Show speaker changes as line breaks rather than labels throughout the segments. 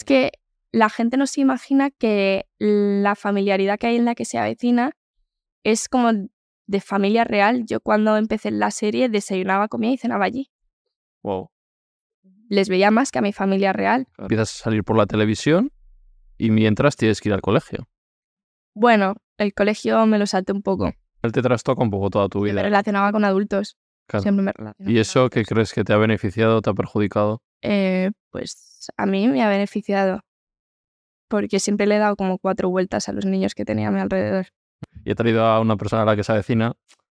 Es que la gente no se imagina que la familiaridad que hay en la que se avecina es como de familia real. Yo cuando empecé la serie desayunaba, comía y cenaba allí.
Wow.
Les veía más que a mi familia real.
Empiezas a salir por la televisión y mientras tienes que ir al colegio.
Bueno, el colegio me lo salté un poco.
Él te trastoca un poco toda tu
Me
vida.
relacionaba con adultos.
Claro.
Siempre me relacionaba.
¿Y
con
eso
adultos.
que crees que te ha beneficiado, te ha perjudicado?
Eh, pues a mí me ha beneficiado. Porque siempre le he dado como cuatro vueltas a los niños que tenía a mi alrededor.
Y he traído a una persona a la que se avecina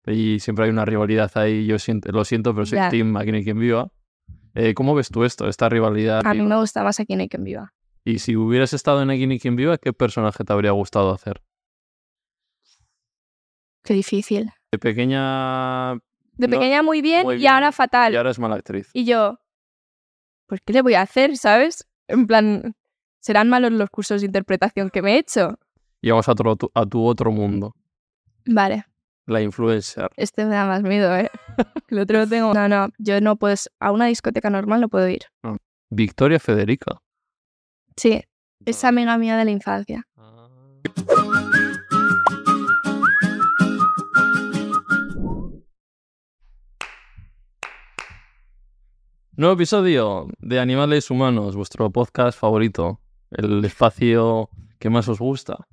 y siempre hay una rivalidad ahí. Yo siento- lo siento, pero soy
Ya.
team aquí no hay quien viva. Eh, ¿Cómo ves tú esto, esta rivalidad?
A mí me gusta más a quien hay quien viva.
Y si hubieras estado en Aquí ni quien viva, ¿qué personaje te habría gustado hacer?
Qué difícil.
De pequeña
De
No,
pequeña muy bien,
muy
y
bien.
ahora fatal.
y ahora es mala actriz.
Y yo, pues ¿qué le voy a hacer, sabes? En plan, serán malos los cursos de interpretación que me he hecho.
Y vamos a, otro- a tu otro mundo,
Vale,
la influencer.
este me da más miedo, ¿eh? El otro lo tengo. No, no, yo no puedo. A una discoteca normal no puedo ir.
Victoria Federica.
Sí, es amiga mía de la infancia.
Nuevo episodio de Animales Humanos, vuestro podcast favorito, el espacio que más os gusta.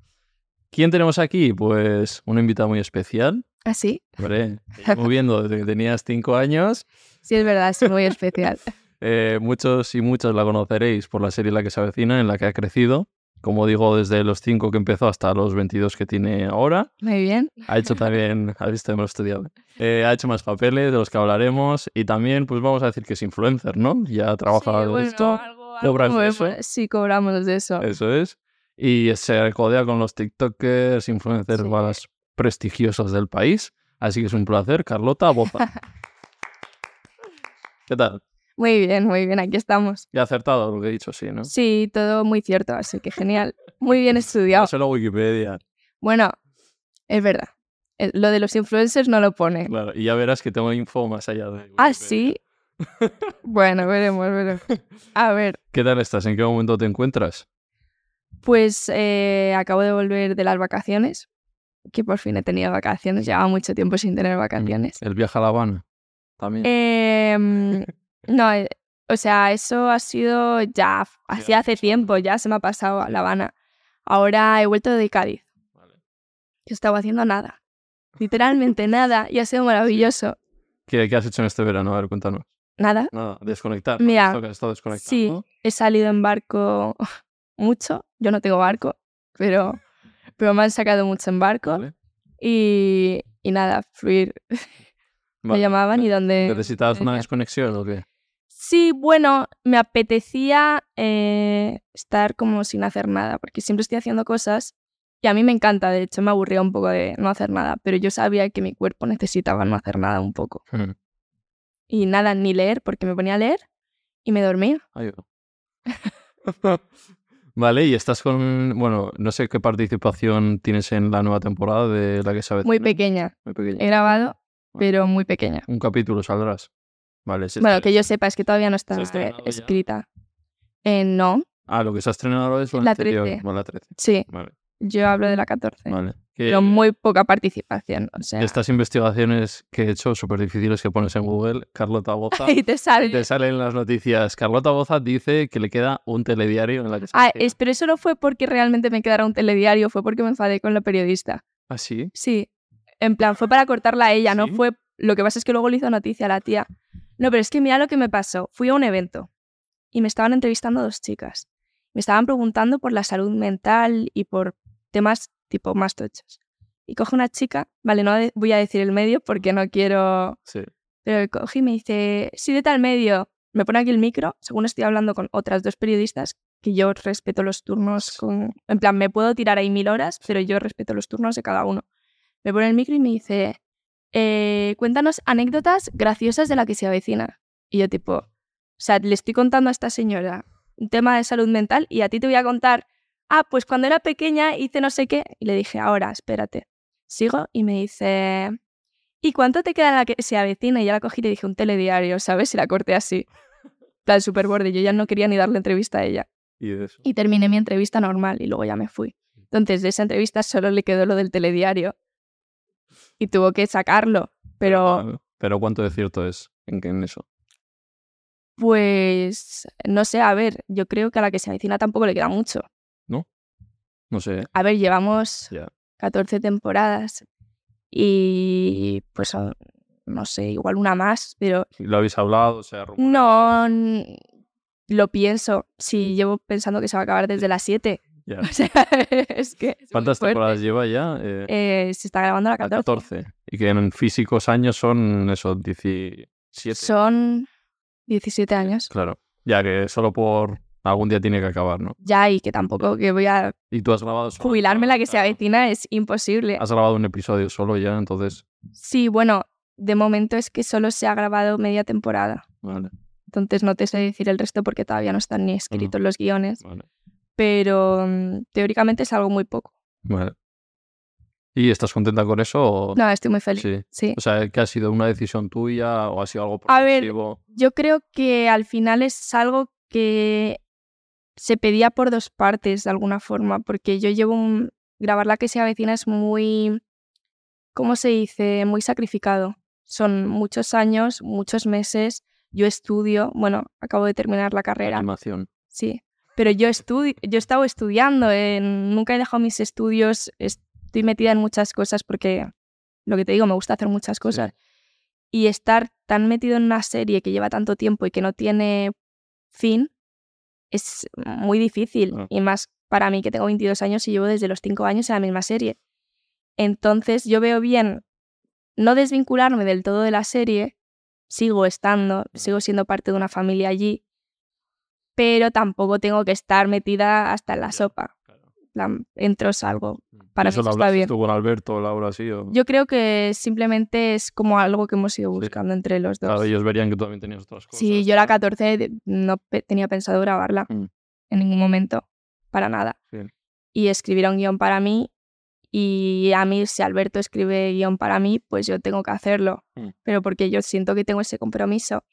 ¿Quién tenemos aquí? Pues una invitada muy especial.
Así.
Hombre, te llevo viendo desde que tenías cinco años.
Sí, es verdad, es muy especial.
Eh, muchos y muchas la conoceréis por la serie La que se avecina, en la que ha crecido. Como digo, desde los cinco que empezó hasta los 22 que tiene ahora.
Muy bien.
Ha hecho también, ha visto, hemos estudiado. Eh, ha hecho más papeles de los que hablaremos y también, pues vamos a decir que es influencer, ¿no? Ya trabaja de esto. cobras de eso.
Sí, cobramos de eso.
Eso es. Y se codea con los TikTokers, influencers
Sí.
más prestigiosos del país. Así que es un placer, Carlota Bopa. ¿Qué tal?
Muy bien, muy bien, aquí estamos.
Ya acertado lo que he dicho, sí, ¿no?
Sí, todo muy cierto, así que genial. Muy bien estudiado.
No solo Wikipedia.
Bueno, es verdad. Eh, Lo de los influencers no lo pone.
Claro, y ya verás que tengo info más allá de.
Ah,
Wikipedia.
sí. Bueno, veremos, veremos. A ver,
¿Qué tal estás? ¿En qué momento te encuentras?
pues eh, acabo de volver de las vacaciones, que por fin he tenido vacaciones, llevaba mucho tiempo sin tener vacaciones.
El viaje a La Habana. También.
Eh, mm, no, eh, o sea, eso ha sido ya,
Sí,
así
ha
hace tiempo, ya se me ha pasado a La Habana. Ahora he vuelto de Cádiz, que estaba haciendo nada, literalmente nada, y ha sido maravilloso.
¿Qué, qué has hecho en este verano? A ver, cuéntanos.
Nada,
Nada, desconectar.
Mira,
Esto que has estado desconectado,
Sí,
¿no?
he salido en barco mucho. Yo no tengo barco, pero, pero me han sacado mucho en barco.
Vale.
Y, y nada, fluir.
Vale.
Me llamaban y
Ne-
donde...
¿Necesitabas una
tenía-
desconexión o qué?
Sí, bueno, me apetecía eh, estar como sin hacer nada, porque siempre estoy haciendo cosas y a mí me encanta, de hecho me aburría un poco de no hacer nada, pero yo sabía que mi cuerpo necesitaba no hacer nada un poco.
Hmm.
Y nada, ni leer, porque me ponía a leer y me dormía.
Ay, oh. vale, y estás con. Bueno, no sé qué participación tienes en la nueva temporada de la que sabes.
Muy pequeña. Eh.
Muy pequeña.
He grabado, pero muy pequeña.
Un capítulo saldrás. Vale, sí.
Bueno, que yo sepa, es que todavía no está
¿Se ha estrenado
eh,
ya?
escrita. Eh, no,
Ah, lo que se ha estrenado ahora es lo
La
anterior.
13.
Bueno, la 13.
sí,
Vale,
yo hablo de la 14,
vale. eh, Que-
pero muy poca participación. O sea,
Estas investigaciones que he hecho, súper difíciles que pones en Google, Carlota Boza.
y te sale.
te salen las noticias. Carlota Boza dice que le queda un telediario en la que se
Ah,
avecina.
es- pero eso no fue porque realmente me quedara un telediario, fue porque me enfadé con la periodista.
¿Ah, sí?
Sí, en plan, fue para cortarla a ella, no
¿Sí?
fue. Lo que pasa es que luego le hizo noticia a la tía. No, pero es que mira lo que me pasó. Fui a un evento y me estaban entrevistando dos chicas. Me estaban preguntando por la salud mental y por temas tipo más tochos. Y coge una chica, vale, no de- voy a decir el medio porque no quiero.
Sí.
Pero coge y me dice, sí, de tal medio. Me pone aquí el micro, según estoy hablando con otras dos periodistas que yo respeto los turnos con... En plan, me puedo tirar ahí mil horas, pero yo respeto los turnos de cada uno. Me pone el micro y me dice, eh, cuéntanos anécdotas graciosas de la que se avecina. Y yo tipo, o sea, le estoy contando a esta señora un tema de salud mental y a ti te voy a contar, ah, pues cuando era pequeña hice no sé qué. Y le dije, ahora, espérate. Sigo y me dice, ¿y cuánto te queda en la que se avecina? Y ya la cogí y le dije un telediario, ¿sabes? Y la corté así. Tan súper borde. Yo ya no quería ni darle entrevista a ella
Y de eso.
y terminé mi entrevista normal y luego ya me fui. Entonces de esa entrevista solo le quedó lo del telediario y tuvo que sacarlo, pero
Ah, Pero cuánto de cierto es en, en eso.
pues no sé, a ver, yo creo que a la que se avecina tampoco le queda mucho.
No sé. ¿eh?
A ver, llevamos
Ya.
14 temporadas y pues a- no sé, igual una más, pero
¿Lo habéis hablado? ¿Se ha rumoreado?
no n- lo pienso. Si llevo pensando que se va a acabar desde las 7.
Ya.
O sea, es que... es muy
¿Cuántas
fuerte.
temporadas lleva ya? Eh,
Eh, se está grabando la
la
14.
14. Y que en físicos años son esos 17.
Son 17 años.
Claro. Ya que solo por algún día tiene que acabar, ¿no?
Ya, y que tampoco que voy a
Y tú has grabado. solo-
jubilarme la que se
Claro.
avecina es imposible.
Has grabado un episodio solo ya, entonces.
Sí, bueno, de momento es que solo se ha grabado media temporada.
Vale,
Entonces no te sé decir el resto porque todavía no están ni escritos los guiones.
vale.
Pero mm, teóricamente es algo muy poco.
Vale. ¿Y estás contenta con eso? O...
No, estoy muy feliz.
Sí.
Sí.
O sea, que ha sido una decisión tuya o ha sido algo
A ver,
progresivo.
Yo creo que al final es algo que se pedía por dos partes de alguna forma, porque yo llevo un... Grabar la que se avecina es muy, ¿cómo se dice? Muy sacrificado. Son muchos años, muchos meses. Yo estudio, bueno, acabo de terminar la carrera,
Animación.
sí. Pero yo estudio, yo he estado estudiando, eh, nunca he dejado mis estudios, estoy metida en muchas cosas porque, lo que te digo, me gusta hacer muchas cosas y estar tan metido en una serie que lleva tanto tiempo y que no tiene fin es muy difícil.
Ah.
Y más para mí que tengo 22 años y llevo desde los 5 años en la misma serie. Entonces yo veo bien no desvincularme del todo de la serie, sigo estando, sigo siendo parte de una familia allí, pero tampoco tengo que estar metida hasta en la sopa. En plan, Entro, salgo. Para
¿Y
mí eso
eso lo
está
hablaste
bien.
tú con Alberto, Laura, sí? O...
Yo creo que simplemente es como algo que hemos ido
Sí.
buscando entre los dos.
Claro, ellos verían que tú también tenías otras cosas.
Sí, yo la
tal.
14 de- no pe- tenía pensado grabarla
Mm.
en ningún momento, para nada.
Bien.
Y escribir un guión para mí y a mí si Alberto escribe guión para mí, pues yo tengo que hacerlo,
Mm.
pero porque yo siento que tengo ese compromiso,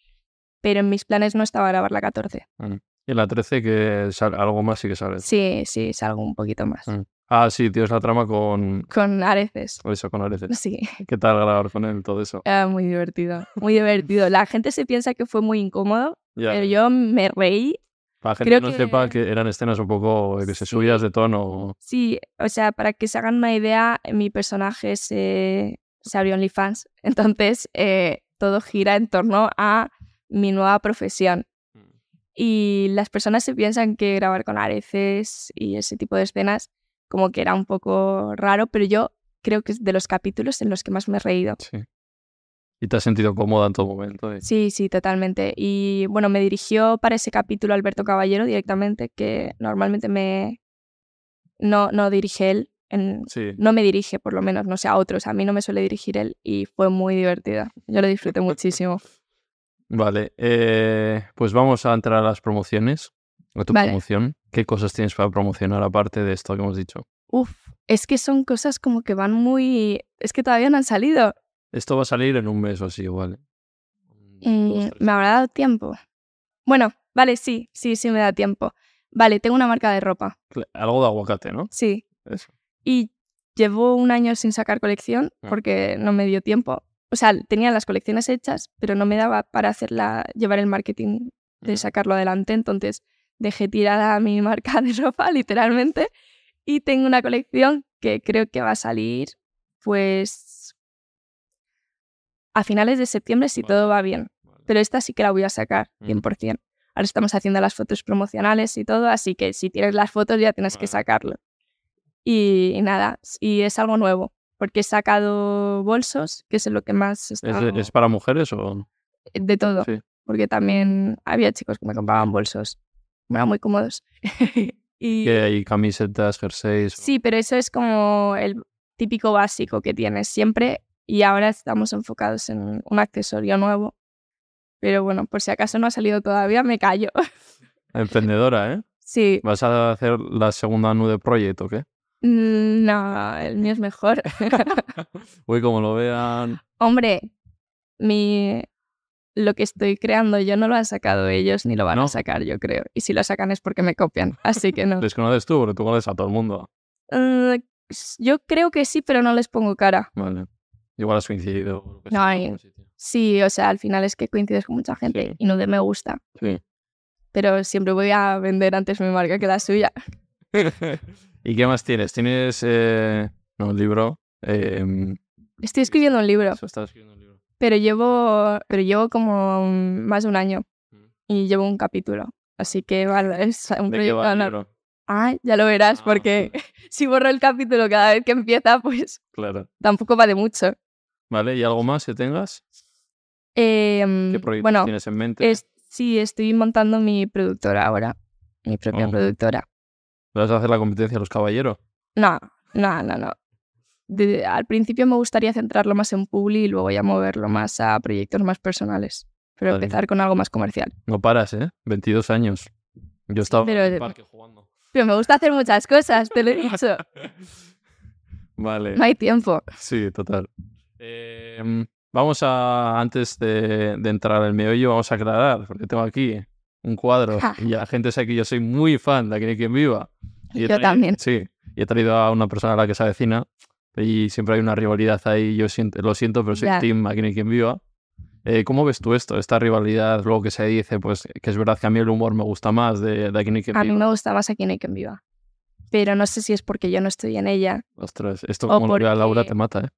pero en mis planes no estaba grabar la 14.
Y en la 13 que sal- algo más sí que sale.
Sí, sí, salgo un poquito más.
Mm. Ah, sí, tienes la trama con
Con Areces.
eso, con Areces.
Sí,
¿Qué tal grabar con él todo eso?
era Ah, muy divertido, muy divertido. La gente se piensa que fue muy incómodo,
Ya,
pero yo me reí
Para la gente
creo
que no
que-
sepa que eran escenas un poco eh, que se
Sí.
subías de tono.
Sí, o sea, para que se hagan una idea, mi personaje se, se abrió OnlyFans. Entonces, eh, todo gira en torno a mi nueva profesión. Y las personas se piensan que grabar con areces y ese tipo de escenas como que era un poco raro, pero yo creo que es de los capítulos en los que más me he reído.
Sí. Y te has sentido cómoda en todo momento. eh.
Sí, sí, totalmente. Y bueno, me dirigió para ese capítulo Alberto Caballero directamente, que normalmente me... No, no dirige él en,
Sí.
no me dirige, por lo menos, no sé, a otros. A mí no me suele dirigir él y fue muy divertida. Yo lo disfruté muchísimo.
Vale, eh, pues vamos a entrar a las promociones, a tu
Vale.
promoción. ¿Qué cosas tienes para promocionar aparte de esto que hemos dicho?
Uf, es que son cosas como que van muy... Es que todavía no han salido.
Esto va a salir en un mes o así, igual. ¿eh?
Mm, ¿Me habrá dado tiempo? Bueno, vale, sí, sí, sí me da tiempo. Vale, tengo una marca de ropa,
Cla- Algo de aguacate, ¿no?
sí.
Eso.
Y llevo un año sin sacar colección
Ah.
porque no me dio tiempo. O sea, tenía las colecciones hechas, pero no me daba para hacerla, llevar el marketing de
Ujú.
sacarlo adelante. Entonces dejé tirada mi marca de ropa, literalmente. Y tengo una colección que creo que va a salir, pues, a finales de septiembre si
Vale.
todo va bien.
Vale.
Pero esta sí que la voy a sacar,
Ujú.
100%. Ahora estamos haciendo las fotos promocionales y todo, así que si tienes las fotos ya tienes que
Vale.
sacarlo. Y, y nada, y es algo nuevo, porque he sacado bolsos, que es lo que más está
¿Es, de- es para mujeres o...?
de todo.
Sí.
Porque también había chicos que me compraban bolsos. bueno, muy cómodos. y
Que hay camisetas, jerseys.
sí, pero eso es como el típico básico que tienes siempre y ahora estamos enfocados en un accesorio nuevo. Pero bueno, por si acaso no ha salido todavía, me callo.
Emprendedora, ¿eh?
sí,
¿Vas a hacer la segunda nude project o qué?
mm, no, el mío es mejor.
Uy, como lo vean.
Hombre, mi lo que estoy creando yo no lo han sacado ellos ni lo van
No.
a sacar, yo creo. Y si lo sacan es porque me copian, así que no.
Les conoces tú, porque tú conoces a todo el mundo.
Mm, s- yo creo que sí, pero no les pongo cara.
Vale. Igual has coincidido. o lo que sea,
No,
en
y-
algún sitio.
Sí, o sea, al final es que coincides con mucha gente
Sí.
y no de me gusta,
Sí.
pero siempre voy a vender antes mi marca que la suya.
¿Y qué más tienes? Tienes. eh, No, un libro. eh,
Estoy escribiendo un libro,
Eso estaba escribiendo un libro.
pero llevo, pero llevo como mm, más de un año
Mm.
y llevo un capítulo. Así que vale, es un
¿De qué
proyecto
va el
enorme.
libro?
Ah, ya lo verás,
Ah,
porque si borro el capítulo cada vez que empieza, pues
Claro.
tampoco va de mucho.
Vale, ¿y algo más que tengas?
Em,
¿Qué proyectos
bueno,
tienes en mente?
es, sí, estoy montando mi productora ahora, mi propia
Oh.
productora.
¿Vas a hacer la competencia a los caballeros?
No, no, no, no. De- al principio me gustaría centrarlo más en Publi y luego ya moverlo más a proyectos más personales, pero
Vale.
empezar con algo más comercial.
No paras, ¿eh? 22 años. Yo estaba
pero-
en el parque jugando.
Pero me gusta hacer muchas cosas, te lo he dicho.
Vale.
No hay tiempo.
Sí, total.
Em,
Eh, vamos a, antes de, de entrar al meollo, vamos a aclarar, porque tengo aquí un cuadro
Ja.
y la gente sabe que yo soy muy fan de Aquí no hay quien viva. Y he
Yo
traído-
también.
Sí, y he traído a una persona a la que se avecina y siempre hay una rivalidad ahí, yo siento- lo siento, pero soy
Ya.
team Aquí no hay quien viva. Eh, ¿Cómo ves tú esto, esta rivalidad, luego que se dice, pues que es verdad que a mí el humor me gusta más de, de Aquí no hay quien
A mí
viva?
me gusta más aquí no hay quien viva. Pero no sé si es porque yo no estoy en ella.
Ostras, esto
O
como lo vea Laura
porque-
te mata,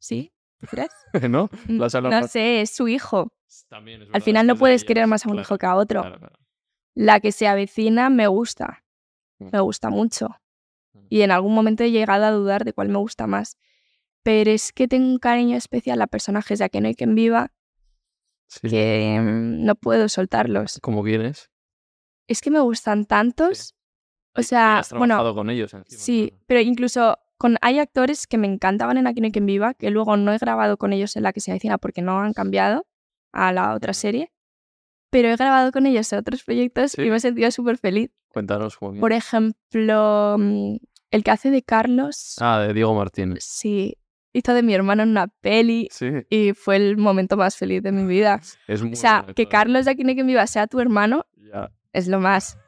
¿Sí? ¿Tú crees?
¿eh? ¿No? La sala
Mm, no
más-
sé, es su hijo. Al final no puedes querer más a un hijo que a otro.
Claro, claro.
La que se avecina me gusta.
Mm.
Me gusta mucho.
Mm.
Y en algún momento he llegado a dudar de cuál me gusta más. Pero es que tengo un cariño especial a personajes de Aquí no hay quien viva
Sí.
que mm, no puedo soltarlos.
Como quieres.
Es que me gustan tantos. O
Y- y
sea,
has
bueno,
trabajado con ellos encima,
Sí,
claro.
pero incluso con hay actores que me encantaban en Aquí no hay quien viva, que luego no he grabado con ellos en la que se avecina porque no han cambiado a la otra
Ujú.
serie, pero he grabado con ellos en otros proyectos
Sí.
y me he sentido súper feliz.
Cuéntanos, Joaquín.
Por ejemplo, mm, el que hace de Carlos,
Ah, de Diego Martínez.
sí, hizo de mi hermano en una peli
Sí,
y fue el momento más feliz de mi vida.
es muy
O sea,
bueno
que
esto, ¿eh?
Carlos de Aquí no hay quien viva sea tu hermano
Ya.
es lo más,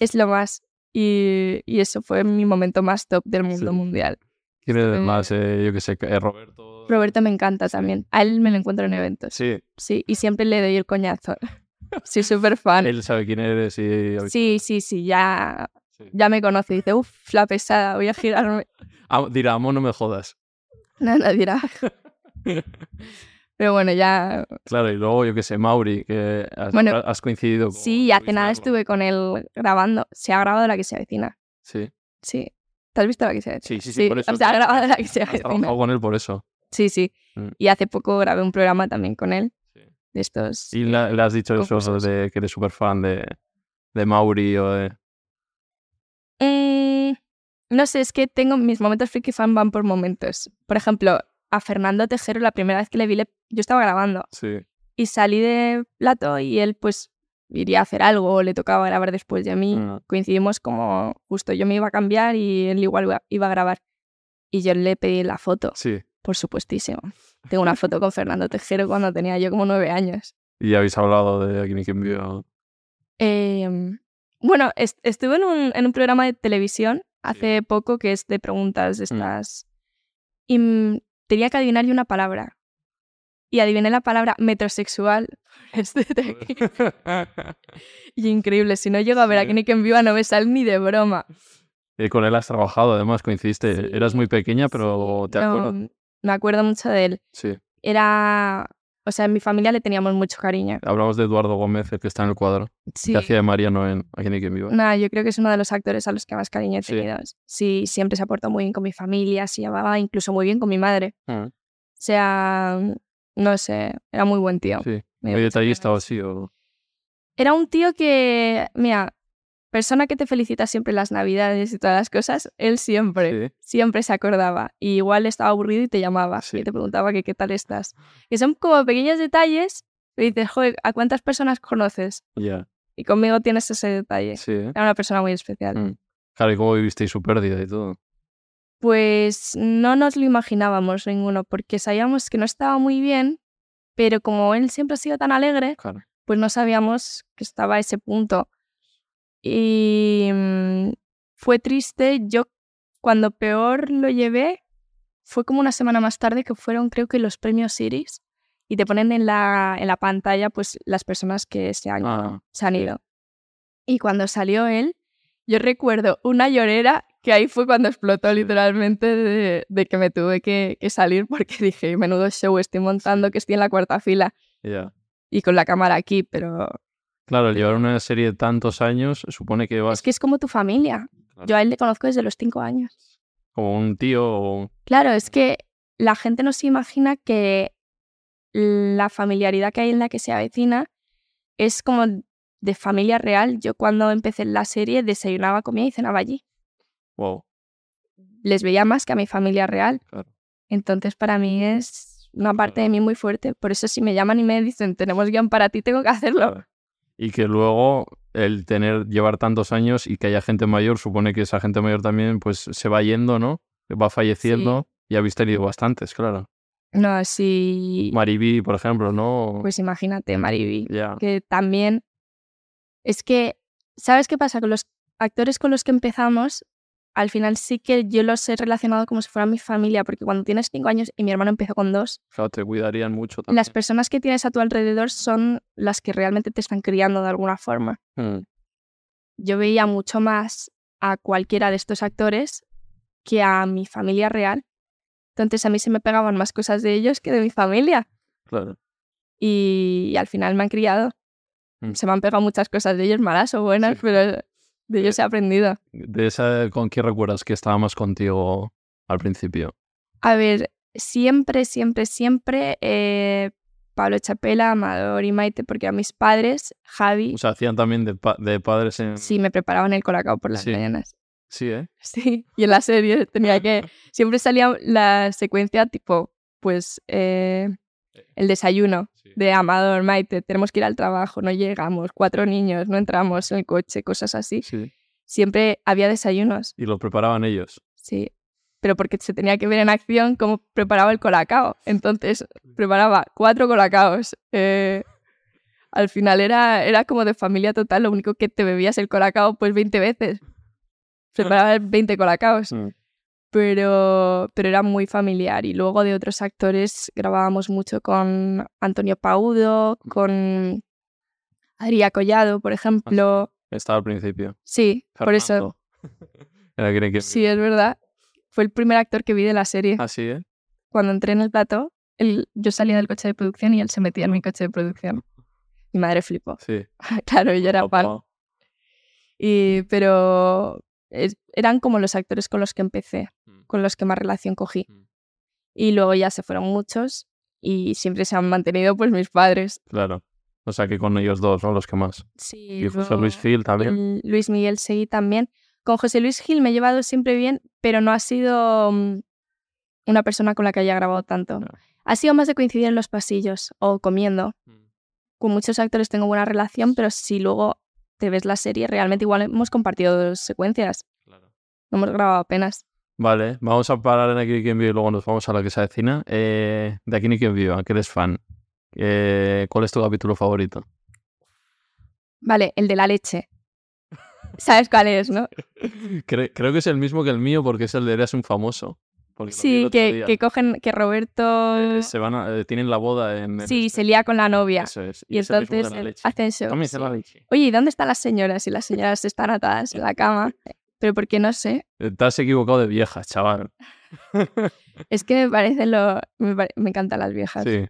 es lo más. Y, y eso fue mi momento más top del mundo
Sí.
mundial.
¿Quién es
Eh,
más? Eh, yo qué sé, eh, Roberto.
Roberto me encanta
Sí.
también. A él me lo encuentro en eventos.
Sí,
Sí, y siempre le doy el coñazo. Soy súper fan.
él sabe quién eres y...
Sí, sí, sí, ya,
Sí.
ya me conoce. Dice, uff, la pesada, voy a girarme.
Ah, dirá, amo, no me jodas.
No, no dirá. Pero bueno, ya.
Claro, y luego, yo qué sé, Mauri, que has,
Bueno,
has coincidido con...
Sí, hace nada
Luis Merlo.
estuve con él grabando. Se ha grabado la que se avecina.
Sí,
Sí. ¿Te has visto la que se avecina?
sí, sí, sí, por eso.
Se ha grabado la que se
Has
avecina.
trabajado con él por eso.
Sí, sí.
Mm.
Y hace poco grabé un programa también con él.
Sí.
De estos.
Y la- le has dicho eso
concursos.
de que eres súper fan de, de Mauri o de...
Mm, no sé, es que tengo mis momentos freaky fan van por momentos. Por ejemplo, a Fernando Tejero la primera vez que le vi, le- yo estaba grabando
Sí.
y salí de plato y él pues iría a hacer algo, le tocaba grabar después de mí.
Ah.
Coincidimos como justo yo me iba a cambiar y él igual iba- iba a grabar. Y yo le pedí la foto,
Sí.
por supuestísimo. Tengo una foto con Fernando Tejero cuando tenía yo como nueve años.
Y habéis hablado de Aquí no hay quien viva.
Eh, bueno, est- estuve en un, en un programa de televisión hace poco que es de preguntas de
Mm.
estas. Y mm, tenía que adivinar yo una palabra. Y adiviné la palabra metrosexual. Es de- de- y increíble, si no llego a ver
Sí.
a Nick en viva no me sale ni de broma.
Eh, con él has trabajado, además, coincidiste.
Sí.
Eras muy pequeña, pero te
No,
acuerdas.
me acuerdo mucho de él.
Sí.
Era. O sea, en mi familia le teníamos mucho cariño.
Hablamos de Eduardo Gómez, el que está en el cuadro.
Sí.
Que hacía de Mariano en Aquí no hay quien viva.
Nada, yo creo que es uno de los actores a los que más cariño he
Sí.
tenido. Sí. siempre se ha portado muy bien con mi familia, se llevaba incluso muy bien con mi madre.
Ah,
O sea, mm, no sé, era muy buen tío.
Sí.
Me dio
Muy
muchas
detallista o
ganas.
así. O...
Era un tío que, mira, persona que te felicita siempre las navidades y todas las cosas, él siempre,
Sí.
siempre se acordaba. Y igual estaba aburrido y te llamaba
Sí.
y te preguntaba que qué tal estás. Que son como pequeños detalles, pero dices, joder, ¿a cuántas personas conoces?
Ya,
Y conmigo tienes ese detalle.
sí. ¿eh?
Era una persona muy especial.
Mm. Claro, ¿y cómo vivisteis su pérdida y todo?
Pues no nos lo imaginábamos ninguno, porque sabíamos que no estaba muy bien, pero como él siempre ha sido tan alegre,
Claro.
pues no sabíamos que estaba a ese punto. Y mm, fue triste. Yo cuando peor lo llevé fue como una semana más tarde que fueron creo que los premios Iris y te ponen en la, en la pantalla pues las personas que se han,
Ah,
se han ido. Y cuando salió él, yo recuerdo una llorera que ahí fue cuando explotó literalmente de, de que me tuve que, que salir porque dije, menudo show estoy montando, que estoy en la cuarta fila
ya.
y con la cámara aquí, pero
Claro, al llevar una serie de tantos años supone que vas
Es que es como tu familia.
Pues Claro.
Yo a él le conozco desde los cinco años.
como un tío o un-
Claro, es que la gente no se imagina que la familiaridad que hay en la que se avecina es como de familia real. Yo cuando empecé la serie desayunaba, comía y cenaba allí.
Wow,
Les veía más que a mi familia real.
Claro.
Entonces para mí es una parte de mí muy fuerte. Por eso si me llaman y me dicen, tenemos guión para ti, tengo que hacerlo.
claro. Y que luego el tener, llevar tantos años y que haya gente mayor, supone que esa gente mayor también pues se va yendo, ¿no? Va falleciendo y habéis tenido bastantes, claro.
No, sí.
Mariví, por ejemplo, ¿no?
Pues imagínate, Mariby.
ya,
que también es que, ¿sabes qué pasa? Con los actores con los que empezamos, al final sí que yo los he relacionado como si fuera mi familia, porque cuando tienes cinco años y mi hermano empezó con dos,
claro, te cuidarían mucho también.
las personas que tienes a tu alrededor son las que realmente te están criando de alguna forma.
Mm,
Yo veía mucho más a cualquiera de estos actores que a mi familia real. Entonces a mí se me pegaban más cosas de ellos que de mi familia.
claro.
y, al final me han criado.
Mm.
Se me han pegado muchas cosas de ellos, malas o buenas,
Sí. Eh.
pero de ellos he aprendido.
De esa, ¿Con qué recuerdas que estaba más contigo al principio?
A ver, siempre, siempre, siempre eh, Pablo Chapela, Amador y Maite, porque a mis padres, Javi,
O sea, hacían también de, pa- de padres en...
sí me preparaban el colacao por las
Sí.
mañanas.
Sí, ¿eh?
Sí, y en la serie tenía que... Siempre salía la secuencia tipo, pues, eh, el desayuno. de Amador, Maite, tenemos que ir al trabajo, no llegamos, cuatro niños, no entramos en el coche, cosas así.
sí.
Siempre había desayunos,
Y lo preparaban ellos.
sí, pero porque se tenía que ver en acción cómo preparaba el colacao. Entonces, preparaba cuatro colacaos. eh, al final era, era como de familia total, lo único que te bebías el colacao pues 20 veces. Preparaba 20 colacaos
Mm.
pero, pero era muy familiar. Y luego de otros actores grabábamos mucho con Antonio Paudo, con Adrià Collado, por ejemplo.
Estaba al principio.
Sí, por eso.
Ah, Fernando. Era quien que...
Sí, es verdad. Fue el primer actor que vi de la serie.
Así, ¿eh?
Cuando entré en el plató, él- yo salía del coche de producción y él se metía en mi coche de producción. Mi madre flipó.
Sí.
claro, ella era fan.
Papá.
Y, pero es- eran como los actores con los que empecé,
Mm.
con los que más relación cogí.
Mm.
Y luego ya se fueron muchos y siempre se han mantenido pues mis padres.
Claro. O sea que con ellos dos, ¿no? Los que más.
Sí,
Y José Luis Gil también.
Luis Miguel seguí también. Con José Luis Gil me he llevado siempre bien, pero no ha sido mm, una persona con la que haya grabado tanto.
Claro.
Ha sido más de coincidir en los pasillos o comiendo. Con muchos actores tengo buena relación, pero si luego te ves la serie, realmente igual hemos compartido dos secuencias. No hemos grabado apenas.
Vale, vamos a parar en Aquí Quien Vive y luego nos vamos a la que se avecina. Eh, de Aquí ni Quien Viva, que eres fan. Eh, ¿Cuál es tu capítulo favorito?
Vale, el de la leche. ¿Sabes cuál es, no?
Cre- creo que es el mismo que el mío porque es el de Eres un famoso. Porque lo vi el
Sí,
otro
que,
día.
que cogen, que Roberto...
Eh, Se van a- eh, tienen la boda en... el
Sí,
este.
se lía con la novia.
Eso es.
Y
es el mismo de
entonces
la
el-
leche.
hacen show.
Toma, hice
sí.
la leche.
Oye, ¿y dónde están las señoras? Y las señoras están atadas en la cama. Pero porque no sé.
Eh, Te has equivocado de vieja, chaval.
Es que me parece lo. Me, pare- me encantan las viejas.
Sí. Oh,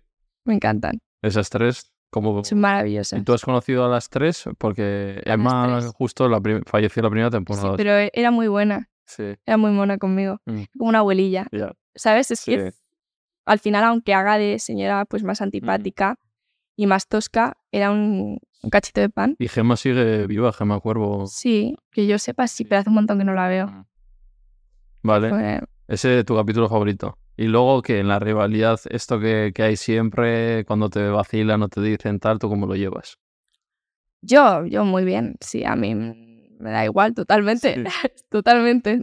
Me encantan.
Esas tres, como
Son maravillosas.
¿Y tú has conocido a las tres? Porque
A las
Emma
tres.
justo la prim- falleció la primera
Sí,
temporada.
pero e- era muy buena.
Sí,
Era muy mona conmigo.
Mm.
Como una abuelilla.
ya.
¿Sabes? Es
Sí. Mm.
que al final, aunque haga de señora pues más antipática, y más tosca era un, un cachito de pan.
Y Gemma sigue viva, Gemma Cuervo.
Sí, que yo sepa, sí, pero hace un montón que no la veo.
Vale,
Eh,
ese es tu capítulo favorito. Y luego que en la rivalidad, esto que, que hay siempre, cuando te vacilan o te dicen tal, ¿tú cómo lo llevas?
Yo, yo muy bien, sí, a mí me da igual totalmente, totalmente.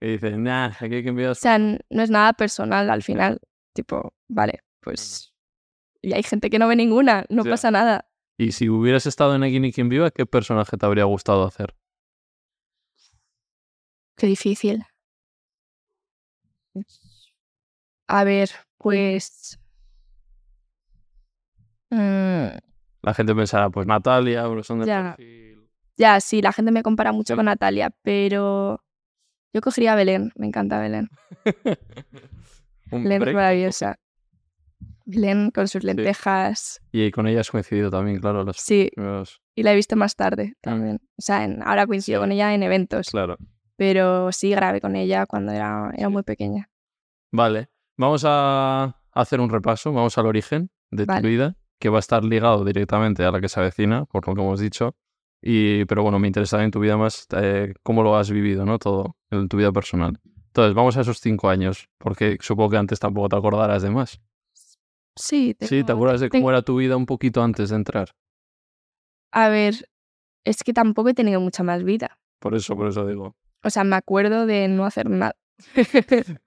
Y dicen, nah, aquí hay que enviar...
O sea, n- no es nada personal al final. Tipo, vale, pues. Y hay gente que no ve ninguna, no
Ya.
pasa nada.
Y si hubieras estado en Aquí quien viva, ¿qué personaje te habría gustado hacer?
Qué difícil.
Mm.
A ver, pues. mm,
La gente pensará, pues Natalia, porque son de
Ya.
perfil.
ya, sí, la gente me compara mucho
Ya.
con Natalia, pero. Yo cogería a Belén, me encanta Belén.
Un
Belén es
break.
maravillosa. Belén con sus lentejas.
Y con ella has coincidido también, claro, las
Sí,
primeras-
y la he visto más tarde
Claro.
también. O sea, en- ahora coincido
Ah. Sí.
con ella en eventos.
Claro.
pero sí grabé con ella cuando era, era
Sí.
muy pequeña.
Vale, vamos a hacer un repaso, vamos al origen de tu
Vale.
vida, que va a estar ligado directamente a la que se avecina, por lo que hemos dicho. Y, pero bueno, me interesa en tu vida más eh, cómo lo has vivido, ¿no? Todo, en tu vida personal. Entonces, vamos a esos cinco años, porque supongo que antes tampoco te acordarás de más.
Sí,
Sí, ¿te
tengo-
acuerdas de
tengo-
cómo era tu vida un poquito antes de entrar?
A ver, es que tampoco he tenido mucha más vida.
Por eso, por eso digo.
O sea, me acuerdo de no hacer nada.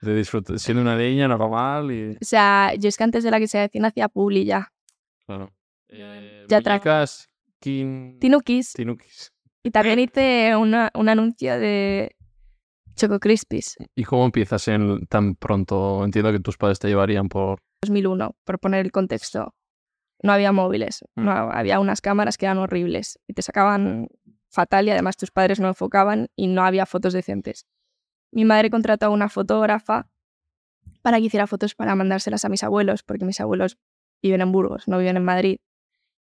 De disfrutar, siendo una niña normal y...
o sea, yo es que antes de la que se decía hacía publi ya.
Claro. Eh,
Ya tra-
muñecas, kin-
Tinukis.
Tinukis.
Y también hice una- un anuncio de Choco Crispies,
¿Y cómo empiezas en tan pronto? Entiendo que tus padres te llevarían por...
2001, por poner el contexto. No había móviles, no había unas cámaras que eran horribles y te sacaban fatal y además tus padres no enfocaban y no había fotos decentes. Mi madre contrató a una fotógrafa para que hiciera fotos para mandárselas a mis abuelos, porque mis abuelos viven en Burgos, no viven en Madrid,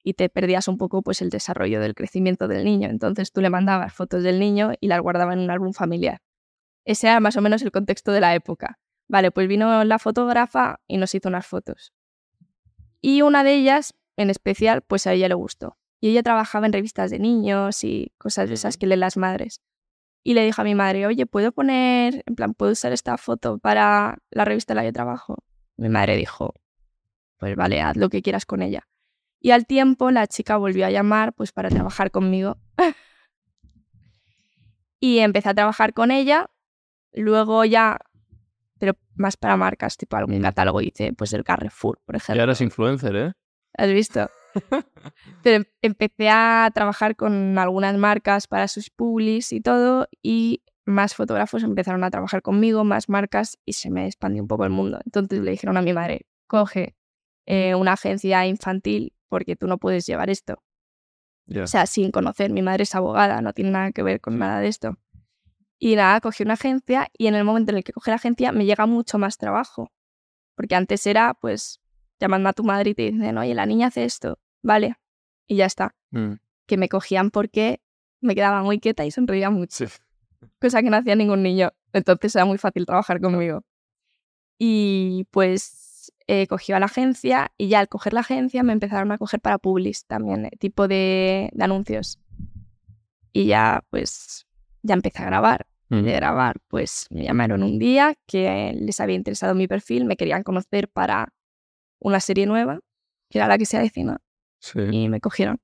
y te perdías un poco pues el desarrollo del crecimiento del niño. Entonces tú le mandabas fotos del niño y las guardaba en un álbum familiar. Ese era más o menos el contexto de la época. Vale, pues vino la fotógrafa y nos hizo unas fotos. Y una de ellas, en especial, pues a ella le gustó. Y ella trabajaba en revistas de niños y cosas de esas
Ujú.
que leen las madres. Y le dijo a mi madre, oye, ¿puedo poner, en plan, ¿puedo usar esta foto para la revista en la que trabajo? Mi madre dijo, pues vale, haz lo que quieras con ella. Y al tiempo la chica volvió a llamar pues para trabajar conmigo. y empecé a trabajar con ella. Luego ya, pero más para marcas, tipo algún catálogo hice, pues del Carrefour, por ejemplo.
Ya eras influencer, ¿eh?
¿Has visto? Pero em- empecé a trabajar con algunas marcas para sus publis y todo, y más fotógrafos empezaron a trabajar conmigo, más marcas, y se me expandió un poco el mundo. Entonces le dijeron a mi madre, coge eh, una agencia infantil porque tú no puedes llevar esto.
Ya.
O sea, sin conocer, mi madre es abogada, no tiene nada que ver con nada de esto. Y nada, cogí una agencia y en el momento en el que cogí la agencia me llega mucho más trabajo. Porque antes era, pues, llamando a tu madre y te dicen, oye, la niña hace esto, vale, y ya está.
Mm,
Que me cogían porque me quedaba muy quieta y sonreía mucho,
sí.
cosa que no hacía ningún niño. Entonces era muy fácil trabajar conmigo. Y pues eh, cogió a la agencia y ya al coger la agencia me empezaron a coger para Publis también, eh, tipo de, de anuncios. Y ya pues ya empecé a grabar.
Mm,
De grabar pues me llamaron un día que les había interesado mi perfil, me querían conocer para una serie nueva, que era la que se avecina,
sí.
y me cogieron.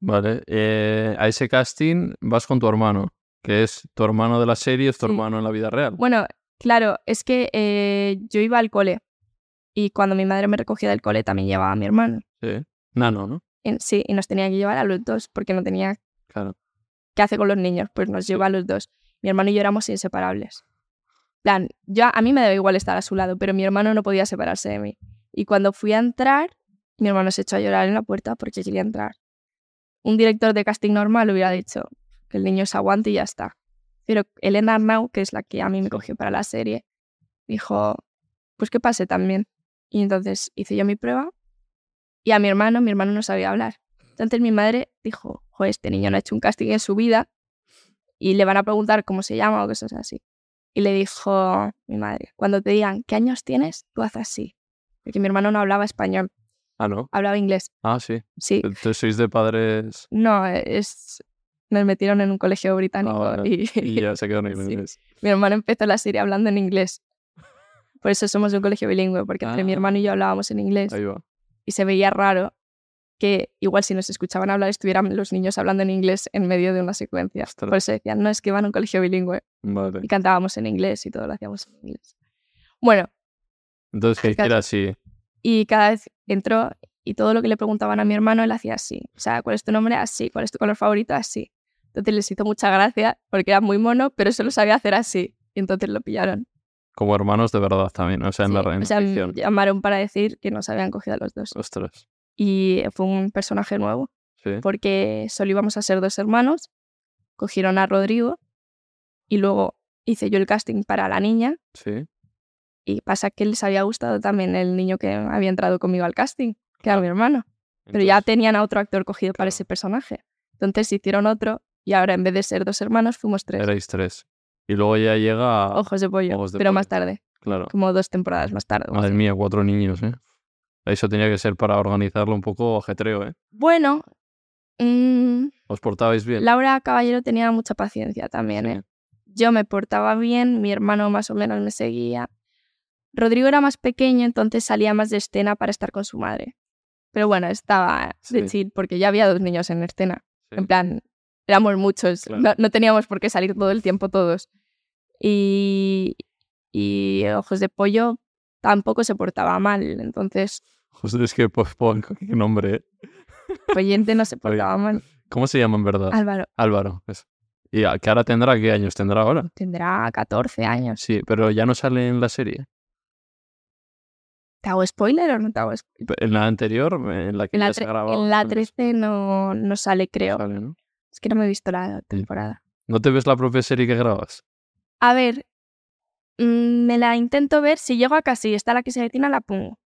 Vale. Eh, a ese casting vas con tu hermano, que es tu hermano de la serie, es tu
Sí.
hermano en la vida real.
Bueno, claro, es que eh, yo iba al cole y cuando mi madre me recogía del cole también llevaba a mi hermano.
Sí. Nano, ¿no?
En- sí, y nos tenía que llevar a los dos porque no tenía
Claro.
¿qué hace con los niños? Pues nos lleva a los dos. Mi hermano y yo éramos inseparables. Plan, yo, a mí me daba igual estar a su lado, pero mi hermano no podía separarse de mí. Y cuando fui a entrar, mi hermano se echó a llorar en la puerta porque quería entrar. Un director de casting normal hubiera dicho que el niño se aguante y ya está. Pero Elena Arnau, que es la que a mí me cogió para la serie, dijo, pues que pase también. Y entonces hice yo mi prueba y a mi hermano, mi hermano no sabía hablar. Entonces mi madre dijo, joder, este niño no ha hecho un casting en su vida y le van a preguntar cómo se llama o cosas así. Y le dijo mi madre, cuando te digan qué años tienes, tú haz así. Porque mi hermano no hablaba español.
Ah, no.
Hablaba inglés.
Ah, sí.
Sí.
Entonces sois de padres.
No, es. Nos metieron en un colegio británico
vale.
y,
Y ya se quedaron
Sí.
irlandeses.
mi hermano empezó la serie hablando en inglés. Por eso somos de un colegio bilingüe, porque entre mi
Ah.
hermano y yo hablábamos en inglés
Ahí va.
y se veía raro que igual si nos escuchaban hablar estuvieran los niños hablando en inglés en medio de una secuencia.
Ostras.
Por eso decían, no, es que van a un colegio bilingüe
Vale.
y cantábamos en inglés y todo lo hacíamos en inglés. Bueno,
Entonces, que
Fíjate.
era así.
y cada vez entró y todo lo que le preguntaban a mi hermano él hacía así. O sea, ¿cuál es tu nombre? Así. ¿Cuál es tu color favorito? Así. Entonces les hizo mucha gracia porque era muy mono, pero solo sabía hacer así. Y entonces lo pillaron.
Como hermanos de verdad también, o sea, en la
Sí,
re- en
o sea, mm, m-
ficción.
llamaron para decir que nos habían cogido a los dos.
Ostras.
Y fue un personaje nuevo,
Sí.
porque solo íbamos a ser dos hermanos. Cogieron a Rodrigo y luego hice yo el casting para la niña.
Sí.
Y pasa que les había gustado también el niño que había entrado conmigo al casting, que era mi hermano. Pero ya
Entonces,
tenían a otro actor cogido para
claro.
ese personaje. Entonces hicieron otro y ahora en vez de ser dos hermanos fuimos tres.
Erais tres. Y luego ya llega. a-
Ojos de pollo,
Ojos de
pero más
pollo.
tarde,
Claro.
como dos temporadas más tarde. o
Madre
así.
mía, cuatro niños, ¿eh? Eso tenía que ser para organizarlo un poco ajetreo, ¿eh?
Bueno, mm,
Os portabais bien.
Laura Caballero tenía mucha paciencia también.
Sí.
¿eh? Yo me portaba bien, mi hermano más o menos me seguía. Rodrigo era más pequeño, entonces salía más de escena para estar con su madre. Pero bueno, estaba de
Sí.
chill porque ya había dos niños en escena.
Sí.
En plan, éramos muchos,
Claro.
no, no teníamos por qué salir todo el tiempo todos. Y, y Ojos de Pollo tampoco se portaba mal, entonces
Joder, es que, pues, pon- qué nombre, ¿eh?
Pollente no se portaba mal.
¿Cómo se llama en verdad?
Álvaro
Álvaro. eso. ¿Y a- que ahora tendrá qué años tendrá ahora?
tendrá 14 años.
Sí, pero ya no sale en la serie.
¿Te hago spoiler o no te hago spoiler?
En la anterior, en la que
En la,
ya se
tre-
grababa. pues,
en la 13 no, no sale, creo.
Sale, ¿no?
Es que no me he visto
Mm.
la temporada.
¿No te ves la propia serie que grabas?
A ver, mm, me la intento ver. Si llego a casi está la que se detina, la pongo.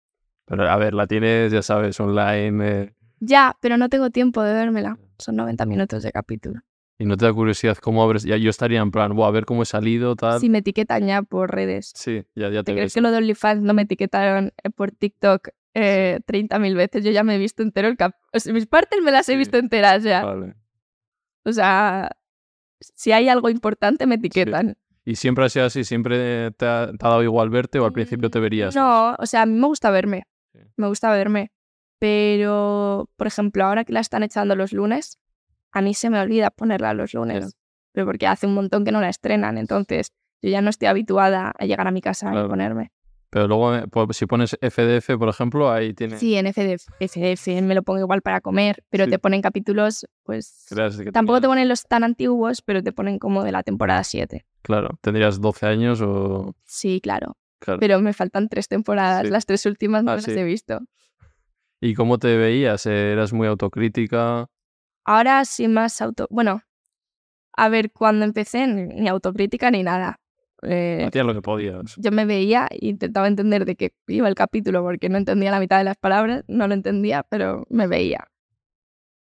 Pero a ver, la tienes, ya sabes, online. eh,
Ya, pero no tengo tiempo de vérmela. Son 90 minutos de capítulo.
y no te da curiosidad cómo abres. Ya, yo estaría en plan, "Buah, a ver cómo he salido, tal.
Si me etiquetan ya por redes.
Sí, ya, ya Ah. te
¿Te crees
ves.
que lo de OnlyFans no me etiquetaron eh, por TikTok eh, 30.000 veces? Yo ya me he visto entero el cap... o sea, mis partes me las he
Sí. Ah.
visto enteras ya.
Vale.
O sea, si hay algo importante me etiquetan.
¿Y siempre ha sido así? ¿Siempre te ha, te ha dado igual verte o al principio te
Mm,
verías? más?
No, o sea, a mí me gusta verme.
Sí.
Me gusta verme. Pero, por ejemplo, ahora que la están echando los lunes, a mí se me olvida ponerla los lunes.
Yes.
Pero porque hace un montón que no la estrenan, entonces yo ya no estoy habituada a llegar a mi casa y
Claro.
ponerme.
Pero luego, eh, po- si pones FDF, por ejemplo, ahí tiene.
Sí, en FDF, FDF me lo pongo igual para comer, pero
Sí.
te ponen capítulos, pues...
Creas que
Tampoco te
tenías-
ponen los tan antiguos, pero te ponen como de la temporada 7.
Claro, tendrías 12 años o.
Sí, claro.
Claro.
Pero me faltan tres temporadas.
Sí.
Las tres últimas no
Ah,
las
sí.
he visto.
¿Y cómo te veías? Eh, ¿Eras muy autocrítica?
Ahora sí más auto... Bueno, a ver, cuando empecé, ni ni autocrítica ni nada. Eh,
Hacías lo que podías.
yo me veía e intentaba entender de qué iba el capítulo porque no entendía la mitad de las palabras, no lo entendía, pero me veía.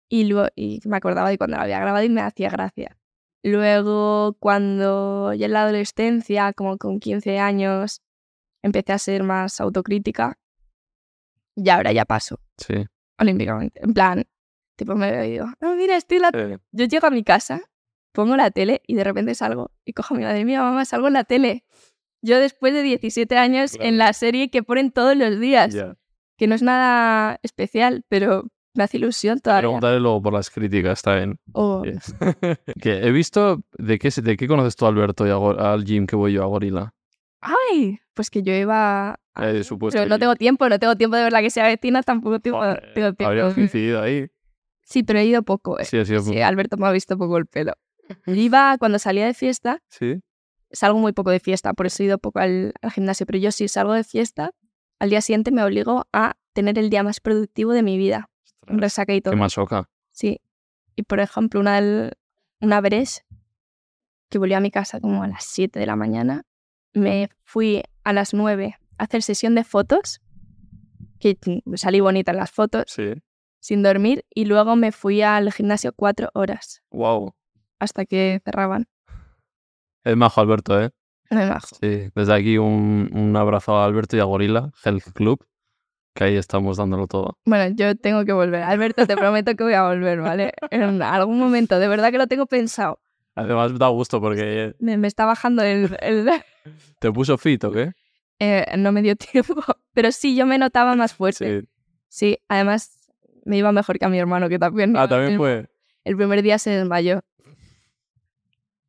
Y, luego, y me acordaba de cuando lo había grabado y me hacía gracia. Luego, cuando ya en la adolescencia, como con 15 años, empecé a ser más autocrítica. Y ahora ya paso,
Sí.
olímpicamente. En plan, tipo me veo y digo, "Ah, mira, estoy en la
Eh,
yo llego a mi casa, pongo la tele y de repente salgo. Y cojo a mi madre mía, mamá, salgo en la tele. Yo después de 17 años
Claro.
en la serie que ponen todos los días,
ya.
que no es nada especial, pero me hace ilusión todavía.
Preguntaré luego por las críticas, está bien.
O-
Sí. que he visto. ¿De qué, se- de qué conoces tú a Alberto y a Gor- al gym que voy yo, a Gorila?
¡Ay! Pues que yo iba... a-
Eh, supuesto.
Ah, pero no tengo tiempo, no tengo tiempo de ver la que sea vecina, tampoco tengo, tengo tiempo.
Habría
de-
coincidido ahí.
Sí, pero he ido poco. eh.
Sí, ha sido.
Sí, Alberto me ha visto poco el pelo. Iba cuando salía de fiesta,
Sí.
salgo muy poco de fiesta, por eso he ido poco al, al gimnasio, pero yo si salgo de fiesta, al día siguiente me obligo a tener el día más productivo de mi vida,
Ostras,
resaca y todo.
Qué masoca.
Sí. Y por ejemplo, una, del- una vez que volví a mi casa como a las 7 de la mañana, me fui a las 9 a hacer sesión de fotos, que mm, salí bonita en las fotos,
Sí.
sin dormir, y luego me fui al gimnasio cuatro horas
Wow.
hasta que cerraban.
Es majo, Alberto, ¿eh?
Me bajo.
Sí. Desde aquí un, un abrazo a Alberto y a Gorila, Health Club. que ahí estamos dándolo todo.
Bueno, yo tengo que volver. Alberto, te prometo que voy a volver, ¿vale? En algún momento, de verdad que lo tengo pensado.
Además, da gusto porque
Me, me está bajando el... el-
te puso fit, ¿o qué?
eh, no me dio tiempo, pero sí, yo me notaba más fuerte. Sí,
Sí.
además me iba mejor que a mi hermano, que también...
Ah, también
el,
fue.
el primer día se desmayó.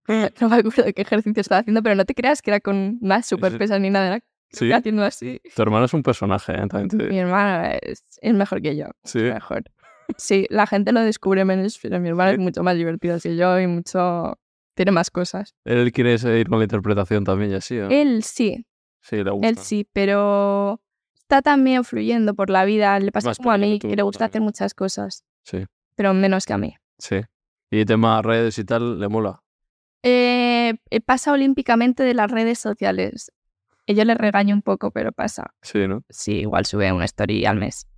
No me acuerdo qué ejercicio estaba haciendo, pero no te creas que era con una super pesa ni nada. Era
eh, Sí.
haciendo así.
Tu hermano es un personaje, ¿eh? También te-
Mi hermana es, es mejor que yo.
Sí.
Mejor. Sí, la gente lo descubre menos, pero mi hermana es mucho más divertida que yo y mucho. Tiene más cosas.
Él quiere seguir con la interpretación también y así, ¿eh?
Él sí,
Sí, le gusta.
él sí, pero está también fluyendo por la vida. Le pasa
más
como a
pequeño
mí,
que tú,
que le gusta
también.
hacer muchas cosas,
Sí,
pero menos que a mí.
sí. Y temas redes y tal, le mola.
Eh, eh, pasa olímpicamente de las redes sociales. Eh, Yo le regaño un poco, pero pasa.
Sí, ¿no?
Sí, igual sube una story al mes.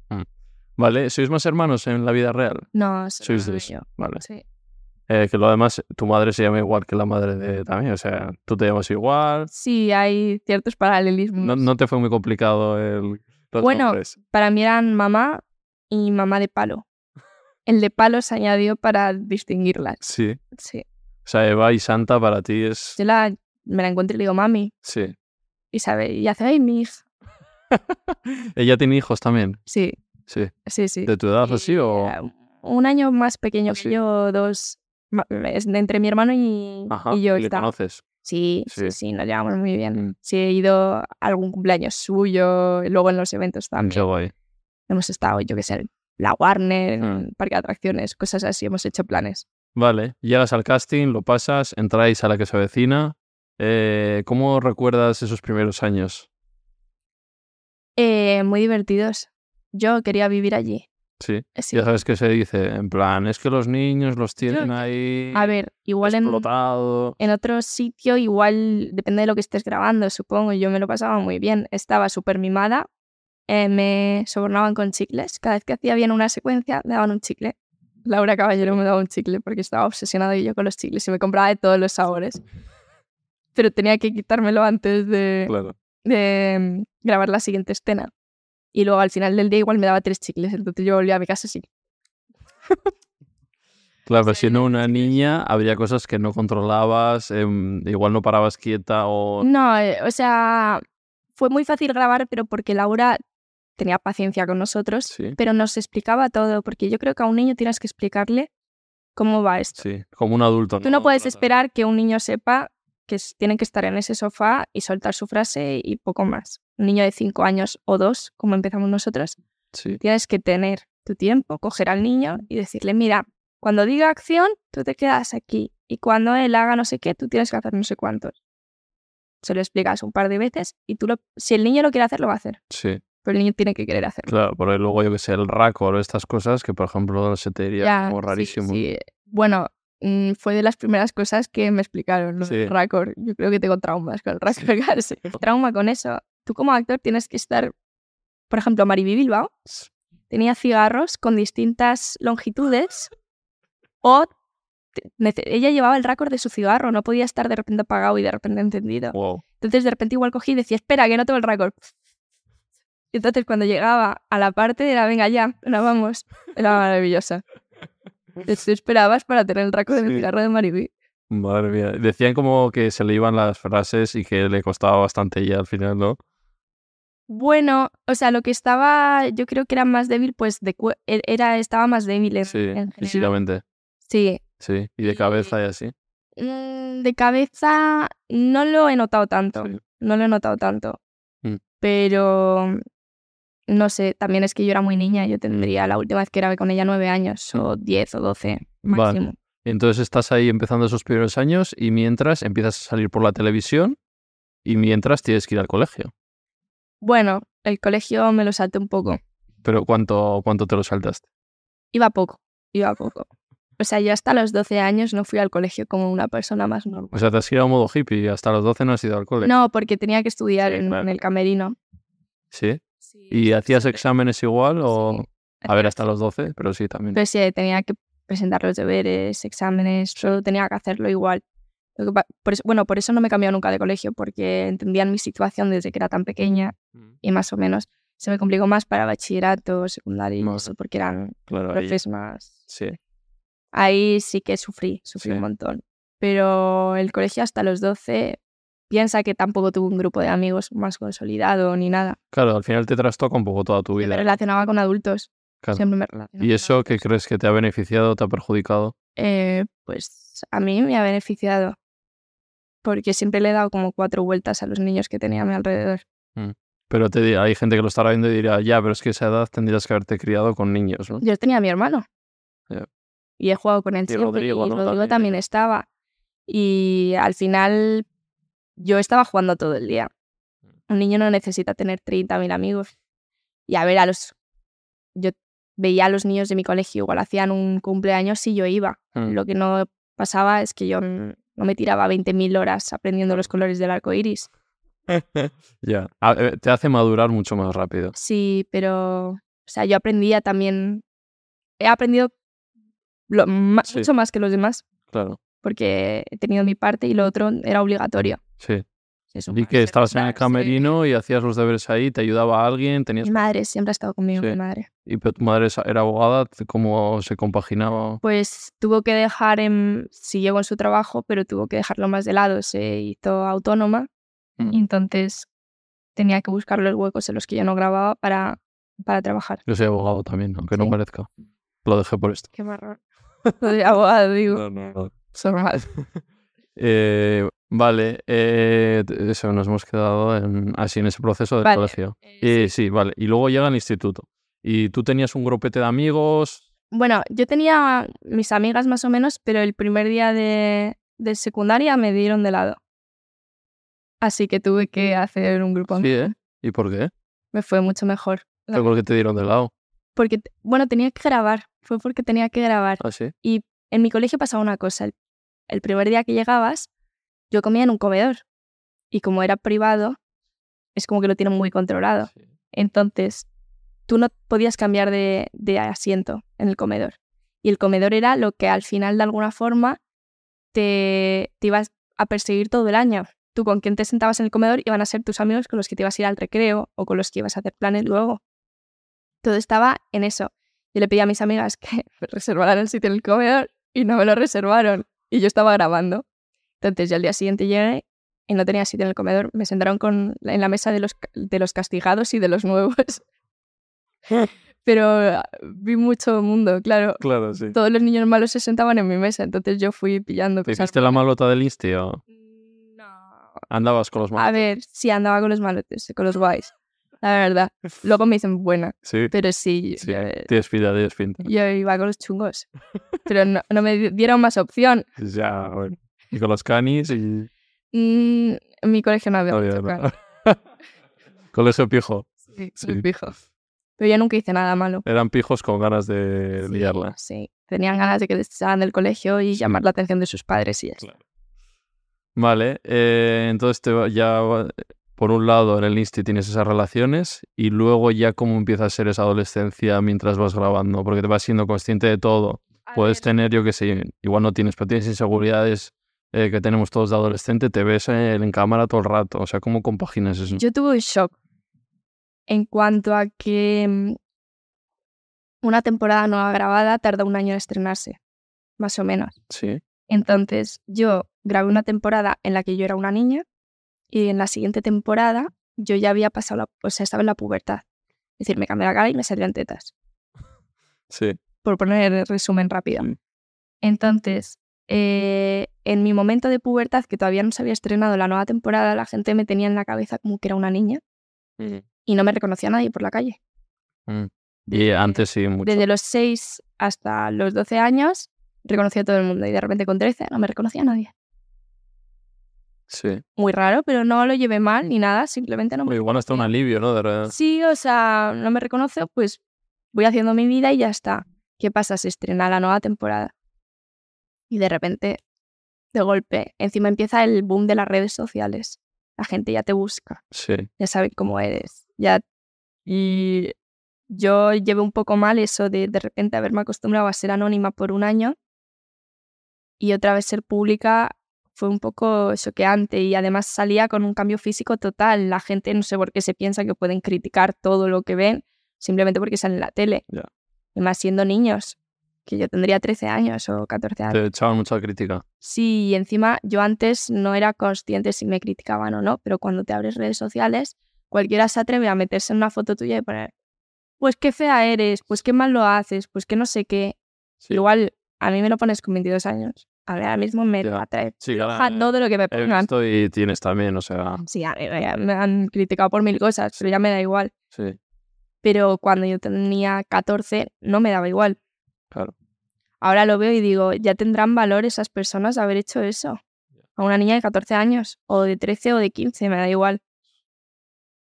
Vale, ¿sois más hermanos en la vida real?
No, solo
Sois
soy
dos.
yo.
Vale.
Sí.
Eh, que lo además, tu madre se llama igual que la madre de también, o sea, tú te llamas igual.
Sí, hay ciertos paralelismos.
No, no te fue muy complicado el. los
Bueno.
nombres.
Para mí eran mamá y mamá de palo. El de palo se añadió para distinguirlas.
Sí. O
Sí.
sea, Eva y Santa para ti es.
Yo la, me la encuentro y le digo, mami,
Sí.
Isabel, y hace, ay, mi hija.
Ella tiene hijos también.
Sí,
Sí.
sí, sí.
¿De tu edad
Y
así o.?
era Un año más pequeño
¿Ah,
que
sí?
yo, dos, ma- es de entre mi hermano y,
Ajá.
y yo.
¿Le
está.
conoces?
Sí, sí,
Sí.
sí, nos llevamos muy bien.
Mm.
Sí, he ido a algún cumpleaños suyo, y luego en los eventos también.
Qué guay.
Hemos estado, yo qué sé, en la Warner, en
Mm.
el parque de atracciones, cosas así, hemos hecho planes.
Vale. Llegas al casting, lo pasas, entráis a la que se avecina. Eh, ¿Cómo recuerdas esos primeros años?
Eh, muy divertidos. Yo quería vivir allí. Eh,
Sí.
Sí.
Ya sabes que se dice, en plan, es que los niños los tienen
que-
ahí
A ver, igual en,
explotado.
en otro sitio, igual depende de lo que estés grabando, supongo. Yo me lo pasaba muy bien. Estaba súper mimada. eh, me sobornaban con chicles. Cada vez que hacía bien una secuencia, me daban un chicle. Laura Caballero me daba un chicle porque estaba obsesionada yo con los chicles y me compraba de todos los sabores. Pero tenía que quitármelo antes de,
Claro.
de mm, grabar la siguiente escena. Y luego al final del día igual me daba tres chicles, entonces yo volvía a mi casa así.
Claro, pero
Sí,
siendo una niña habría cosas que no controlabas, em, igual no parabas quieta o...
No, eh, o sea, fue muy fácil grabar, pero porque Laura tenía paciencia con nosotros,
Sí.
pero nos explicaba todo, porque yo creo que a un niño tienes que explicarle cómo va esto.
Sí, como un adulto.
Tú no puedes
Tratar-
esperar que un niño sepa que s- tiene que estar en ese sofá y soltar su frase y poco más. Un niño de cinco años o dos, como empezamos nosotros,
Sí,
tienes que tener tu tiempo, coger al niño y decirle, mira, cuando diga acción, tú te quedas aquí. Y cuando él haga no sé qué, tú tienes que hacer no sé cuántos. Se lo explicas un par de veces y tú lo... Si el niño lo quiere hacer, lo va a hacer.
sí,
Pero el niño tiene que querer hacerlo.
claro, porque luego yo que sé, el racor o estas cosas que por ejemplo se te diría
Ya,
como
sí,
rarísimo.
sí. Bueno, mm, fue de las primeras cosas que me explicaron, lo
Sí.
del Raccord. Yo creo que tengo traumas con el Raccord. casi. Trauma con eso. Tú como actor tienes que estar, por ejemplo, Mariby Bilbao tenía cigarros con distintas longitudes o te- nece- ella llevaba el Raccord de su cigarro, no podía estar de repente apagado y de repente encendido.
Wow.
Entonces de repente igual cogí y decía, espera, que no tengo el récord. Y entonces cuando llegaba a la parte era, venga ya, la vamos. Era maravillosa. Te esperabas para tener el récord del
Sí.
cigarro de Maribí.
Madre mía. Decían como que se le iban las frases y que le costaba bastante ya al final, ¿no?
Bueno, o sea, lo que estaba, yo creo que era más débil, pues de cue- e- era, estaba más débil en,
Sí,
en general.
físicamente.
Sí.
Sí, y de
Y-
cabeza y así.
Mm, De cabeza no lo he notado tanto.
Sí.
No lo he notado tanto.
Mm.
Pero mm, no sé, también es que yo era muy niña.
Mm.
Yo tendría la última vez que grabé con ella nueve años, o diez o doce
Vale.
máximo.
Entonces estás ahí empezando esos primeros años y mientras empiezas a salir por la televisión y mientras tienes que ir al colegio.
Bueno, el colegio me lo salté un poco.
Pero ¿cuánto, cuánto te lo saltaste?
Iba poco, iba poco. O sea, yo hasta los 12 años no fui al colegio como una persona más normal.
O sea, te has ido a modo hippie y hasta los 12 no has ido al colegio.
No, porque tenía que estudiar
Sí,
en,
claro.
en el camerino.
¿Sí? ¿Y hacías exámenes igual o...?
Sí.
A ver, hasta los 12, pero sí, también.
Pero sí, tenía que presentar los deberes, exámenes, todo tenía que hacerlo igual. Lo que pa- por eso- bueno, Mm. por eso no me he cambiado nunca de colegio, porque entendían mi situación desde que era tan pequeña y más o menos. Se me complicó más para bachillerato, secundaria, y
Más.
eso, porque eran
Claro, ahí.
profes más...
Sí.
Ahí sí que sufrí, sufrí
Sí.
un montón. Pero el colegio hasta los 12 piensa que tampoco tuve un grupo de amigos más consolidado ni nada.
Claro, al final te trastoca un poco toda tu
Yo me
vida.
relacionaba con adultos,
Claro.
siempre me relacionaba.
¿Y
con
eso
adultos.
que crees que te ha beneficiado, te ha perjudicado?
Eh, pues a mí me ha beneficiado. Porque siempre le he dado como cuatro vueltas a los niños que tenía a mi alrededor.
Pero te, di- hay gente que lo estará viendo y dirá, ya, pero es que a esa edad tendrías que haberte criado con niños, ¿no?
Yo tenía a mi hermano.
Ya.
Y he jugado con él siempre.
Rodrigo,
y
¿no?
Rodrigo
También
también,
tenía.
estaba. Y al final yo estaba jugando todo el día. Un niño no necesita tener 30.000 amigos. Y a ver, a los... Yo veía a los niños de mi colegio, igual hacían un cumpleaños y yo iba.
Mm.
Lo que no pasaba es que yo n- no me tiraba 20.000 horas aprendiendo los colores del arco iris.
Ya. A- eh, Te hace madurar mucho más rápido.
Sí, pero, o sea, yo aprendía también, he aprendido lo, ma-
Sí.
mucho más que los demás,
Claro.
porque he tenido mi parte y lo otro era obligatorio.
Sí.
Se
Y
suma,
que
se
estabas en el
resta,
camerino y hacías los deberes ahí, te ayudaba alguien,
sí.
tenías...
Mi madre siempre ha estado conmigo,
Sí.
mi madre.
Y pero tu madre esa- era abogada, ¿cómo se compaginaba?
Pues tuvo que dejar, en, siguió con su trabajo, pero tuvo que dejarlo más de lado, se hizo autónoma
Mm.
y entonces tenía que buscar los huecos en los que yo no grababa para, para trabajar.
Yo soy abogado también, aunque no
Sí.
parezca. Lo dejé por esto.
Qué marrón. Soy abogado, digo. Soy mal.
Eh, vale, eh, t- eso, nos hemos quedado en- así en ese proceso del
Vale,
colegio.
Eh,
Eh, sí. vale. Y luego llega al instituto. Y tú tenías un grupete de amigos.
Bueno, yo tenía mis amigas más o menos, pero el primer día de, de secundaria me dieron de lado. Así que tuve que hacer un grupo.
Mm. Sí, ¿eh? ¿Y por qué?
Me fue mucho mejor.
¿Pero ¿Por qué te dieron de lado?
Porque, te- bueno, tenía que grabar. Fue porque tenía que grabar.
Ah, sí.
En mi colegio pasaba una cosa. El, el primer día que llegabas, yo comía en un comedor. Y como era privado, es como que lo tienen muy controlado.
Sí.
Entonces, tú no podías cambiar de, de asiento en el comedor. Y el comedor era lo que al final, de alguna forma, te, te ibas a perseguir todo el año. Tú con quien te sentabas en el comedor iban a ser tus amigos con los que te ibas a ir al recreo o con los que ibas a hacer planes luego. Todo estaba en eso. Yo le pedí a mis amigas que me reservaran el sitio en el comedor y no me lo reservaron. Y yo estaba grabando. Entonces, yo al día siguiente llegué y no tenía sitio en el comedor. Me sentaron con, en la mesa de los, ca- de los castigados y de los nuevos. Pero ah, vi mucho mundo, claro.
Claro, sí.
Todos los niños malos se sentaban en mi mesa, entonces yo fui pillando
¿Te
cosas.
hiciste la malota del insti o
No.
andabas con los
A
malos?
ver, sí, andaba con los malotes, con los guays. La verdad. Luego me dicen buena,
Sí,
pero sí,
sí.
Yo,
Tienes pinta, tienes pinta.
yo iba con los chungos. Pero no, no me di- dieron más opción.
Pues Ya, bueno. Y con los canis y...
Mm, en mi colegio no había
No,
mucho
ya, no.
claro.
Colegio pijo.
Sí,
Sí.
muy pijo. Pero yo nunca hice nada malo.
Eran pijos con ganas de
Sí,
liarla.
Sí, tenían ganas de que les echaran del colegio y llamar la atención de sus padres y ya está.
Claro. Vale, eh, entonces te va- ya va- por un lado en el Insti tienes esas relaciones y luego ya cómo empieza a ser esa adolescencia mientras vas grabando, porque te vas siendo consciente de todo.
A
Puedes
ver,
tener, yo que sé, igual no tienes, pero tienes inseguridades eh, que tenemos todos de adolescente, te ves eh, en cámara todo el rato. O sea, ¿cómo compaginas eso?
Yo tuve un shock en cuanto a que mm, una temporada no grabada tarda un año en estrenarse, más o menos.
Sí,
Entonces, yo grabé una temporada en la que yo era una niña y en la siguiente temporada yo ya había pasado, la, o sea, estaba en la pubertad. Es decir, me cambié la cara y me salían tetas,
sí.
por poner el resumen rápido. Entonces, eh, en mi momento de pubertad, que todavía no se había estrenado la nueva temporada, la gente me tenía en la cabeza como que era una niña y no me reconocía nadie por la calle.
Y antes sí, mucho.
Desde los 6 hasta los 12 años reconocía a todo el mundo y de repente con 13 no me reconocía a nadie.
Sí.
Muy raro, pero no lo llevé mal ni nada, simplemente no me...
Igual hasta un alivio, ¿no? De re-
Sí, o sea, no me reconoce, pues voy haciendo mi vida y ya está. ¿Qué pasa? Se estrena la nueva temporada. Y de repente, de golpe, encima empieza el boom de las redes sociales. La gente ya te busca.
Sí.
ya saben cómo eres. Ya... Y yo llevé un poco mal eso de de repente haberme acostumbrado a ser anónima por un año y otra vez ser pública fue un poco choqueante y además salía con un cambio físico total. La gente no sé por qué se piensa que pueden criticar todo lo que ven simplemente porque salen en la tele.
Ya.
Y más siendo niños, que yo tendría 13 años o 14 años.
Te echaban mucha crítica.
Sí, y encima yo antes no era consciente si me criticaban o no, pero cuando te abres redes sociales, cualquiera se atreve a meterse en una foto tuya y poner, pues qué fea eres, pues qué mal lo haces, pues qué no sé qué.
Sí,
Igual a mí me lo pones con 22 años. A ver, ahora mismo me
Ya.
atrae
sí ahora,
fajando de lo que me
He
pongan.
visto y tienes también, o sea,
Sí, a mí me- me han criticado por mil cosas, pero ya me da igual.
sí,
Pero cuando yo tenía 14 no me daba igual.
claro.
Ahora lo veo y digo, ya tendrán valor esas personas de haber hecho eso. A una niña de 14 años, o de 13 o de 15, me da igual.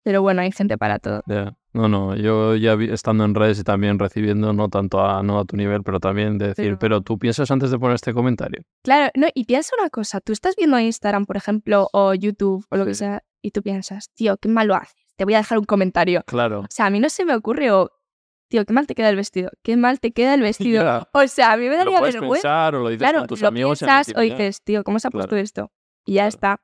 Pero bueno, hay gente para todo.
ya. No, no, yo ya vi- estando en redes y también recibiendo, no tanto a, no a tu nivel, pero también de decir,
Pero-
pero, tú piensas antes de poner este comentario.
Claro, no, y piensa una cosa, tú estás viendo Instagram, por ejemplo, o YouTube, o lo que
Sí.
sea, y tú piensas, tío, qué mal lo haces, te voy a dejar un comentario.
Claro.
O sea, a mí no se me ocurre, o, tío, qué mal te queda el vestido, qué mal te queda el vestido.
Ya,
O sea, a mí me
Lo
daría
puedes
vergüenza.
pensar o lo dices
Claro,
con tus
lo
amigos. en la
piensas o
intimidad.
dices, tío, ¿cómo se ha puesto
Claro.
esto? Y ya
Claro.
está.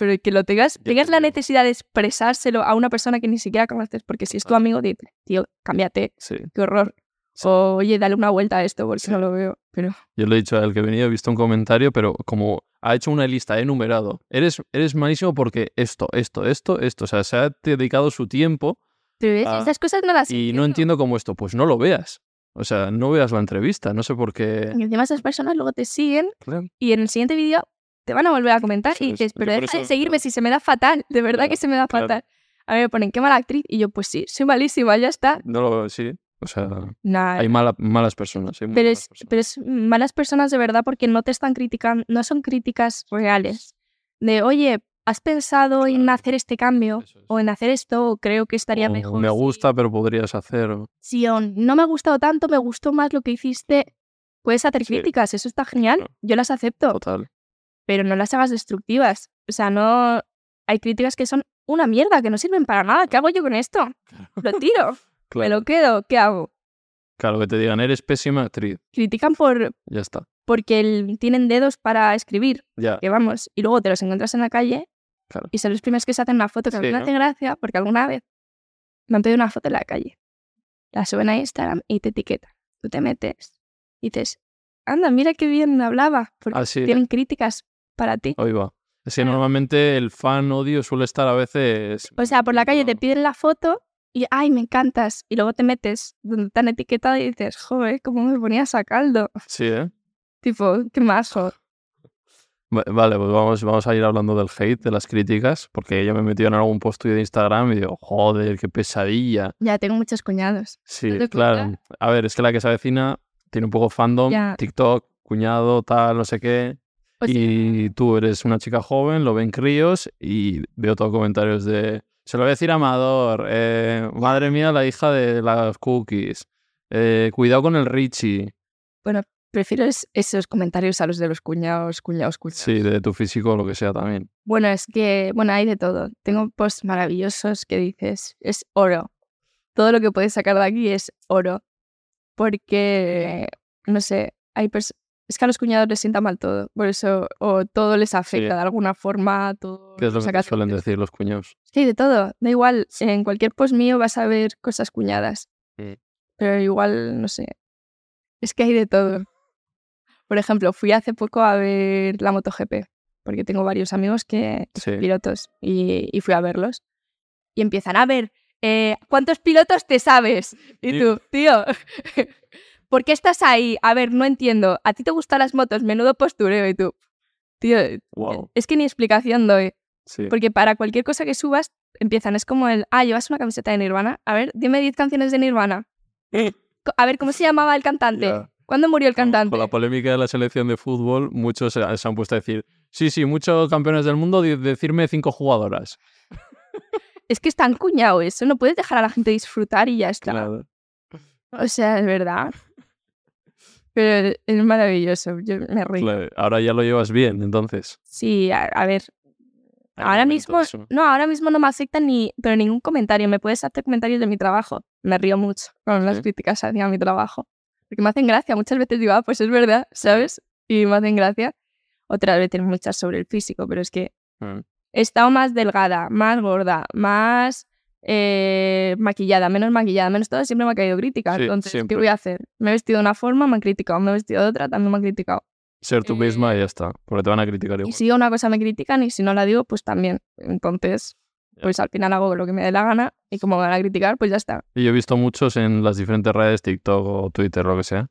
Pero que lo tengas,
Ya te
tengas la
digo.
necesidad de expresárselo a una persona que ni siquiera conoces, porque si es tu
Claro.
amigo, dite, tío, cámbiate,
Sí.
qué horror.
Sí.
O, oye, dale una vuelta a esto porque no lo veo. Pero
Yo le he dicho al que venía, he visto un comentario, pero como ha hecho una lista, he enumerado. Eres, eres malísimo porque esto, esto, esto, esto. O sea, se ha dedicado su tiempo
¿Pero ves?
Ah,
esas cosas no las
y no entiendo cómo esto. Pues no lo veas. O sea, no veas la entrevista. No sé por qué.
Y encima esas personas luego te siguen
Claro.
y en el siguiente vídeo te van a volver a comentar
Eso
y
es.
dices,
Yo
pero
por
deja de
eso-
seguirme si se me da fatal, de verdad
Claro,
que se me da
claro.
fatal. A mí me ponen, qué mala actriz. Y yo, pues sí, soy malísima, ya está.
No lo veo, sí. O sea,
Nah,
hay mala- malas personas. hay muy
Ah, pero
malas
es,
personas.
pero es malas personas de verdad porque no te están criticando, no son críticas reales. De, oye, ¿has pensado en
Claro.
hacer este cambio?
Eso es.
O en hacer esto, o creo que estaría
O
mejor.
Me
si-
gusta, pero podrías hacer. o-
Si o no me ha gustado tanto, me gustó más lo que hiciste. Puedes hacer
Sí.
críticas, eso está genial,
Claro.
yo las acepto,
Total.
pero no las hagas destructivas. O sea, no. Hay críticas que son una mierda, que no sirven para nada. ¿Qué hago yo con esto? Lo tiro, me
Claro.
lo quedo, ¿qué hago?
Claro, que te digan, eres pésima actriz.
Critican por
Ya está.
porque el- tienen dedos para escribir.
Ya.
que vamos, y luego te los encuentras en la calle
Claro.
y son los primeros que se hacen una foto, que a mí
Sí,
me
¿no?
hace gracia, porque alguna vez me han pedido una foto en la calle. La suben a Instagram y te etiquetan. Tú te metes y dices, anda, mira qué bien hablaba, porque
Así.
tienen críticas para ti.
Ahí va. Es que
Claro.
normalmente el fan odio suele estar a veces.
O sea, por la calle te
vinculado.
piden la foto y, ay, me encantas, y luego te metes donde te han etiquetado y dices, joder, cómo me ponías a caldo.
Sí, ¿eh?
Tipo, qué majo.
Va- Vale, pues vamos, vamos a ir hablando del hate, de las críticas, porque yo me he metido en algún post tuyo de Instagram y digo, joder, qué pesadilla.
Ya tengo muchos cuñados.
Sí,
¿Te das
claro. A ver, es que la que se avecina tiene un poco fandom,
Ya.
TikTok, cuñado, tal, no sé qué.
O sea,
Y tú eres una chica joven, lo ven críos y veo todos comentarios de. Se lo voy a decir a Amador. eh, madre mía, la hija de las cookies. eh, cuidado con el Richie.
Prefiero es- esos comentarios a los de los cuñados, cuñados, cuñados.
Sí, de tu físico o lo que sea también.
Bueno, es que, bueno, hay de todo. Tengo posts maravillosos que dices, es oro. Todo lo que puedes sacar de aquí es oro. Porque, no sé, hay pers- es que a los cuñados les sienta mal todo. Por eso, o todo les afecta
Sí.
de alguna forma, todo.
¿Qué es
lo
lo que
sacas
suelen
contexto.
decir los cuñados?
Sí, de todo. Da igual, en cualquier post mío vas a ver cosas cuñadas.
Sí.
Pero igual, no sé. Es que hay de todo. Por ejemplo, fui hace poco a ver la MotoGP, porque tengo varios amigos que
Sí.
pilotos y, y fui a verlos. Y empiezan a ver, eh, ¿cuántos pilotos te sabes? Y
Di-
tú, tío, ¿por qué estás ahí? A ver, no entiendo. ¿A ti te gustan las motos? Menudo postureo. Y tú, tío, eh,
Wow.
es que ni explicación doy.
Sí.
Porque para cualquier cosa que subas, empiezan. Es como el, ah, llevas una camiseta de Nirvana. A ver, dime 10 canciones de Nirvana. Co- A ver, ¿cómo se llamaba el cantante?
Ya.
¿Cuándo murió el
Con-
cantante?
Con la polémica de la selección de fútbol, muchos se se han puesto a decir: Sí, sí, muchos campeones del mundo, di- decirme cinco jugadoras.
Es que es tan cuñado eso. No puedes dejar a la gente disfrutar y ya está.
Claro.
O sea, es verdad. Pero e-, es maravilloso. Yo me río.
Claro, Ahora ya lo llevas bien, entonces.
Sí, a, a ver.
Hay
ahora
momentos,
mismo.
¿no? mm.
No, ahora mismo no me afecta ni. Pero ningún comentario. Me puedes hacer comentarios de mi trabajo. Me río mucho con las
Sí.
críticas hacia mi trabajo. Porque me hacen gracia. Muchas veces digo, ah, pues es verdad, ¿sabes? Y me hacen gracia. otras veces muchas sobre el físico, pero es que
Mm.
he estado más delgada, más gorda, más eh, maquillada, menos maquillada, menos todo, siempre me ha caído crítica.
Sí,
Entonces,
siempre.
¿qué voy a hacer? Me he vestido de una forma, me han criticado, me he vestido de otra, también me han criticado.
Ser tú
Eh,
misma y ya está. Porque te van a criticar
Y
igual.
si una cosa me critican y si no la digo, pues también. Entonces,
Ya.
pues al final hago lo que me dé la gana y como me van a criticar, pues ya está.
Y yo he visto muchos en las diferentes redes, TikTok o Twitter, lo que sea.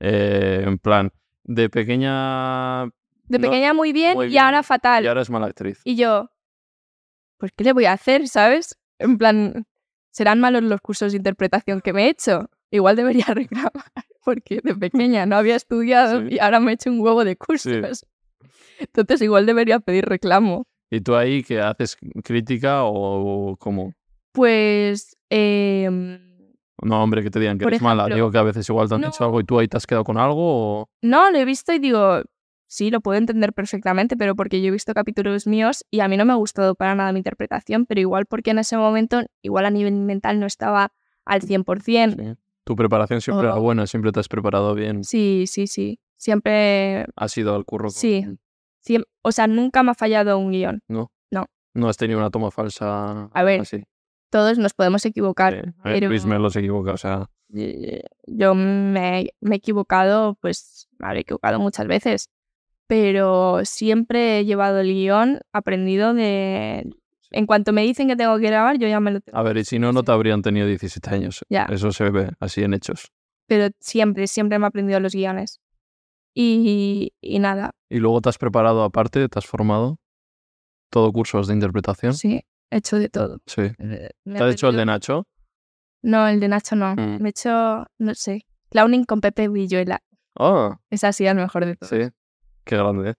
eh, en plan, de pequeña.
De
No,
pequeña muy bien
muy
y
bien,
ahora fatal.
Y ahora es mala actriz.
Y yo, pues ¿qué le voy a hacer, sabes? En plan, serán malos los cursos de interpretación que me he hecho. Igual debería reclamar, porque de pequeña no había estudiado
Sí.
y ahora me he hecho un huevo de cursos. Entonces igual debería pedir reclamo.
¿Y tú ahí que haces crítica o, o cómo?
Pues, em,
No, hombre, que te digan que
Por
eres mala.
ejemplo,
Digo que a veces igual te han
no.
hecho algo y tú ahí te has quedado con algo o.
no, lo he visto y digo, sí, lo puedo entender perfectamente, pero porque yo he visto capítulos míos y a mí no me ha gustado para nada mi interpretación, pero igual porque en ese momento, igual a nivel mental no estaba al 100%.
Sí. Tu preparación siempre era
O-
buena, siempre te has preparado bien.
Sí, sí, sí. Siempre.
Has ido al curro. con-
Sí. siem- o sea, nunca me ha fallado un guión.
No has tenido una toma falsa.
A ver,
así.
Todos nos podemos equivocar.
Sí. A ver,
pero-
Luis Melo se equivoca, o sea.
Eh, Yo me, me he equivocado, pues me habré equivocado muchas veces. Pero siempre he llevado el guión aprendido de. En cuanto me dicen que tengo que grabar, yo ya me lo tengo.
A ver, y si no, no te habrían tenido 17 años.
Ya.
Eso se ve así en hechos.
Pero siempre, siempre me he aprendido los guiones. Y, y nada,
Y luego te has preparado aparte, te has formado. Todo cursos de interpretación.
sí, he hecho de todo.
Sí.
Eh, me he
¿Eh? ¿Te has hecho el
aprendido-
de Nacho?
No, el de Nacho no.
Mm.
Me he hecho, no sé, clowning con Pepe Villuela.
Ah,
Esa ha sido el mejor de todo. Sí,
sí. Qué grande.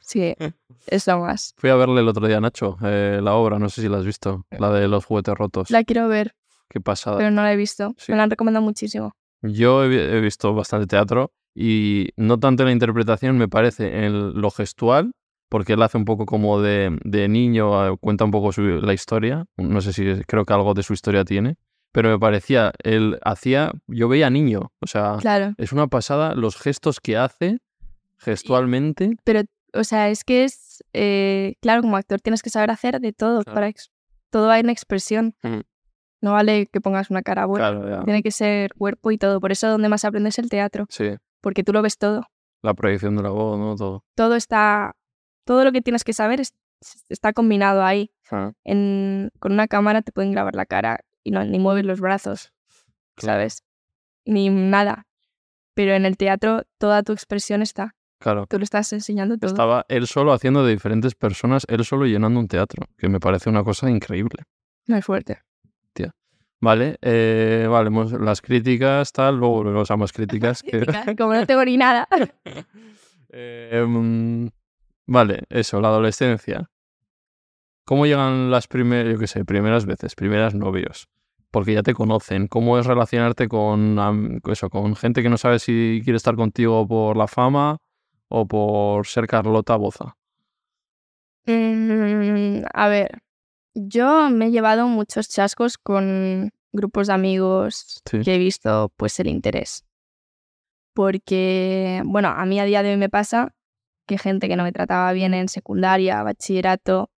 es lo más.
Fui a verle el otro día, Nacho, eh, la obra, no sé si la has visto, la de los juguetes rotos.
La quiero ver,
Qué pasada.
pero no la he visto.
Ah, Sí.
Me la han recomendado muchísimo.
Yo he, vi- he visto bastante teatro y no tanto en la interpretación, me parece, en lo gestual, porque él hace un poco como de, de niño, eh, cuenta un poco su- la historia, no sé si creo que algo de su historia tiene, pero me parecía, él hacía, yo veía niño, o sea,
Claro.
es una pasada los gestos que hace gestualmente.
Pero, o sea, es que es, eh, claro, como actor tienes que saber hacer de todo.
Claro.
Para ex- todo va en expresión.
Mm.
No vale que pongas una cara buena.
Claro, ya,
Tiene que ser cuerpo y todo. Por eso donde más aprendes es el teatro,
sí,
porque tú lo ves todo.
la proyección de la voz, ¿no? Todo.
Todo está, todo lo que tienes que saber es- está combinado ahí. en- con una cámara te pueden grabar la cara y no, ni mueves los brazos,
Claro.
¿sabes? Ni nada. Pero en el teatro toda tu expresión está.
Claro.
Tú lo estás enseñando todo.
Estaba él solo haciendo de diferentes personas, él solo llenando un teatro, que me parece una cosa increíble.
Muy fuerte.
Vale, eh, vale, hemos- las críticas, tal, luego volvemos a más críticas. que-
Como no tengo ni nada.
Eh, em, vale, eso, la adolescencia. ¿Cómo llegan las primeras, yo qué sé, primeras veces, primeras novios? Porque ya te conocen. ¿Cómo es relacionarte con, am- con eso, con gente que no sabe si quiere estar contigo por la fama o por ser Carlota Boza?
Mm, a ver, yo me he llevado muchos chascos con grupos de amigos
Sí.
que he visto pues el interés. Porque, bueno, a mí a día de hoy me pasa que gente que no me trataba bien en secundaria, bachillerato,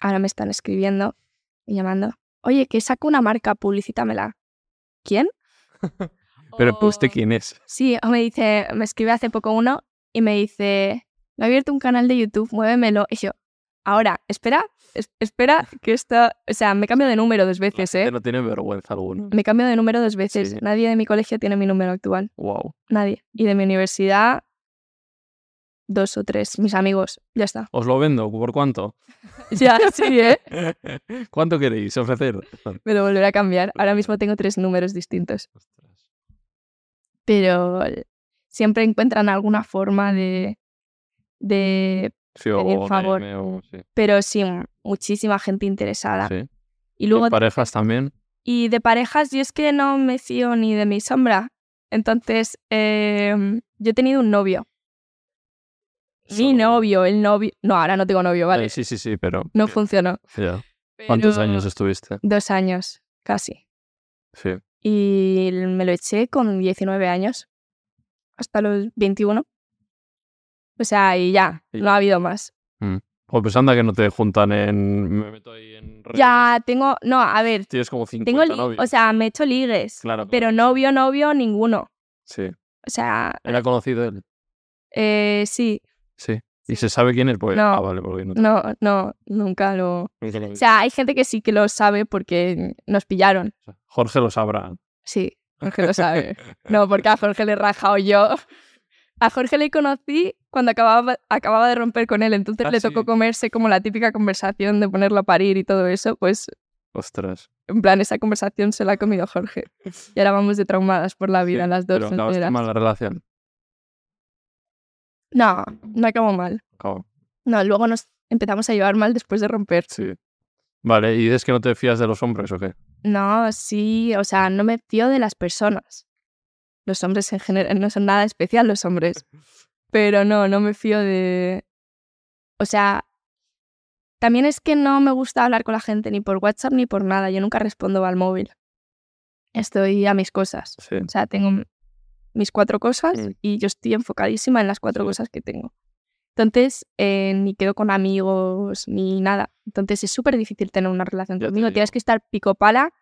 ahora me están escribiendo y llamando. Oye, que saco una marca, publicítamela. ¿Quién?
Pero
O-
¿usted quién es?
Sí, o me dice, me escribe hace poco uno y me dice, me ha abierto un canal de YouTube, muévemelo. Y yo, ahora, espera, es- espera, que esto, o sea, me cambio de número dos
La
veces,
gente
¿eh?
no tiene vergüenza alguna.
Me cambio de número dos veces.
Sí.
Nadie de mi colegio tiene mi número actual,
Wow.
nadie. Y de mi universidad, dos o tres, mis amigos, ya está.
Os lo vendo, ¿por cuánto?
Ya, sí, ¿eh?
¿Cuánto queréis ofrecer?
Me lo volveré a cambiar. Ahora mismo tengo tres números distintos. Pero siempre encuentran alguna forma de, de
Sí,
Pedir
un
favor.
meme o- sí,
pero sí, muchísima gente interesada.
sí.
Y luego
¿Y parejas también.
y de parejas, yo es que no me fío ni de mi sombra. Entonces, em, yo he tenido un novio. Mi
Solo-
novio, el novio. No, ahora no tengo novio, ¿vale?
Eh, sí, sí, sí, pero.
No funcionó.
ya. ¿Cuántos
Pero-
años estuviste?
Dos años, casi.
Sí.
Y me lo eché con 19 años, hasta los 21. O sea, y ya,
Y-
no ha habido más.
O pues anda que no te juntan en... Me meto ahí en... redes.
Ya tengo, no, a ver,
Tienes como 50
tengo, li-
novios.
o sea, me he hecho ligues,
claro,
pero novio, novio, ninguno.
Sí.
O sea,
Era conocido él.
eh, sí,
Sí. ¿Y se sabe quién es? Pues,
No.
Ah, vale, porque no,
no, no, nunca lo...
nunca lo he
O
visto.
sea, hay gente que sí que lo sabe porque nos pillaron.
Jorge lo sabrá.
Sí, Jorge lo sabe. No, porque a Jorge le he rajado yo. A Jorge le conocí cuando acababa, acababa de romper con él, entonces
Ah,
le
sí.
tocó comerse como la típica conversación de ponerlo a parir y todo eso, pues
Ostras.
en plan esa conversación se la ha comido Jorge. Y ahora vamos de traumadas por la vida
Sí,
las dos
Pero acabaste
solteras.
mal la relación.
No, no acabó mal.
Acabó.
No, luego nos empezamos a llevar mal después de romper.
Sí. Vale, ¿y dices que no te fías de los hombres o qué?
No, sí, o sea, no me fío de las personas. Los hombres en general no son nada especial los hombres. Pero no, no me fío de o sea, también es que no me gusta hablar con la gente ni por WhatsApp ni por nada, yo nunca respondo al móvil. Estoy a mis cosas.
Sí.
O sea, tengo mis cuatro cosas
Mm.
y yo estoy enfocadísima en las cuatro
Sí.
cosas que tengo. Entonces, eh, ni quedo con amigos ni nada. Entonces es súper difícil tener una relación
Ya te
conmigo.
digo.
Tienes que estar pico pala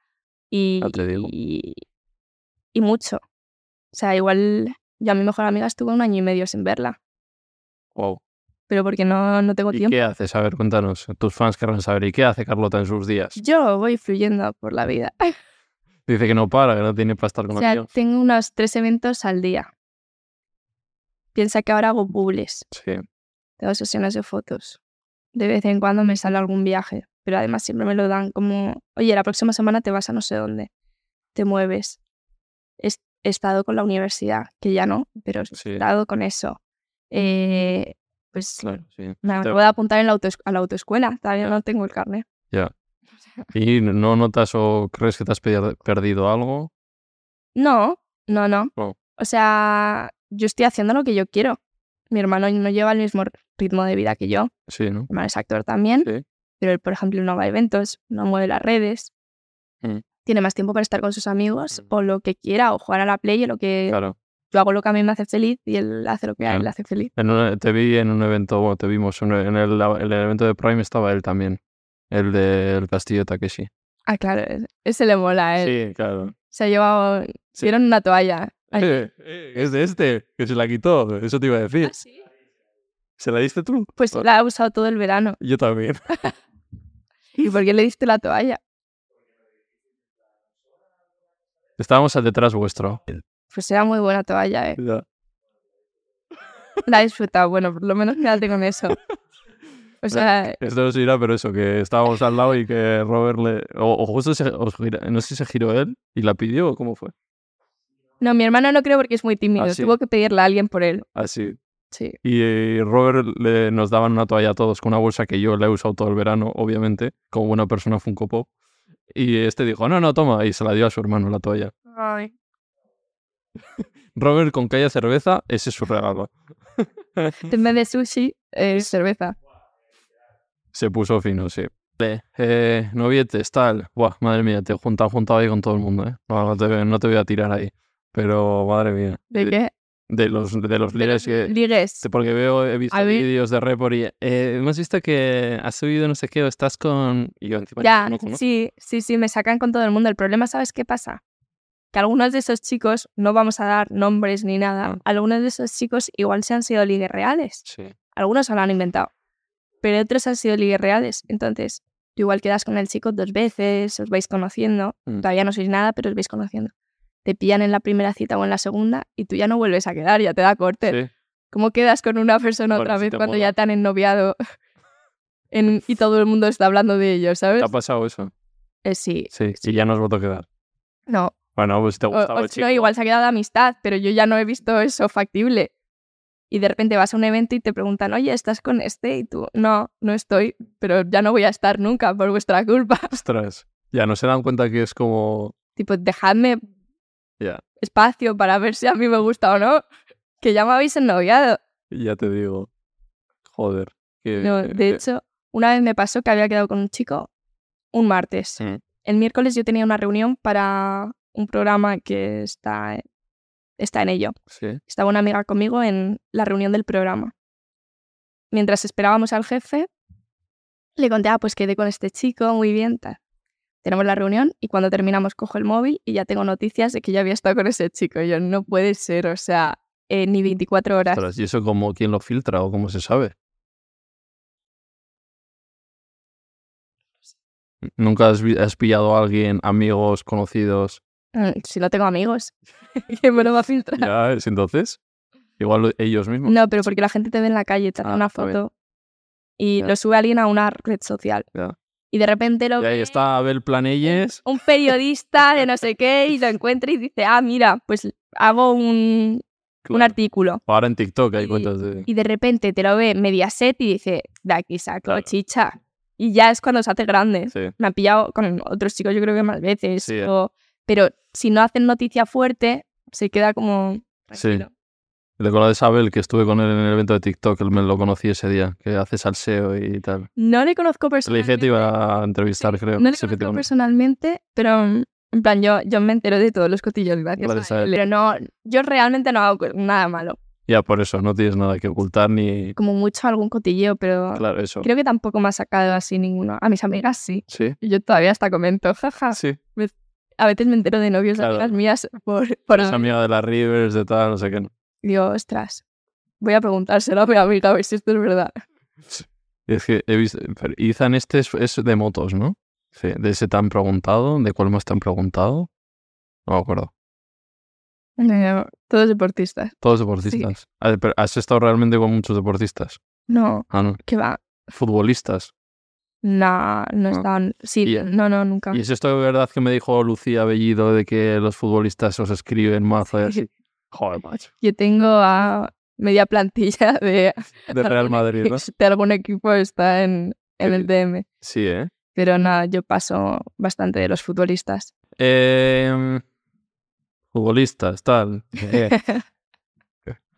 y,
Ya te digo.
y, y mucho. O sea, igual yo a mi mejor amiga estuve un año y medio sin verla,
Wow.
pero porque no, no tengo
¿Y
tiempo.
qué haces? A ver, cuéntanos. Tus fans querrán saber. ¿Y qué hace Carlota en sus días?
Yo voy fluyendo por la vida.
Dice que no para, que no tiene para estar con
O sea,
amigos.
tengo unos tres eventos al día. Piensa que ahora hago bubles,
Sí.
tengo sesiones de fotos. De vez en cuando me sale algún viaje, pero además siempre me lo dan como, oye, la próxima semana te vas a no sé dónde, te mueves. He est- he estado con la universidad, que ya no, pero he
Sí.
estado con eso. Eh, pues
Claro, sí.
me
Te-
acabo de apuntar en la autoes- a la autoescuela, todavía no tengo el carnet.
¿Y no notas o crees que te has pe- perdido algo?
No, no, no.
No.
O sea, yo estoy haciendo lo que yo quiero. Mi hermano no lleva el mismo ritmo de vida que yo. Mi
Sí, ¿no?
hermano es actor también,
Sí.
pero él, por ejemplo, no va a eventos, no mueve las redes.
Mm.
Tiene más tiempo para estar con sus amigos
Mm.
o lo que quiera, o jugar a la play o lo que...
Claro.
Yo hago lo que a mí me hace feliz y él hace lo que a él
Claro.
le hace feliz.
En un- te vi en un evento, bueno, te vimos en el, en el- en el evento de Prime estaba él también. El del Castillo de Takeshi.
Ah, claro, es- ese le mola a él.
Sí, claro.
Se ha llevado...
Sí.
Vieron una toalla. Ay, ah,
es de este, que se la quitó. Eso te iba a decir. ¿Se la diste tú?
Pues
Ah.
la ha usado todo el verano.
Yo también.
¿Y por qué le diste la toalla?
Estábamos al detrás vuestro.
Pues era muy buena toalla, ¿eh? La he disfrutado, bueno, por lo menos quédate con eso. O sea,
Esto no se irá, pero eso, que estábamos al lado y que Robert le. O, o justo se, os gira- no sé si se giró él y la pidió o cómo fue.
no, mi hermano no creo porque es muy tímido.
Ah, sí.
Tuvo que pedirle a alguien por él.
Así.
Sí.
Ah, Y eh, Robert le- nos daban una toalla a todos con una bolsa que yo la he usado todo el verano, obviamente, como buena persona Funko Pop. Y este dijo, no, no, toma. Y se la dio a su hermano la toalla. Robert con que haya cerveza, ese es su regalo.
En vez de sushi, eh, cerveza.
Se puso fino, sí. Vale, eh, novietes, tal. Buah, madre mía, te juntas juntado ahí con todo el mundo, ¿eh? No, no te, no te voy a tirar ahí. Pero, madre mía.
¿De qué?
De los, de los líderes que...
Ligues.
Sí, Porque veo, he visto
A ver.
vídeos de Repor y... eh, hemos visto que has subido no sé qué o estás con... Y yo encima
ya,
no conozco.
sí, sí, sí, me sacan con todo el mundo. El problema, ¿sabes qué pasa? Que algunos de esos chicos, no vamos a dar nombres ni nada,
Ah.
algunos de esos chicos igual se han sido ligues reales.
Sí.
Algunos se lo han inventado, pero otros han sido ligues reales. Entonces, tú igual quedas con el chico dos veces, os vais conociendo,
Mm.
todavía no sois nada, pero os vais conociendo. Te pillan en la primera cita o en la segunda y tú ya no vuelves a quedar, ya te da corte.
Sí.
¿Cómo quedas con una persona
Bueno,
otra
si
vez
te
cuando
mola.
ya te han ennoviado en- y todo el mundo está hablando de ello, ¿sabes?
¿Te ha pasado eso?
Eh, pues, sí,
Sí. Y ya nos votó quedar.
no.
Bueno, pues si te
O-
gustaba
o
el
si no,
chico,
igual se ha quedado de amistad, pero yo ya no he visto eso factible. Y de repente vas a un evento y te preguntan, oye, ¿estás con este? Y tú, no, no estoy, pero ya no voy a estar nunca por vuestra culpa.
Ostras. Ya no se dan cuenta que es como...
tipo, dejadme
Ya.
espacio para ver si a mí me gusta o no, que ya me habéis ennoviado.
Ya te digo. Joder. que-
No,
que-
de
que-
hecho, una vez me pasó que había quedado con un chico un martes.
Mm.
El miércoles yo tenía una reunión para un programa que está, está en ello.
Sí.
Estaba una amiga conmigo en la reunión del programa. mientras esperábamos al jefe, le conté, ah, pues quedé con este chico, muy bien, tal. Tenemos la reunión y cuando terminamos cojo el móvil y ya tengo noticias de que ya había estado con ese chico. Y yo, no puede ser, o sea, eh, ni 24 horas.
Ostras, ¿Y eso como quién lo filtra o cómo se sabe? ¿Nunca has, vi- has pillado a alguien, amigos, conocidos?
Mm, Si no tengo amigos, ¿quién me lo va a filtrar?
Ya, es entonces. Igual lo- ellos mismos.
No, pero porque la gente te ve en la calle, te hace
Ah,
una
está bien.
foto y
Ya.
lo sube alguien a una red social.
Ya.
Y de repente lo
Y ahí
ve
está Abel Planelles.
un periodista de no sé qué y lo encuentra y dice, ah, mira, pues hago un, un
Claro.
artículo.
Ahora en TikTok hay
Y-
cuentas de...
Y de repente te lo ve Mediaset y dice, de aquí saco
Claro.
chicha. Y ya es cuando se hace grande.
Sí,
Me han pillado con otros chicos, yo creo que más veces.
Sí, eh.
o- pero si no hacen noticia fuerte, se queda como...
sí.
tranquilo.
¿Te acuerdas de Abel que estuve con él en el evento de TikTok? Él me lo conocí ese día, que hace salseo y tal.
No le conozco
Le
personalmente.
dije te iba a entrevistar, creo.
No le
Sí, que te
conozco
con-
personalmente, pero mm, en plan, yo, yo me entero de todos los cotillos gracias,
Gracias
a
a
él. Pero no, yo realmente no hago nada malo.
Ya, por eso, no tienes nada que ocultar ni...
Como mucho algún cotilleo, pero
Claro, eso.
Ah, creo que tampoco me ha sacado así ninguno. A mis amigas sí.
Sí,
Y Yo todavía hasta comento, jaja.
sí.
A veces me entero de novios de
Claro.
amigas mías por... por
Es amiga de las Rivers, de tal, no sé qué.
Digo, ostras, voy a preguntárselo a mi amiga a ver si esto es verdad.
Es que he visto... pero Ethan este es, es de motos, ¿no? Sí, de ese tan preguntado, ¿de cuál más tan preguntado? No me acuerdo.
No, todos deportistas.
Todos deportistas. A ver, pero ¿Has estado realmente con muchos deportistas?
No,
Ah, no.
que va.
Futbolistas.
No, no están... Sí,
Ah. Y- eh,
no, no, nunca.
¿Y es esto de verdad que me dijo Lucía Bellido de que los futbolistas os escriben mazo? y así? Joder, macho.
Yo tengo a media plantilla de,
De Real Madrid, ¿no?
de algún equipo está en, en el DM.
Sí, ¿eh?
Pero nada, yo paso bastante de los futbolistas.
Em, futbolistas, tal. Eh,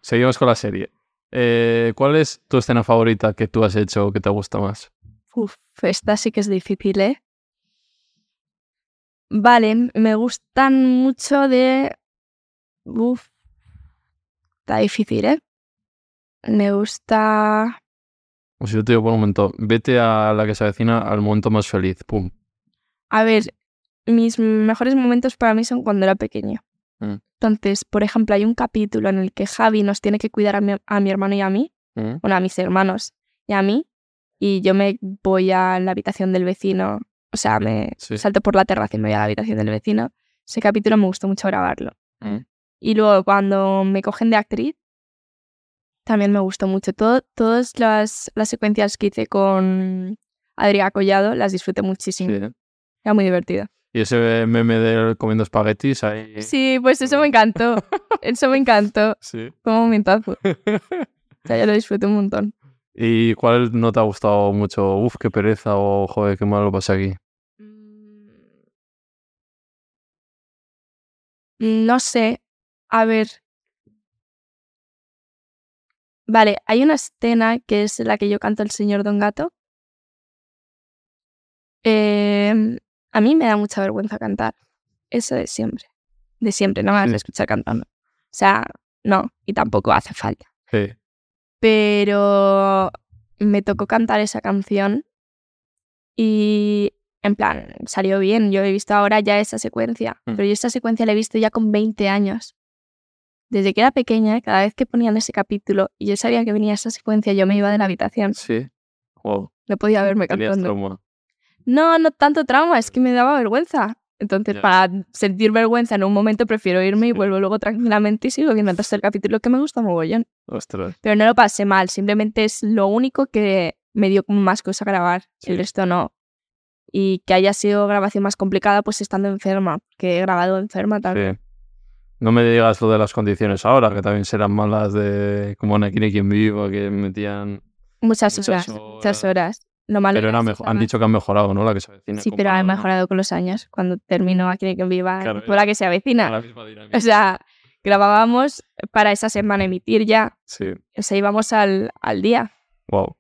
Seguimos con la serie. Eh, ¿Cuál es tu escena favorita que tú has hecho o que te gusta más?
Uf, esta sí que es difícil, ¿eh? Vale, me gustan mucho de... Uf, está difícil, ¿eh? Me gusta...
O si yo te digo por un momento, vete a la que se avecina al momento más feliz. Pum.
A ver, mis mejores momentos para mí son cuando era pequeña.
Mm.
Entonces, por ejemplo, hay un capítulo en el que Javi nos tiene que cuidar a mi, a mi hermano y a mí,
¿Mm?
bueno, a mis hermanos y a mí, y yo me voy a la habitación del vecino, o sea, me
Sí.
salto por la terraza y me voy a la habitación del vecino. Ese capítulo me gustó mucho grabarlo.
Mm.
Y luego cuando me cogen de actriz, también me gustó mucho. Todo, todas las, las secuencias que hice con Adrià Collado las disfruté muchísimo.
Sí, ¿eh?
Era muy divertida.
Y ese meme del comiendo espaguetis ahí.
Sí, pues eso me encantó. Eso me encantó.
Sí.
Fue un momentazo. O sea, yo lo disfruté un montón.
¿Y cuál no te ha gustado mucho? Uf, qué pereza o joder, qué mal lo pasé aquí.
Mm. No sé. A ver. Vale, hay una escena que es la que yo canto El Señor Don Gato. Eh, a mí me da mucha vergüenza cantar. Eso de siempre. De siempre, no me vas a escuchar cantando. O sea, no, y tampoco hace falta.
Sí.
pero me tocó cantar esa canción y en plan salió bien. Yo he visto ahora ya esa secuencia,
Mm.
pero yo esta secuencia la he visto ya con 20 años. Desde que era pequeña, cada vez que ponían ese capítulo y yo sabía que venía esa secuencia, yo me iba de la habitación.
Sí. Wow.
No podía verme
Tenías
cantando.
trauma.
No, no tanto trauma, es que me daba vergüenza. Entonces,
Ya.
para sentir vergüenza en un momento, prefiero irme y
Sí.
vuelvo luego tranquilamente y sigo viendo el resto del capítulo que me gusta mogollón
Ostras.
pero no lo pasé mal, simplemente es lo único que me dio como más cosa grabar,
Sí.
el resto no. Y que haya sido grabación más complicada, pues estando enferma, que he grabado enferma también.
Sí. No me digas lo de las condiciones ahora, que también serán malas de como Anakin y quien vivo, que metían.
Muchas,
Muchas
horas,
horas.
muchas horas. Lo malo
Pero
era eso,
era mejo- han
¿sabes?
dicho que han mejorado, ¿no? La que se avecina.
Sí, pero ha
comparado, ¿no?
mejorado con los años, cuando terminó Aquí hay que viva,
Claro,
por la que se avecina.
La misma dinámica.
O sea, grabábamos para esa semana emitir ya,
Sí.
o sea, íbamos al, al día.
Wow.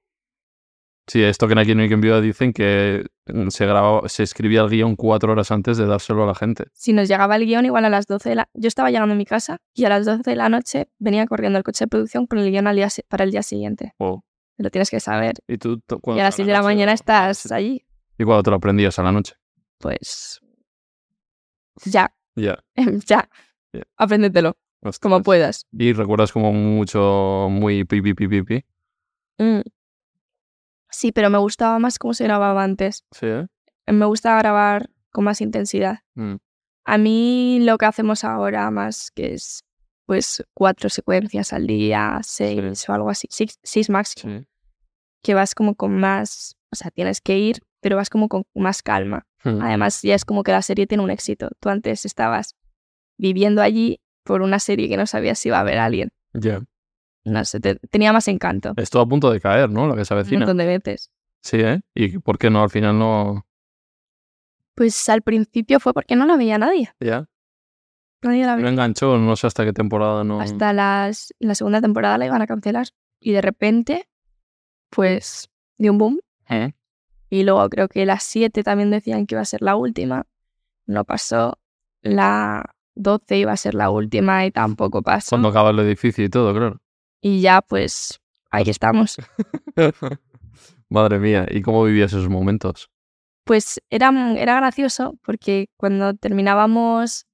Sí, esto que en Aquí no hay quien viva dicen que mm, se grababa, se escribía el guión cuatro horas antes de dárselo a la gente.
Si nos llegaba el guión, igual a las 12 de la... Yo estaba llegando a mi casa y a las 12 de la noche venía corriendo el coche de producción con el guión al día si- para el día siguiente.
Wow.
Lo tienes que saber.
Y tú to-
Y
cuando
Pues a las 6 de la
noche,
mañana
¿no?
estás allí.
¿Y cuando te lo aprendías a la noche?
Pues. Ya,
Ya.
ya. Pues
Ya.
Apréndetelo, como
ostras.
puedas.
Y recuerdas como mucho, muy pi, pi, pi, pi, pi.
Mm. Sí, pero me gustaba más cómo se grababa antes.
Sí, ¿eh?
Me gusta grabar con más intensidad.
Mm.
A mí lo que hacemos ahora más que es pues cuatro secuencias al día, seis o algo así, seis, seis máximo,
Sí.
que vas como con más, o sea, tienes que ir, pero vas como con más calma.
Mm.
Además, ya es como que la serie tiene un éxito. Tú antes estabas viviendo allí por una serie que no sabías si iba a haber alguien.
Ya.
No sé, te- tenía más encanto.
Esto a punto de caer, ¿no? La que se
Un
avecina.
montón de veces.
Sí, ¿eh? ¿Y por qué no? Al final no...
Pues al principio fue porque no la veía nadie.
Ya.
Nadie la
No
veía.
enganchó, no sé hasta qué temporada no...
Hasta las, la segunda temporada la iban a cancelar. Y de repente, pues dio un boom.
¿Eh?
Y luego creo que las 7 también decían que iba a ser la última. No pasó. La 12 iba a ser la última y tampoco pasó.
Cuando acaba el edificio y todo, claro.
Y ya pues ahí estamos.
Madre mía, ¿y cómo vivías esos momentos?
Pues era, era gracioso porque cuando terminábamos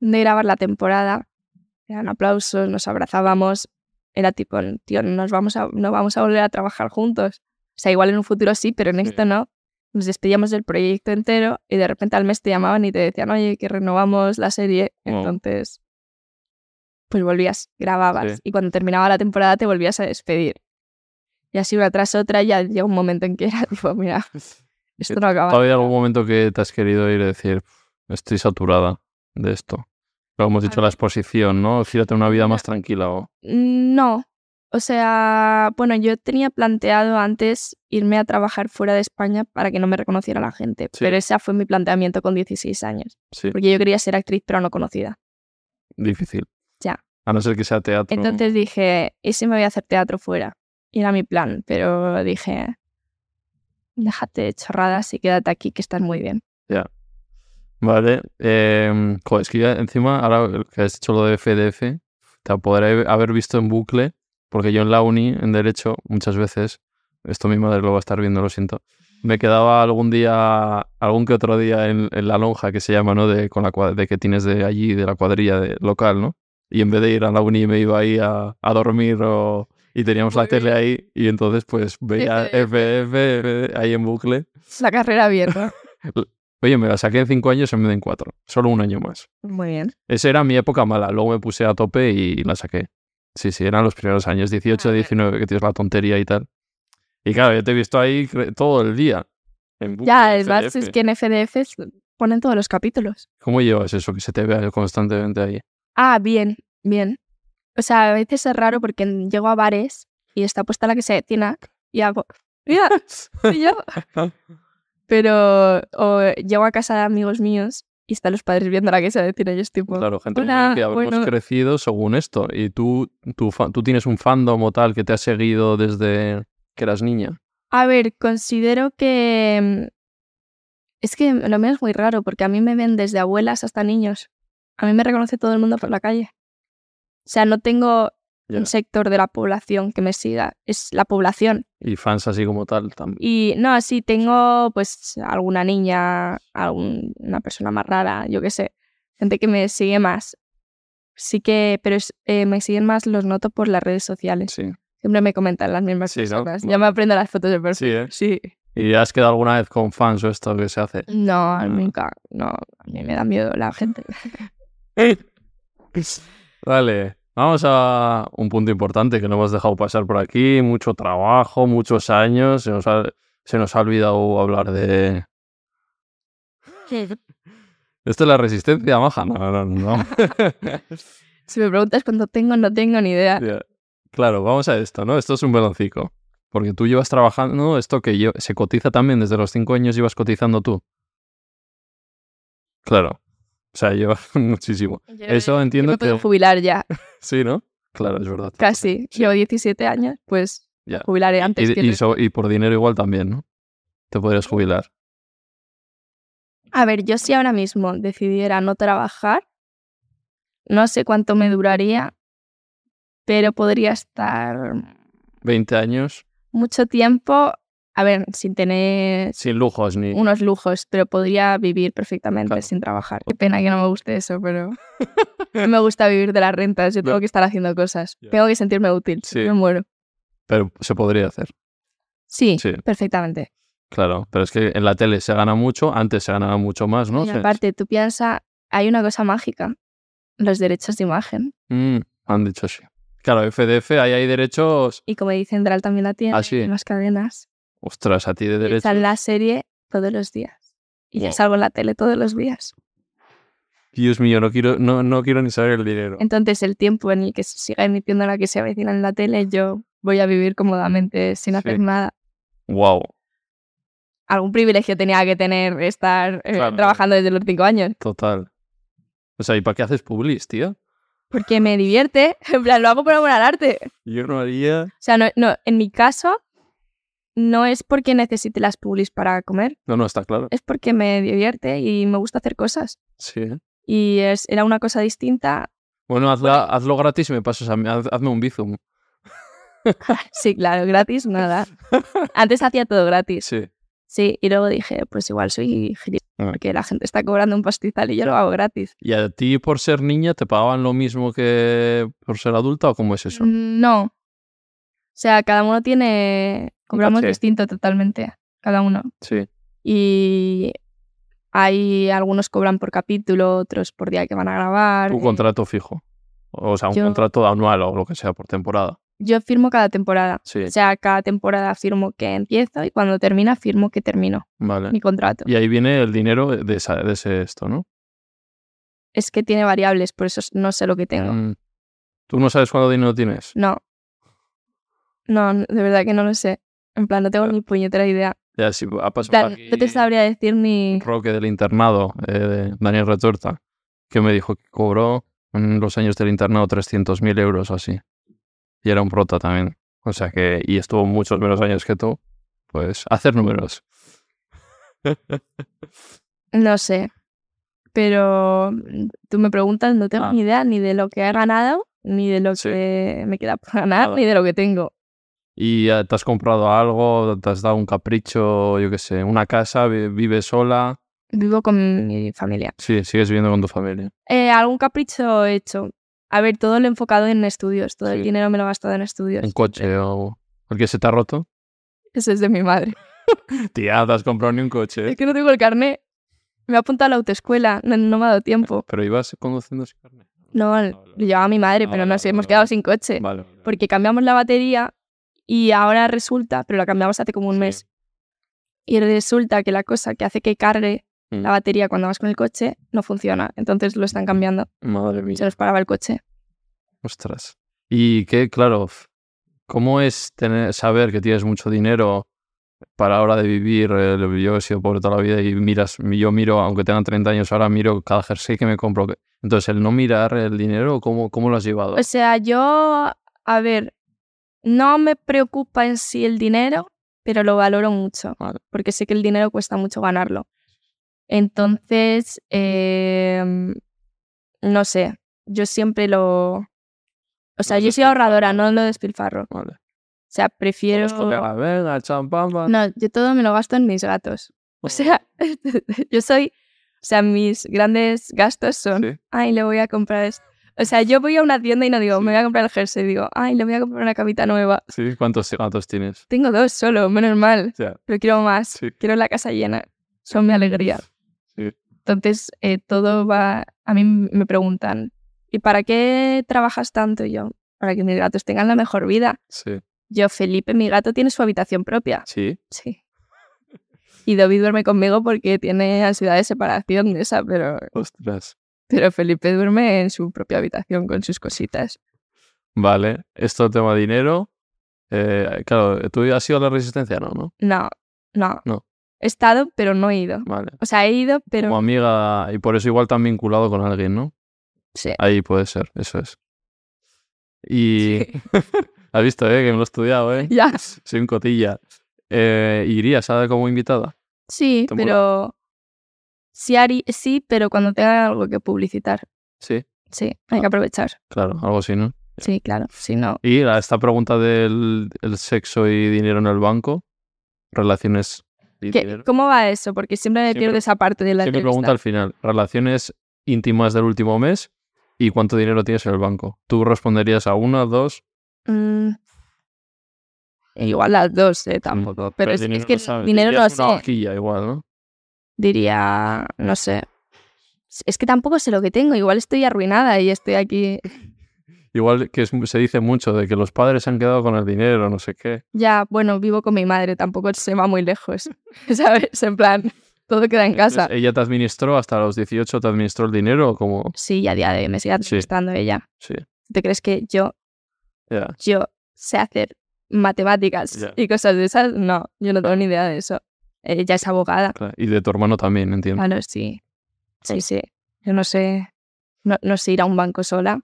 de grabar la temporada, eran aplausos, nos abrazábamos. Era tipo, tío, nos vamos a, no vamos a volver a trabajar juntos. O sea, igual en un futuro sí, pero en
Sí.
esto no. Nos despedíamos del proyecto entero y de repente al mes te llamaban y te decían, oye, que renovamos la serie.
Wow.
Entonces, pues volvías, grababas.
Sí.
Y cuando terminaba la temporada te volvías a despedir. Y así una tras otra ya llega un momento en que era tipo, mira, esto no acaba.
¿Todavía algún momento que te has querido ir a decir, estoy saturada de esto? Como hemos dicho, la exposición, ¿no? Gírate una vida más tranquila o...
No. O sea, bueno, yo tenía planteado antes irme a trabajar fuera de España para que no me reconociera la gente,
Sí.
pero ese fue mi planteamiento con 16 años,
Sí,
porque yo quería ser actriz pero no conocida.
difícil.
Ya.
A no ser que sea teatro.
Entonces dije, ¿y si me voy a hacer teatro fuera? Y era mi plan, pero dije, déjate de chorradas y quédate aquí que estás muy bien.
Vale. Eh, jo, es que ya encima, ahora que has hecho lo de FDF, te podré haber visto en bucle, porque yo en la uni, en Derecho, muchas veces, esto mi madre lo va a estar viendo, lo siento, me quedaba algún día, algún que otro día en, en la lonja que se llama, ¿no? De, con la, cua- de que tienes de allí, de la cuadrilla de- local, ¿no? Y en vez de ir a la uni me iba ahí a, a dormir o... Y teníamos la
Muy
tele ahí y entonces pues veía FDF ahí en bucle.
La carrera abierta.
Oye, me la saqué en cinco años en vez de en cuatro. Solo un año más.
muy bien.
Esa era mi época mala. Luego me puse a tope y la saqué. Sí, sí, eran los primeros años, 18,
Ah, bueno.
19, que tienes la tontería y tal. Y claro, yo te he visto ahí cre- todo el día. En bucle,
Ya,
en
el más es
CDF.
que en FDF ponen todos los capítulos.
¿Cómo llevas eso? Que se te vea constantemente ahí.
Ah, bien, bien. O sea, a veces es raro porque en- llego a bares y está puesta la que se tiene y hago, mira, soy yo. Pero o eh, llego a casa de amigos míos y están los padres viendo la que se tiene y yo estoy tipo,
Claro, gente
Hola,
que habremos
bueno.
crecido según esto. Y tú, tú, fa- tú tienes un fandom o tal que te ha seguido desde que eras niña.
A ver, considero que... mm, Es que lo mío es muy raro porque a mí me ven desde abuelas hasta niños. A mí me reconoce todo el mundo por la calle. O sea, no tengo
Ya.
un sector de la población que me siga. Es la población.
Y fans así como tal también.
Y no, sí, tengo pues alguna niña, alguna persona más rara, yo qué sé, gente que me sigue más. Sí que, pero es- eh, me siguen más, los noto por las redes sociales.
Sí.
Siempre me comentan las mismas
Sí, ¿no?
personas. Ya
Bueno.
me aprendo las fotos de perfil.
Sí, ¿eh?
Sí.
¿Y has quedado alguna vez con fans o esto que se hace?
No,
Ah.
nunca. No, a mí me da miedo la gente.
Vale, vamos a un punto importante que no hemos dejado pasar por aquí. Mucho trabajo, muchos años. Se nos ha, se nos ha olvidado hablar de... Esto es la resistencia, maja. No, no, no. no.
Si me preguntas cuánto tengo, no tengo ni idea.
Ya. Claro, vamos a esto, ¿no? Esto es un veloncico. Porque tú llevas trabajando esto que lle- se cotiza también. Desde los cinco años llevas cotizando tú. Claro. O sea, llevas muchísimo. Eso
Yo
entiendo
me
que...
puedo jubilar ya,
Sí, ¿no? Claro, es verdad.
casi.
Sí.
Llevo 17 años, pues
Ya.
jubilaré antes
Y,
que
y
el resto.
so- y por dinero igual también, ¿no? Te podrías jubilar.
A ver, yo si ahora mismo decidiera no trabajar, no sé cuánto me duraría, pero podría estar
20 años.
mucho tiempo, a ver, sin tener
Sin lujos ni.
unos lujos, pero podría vivir perfectamente
Claro.
sin trabajar. Qué pena que no me guste eso, pero no me gusta vivir de las rentas, yo
No.
tengo que estar haciendo cosas,
Ya.
tengo que sentirme útil,
Sí.
me muero.
Pero se podría hacer.
Sí,
Sí.
perfectamente.
Claro, pero es que en la tele se gana mucho, antes se ganaba mucho más, ¿no?
y
Se-
aparte, tú piensas, hay una cosa mágica, los derechos de imagen.
Mm, han dicho sí. Claro, FDF, ahí hay derechos.
Y como dicen, Dral también la tiene,
Ah, sí.
en las cadenas.
Ostras, a ti de
Y
derechos.
Está en la serie todos los días. Y yo
Wow.
salgo en la tele todos los días.
Dios mío, no quiero, no, no quiero ni saber el dinero.
Entonces, el tiempo en el que se siga emitiendo la que se avecina en la tele, yo voy a vivir cómodamente sin hacer
Sí.
nada.
Wow.
Algún privilegio tenía que tener estar eh,
Claro.
trabajando desde los cinco años.
Total. O sea, ¿y para qué haces publis, tío?
Porque me divierte. En plan, lo hago por amor al arte.
Yo no haría.
O sea, no, no, en mi caso, no es porque necesite las publis para comer,
No, no, está claro.
es porque me divierte y me gusta hacer cosas.
Sí. ¿eh?
Y es, era una cosa distinta.
Bueno, hazla- hazlo gratis y me pasas a mí. haz- hazme un bizum.
Sí, claro, gratis, nada. Antes hacía todo gratis.
Sí.
Sí, y luego dije, pues igual soy gilipollas,
Ah.
porque la gente está cobrando un pastizal y yo lo hago gratis.
¿Y a ti por ser niña te pagaban lo mismo que por ser adulta o cómo es
Mm,
eso?
No. O sea, cada uno tiene. Cobramos
caché.
distinto totalmente, cada uno.
Sí.
Y hay algunos cobran por capítulo, otros por día que van a grabar.
Un
eh,
contrato fijo. O sea, un
yo-
contrato anual o lo que sea por temporada.
Yo firmo cada temporada.
Sí.
O sea, cada temporada firmo que empiezo y cuando termina firmo que termino
Vale.
mi contrato.
Ah. Y ahí viene el dinero de, esa- de ese esto, ¿no?
Es que tiene variables, por eso no sé lo que tengo.
Mm. Tú no sabes cuánto dinero tienes.
No. No, n- de verdad que no lo sé. En plan, no tengo ni puñetera idea.
Ya, si ha
En
pasado
plan,
aquí
no te sabría decir ni...
Roque del internado, eh, Daniel Retorta, que me dijo que cobró en los años del internado 300.000 euros o así. Y era un prota también. O sea que, y estuvo muchos menos años que tú, pues hacer números.
No sé. Pero mm, tú me preguntas, no tengo
Ah.
ni idea ni de lo que he ganado, ni de lo
Sí.
que me queda por ganar,
Nada.
ni de lo que tengo.
¿Y eh, te has comprado algo? ¿Te has dado un capricho? Yo qué sé, una casa, vi- vives sola.
Vivo con mi familia.
Sí, sigues viviendo con tu familia.
Eh, algún capricho he hecho. A ver, todo lo he enfocado en estudios. Todo el
Sí.
dinero me lo he gastado en estudios.
Un coche o... ¿Por qué se te ha roto?
Eso es de mi madre.
Tía, no te has comprado ni un coche. ¿eh?
Es que no tengo el carnet. Me he apuntado a la autoescuela. No, no me ha dado tiempo.
Pero ibas conduciendo sin carnet.
No,
Vale,
lo
vale.
llevaba mi madre,
Ah,
pero
vale,
nos
vale,
hemos
vale.
quedado sin coche.
Vale.
Porque cambiamos la batería y ahora resulta, pero la cambiamos hace como un
Sí.
mes, y resulta que la cosa que hace que cargue
Mm.
la batería cuando vas con el coche no funciona. Entonces lo están cambiando.
Madre mía.
Se nos paraba el coche.
Ostras. Y que, claro, f- ¿cómo es tener, saber que tienes mucho dinero para ahora de vivir? eh, lo- Yo he sido pobre toda la vida y miras, yo miro, aunque tengan 30 años, ahora miro cada jersey que me compro. que- Entonces, el no mirar el dinero, ¿cómo, cómo lo has llevado?
O sea, yo, a ver, no me preocupa en sí el dinero, pero lo valoro mucho,
Vale.
porque sé que el dinero cuesta mucho ganarlo. Entonces, em, no sé, yo siempre lo... O sea,
has
yo soy ahorradora,
despilfarrado.
no lo despilfarro. O
Vale.
sea, prefiero...
Los colegas, venga, champán, va.
No, yo todo me lo gasto en mis gatos. O sea, yo soy... O sea, mis grandes gastos son
Sí.
ay, le voy a comprar esto. O sea, yo voy a una tienda y no digo, me voy a comprar el jersey, digo, ay, le voy a comprar una capita nueva.
Sí, ¿Cuántos gatos tienes?
Tengo dos solo, menos mal,
O sea,
pero quiero más,
Sí.
quiero la casa llena, son mi alegría.
Sí.
Entonces, eh, todo va, a mí me preguntan, ¿y para qué trabajas tanto Y yo? Para que mis gatos tengan la mejor vida.
sí.
Yo, Felipe, mi gato tiene su habitación propia.
Sí.
Sí. Y David duerme conmigo porque tiene ansiedad de separación de esa, pero
Ostras.
pero Felipe duerme en su propia habitación con sus cositas.
Vale. Esto tema dinero. Eh, claro, ¿tú has ido a la resistencia? No, ¿no?
No, no.
No.
He estado, pero no he ido.
Vale.
O sea, he ido,
Como
pero
amiga, y por eso igual tan vinculado con alguien, ¿no?
sí.
Ahí puede ser, eso es. Y has visto, ¿eh? Que me lo he estudiado, ¿eh?
Ya.
Soy un cotilla. Eh, ¿Irías a- como invitada?
Sí,
Te mola.
pero sí, harí- sí, pero cuando tenga algo que publicitar,
Sí, Ah.
sí, hay que aprovechar.
claro, algo así, ¿no?
Sí, claro. Si no,
Y la- esta pregunta del el sexo y dinero en el banco, relaciones y
¿Qué-
dinero.
¿Cómo va eso? Porque siempre me
Siempre-
pierdo esa parte de la
Siempre pregunta
entrevista.
al final, relaciones íntimas del último mes y cuánto dinero tienes en el banco. Tú responderías a una, dos,
Mm, igual las dos, eh, tampoco. Pero, es, es que el dinero no
Dirías
sé.
una horquilla igual, ¿no?
Diría, no sé. Es que tampoco sé lo que tengo. Igual estoy arruinada y estoy aquí.
Igual que es- se dice mucho de que los padres se han quedado con el dinero, no sé qué.
Ya, bueno, vivo con mi madre. Tampoco se va muy lejos. ¿Sabes? En plan, todo queda en
Entonces, eh,
casa.
ella te administró hasta los 18, te administró el dinero, como...
Sí, ya a día de hoy me sigue
Sí.
administrando ella.
Sí,
¿Te crees que yo,
ya.
yo sé hacer matemáticas
Ya.
y cosas de esas? No, yo no tengo ni idea de eso. Ella es abogada.
Claro, Y de tu hermano también, entiendo.
Claro, sí. Sí, sí. Yo no sé. No, no sé ir a un banco sola.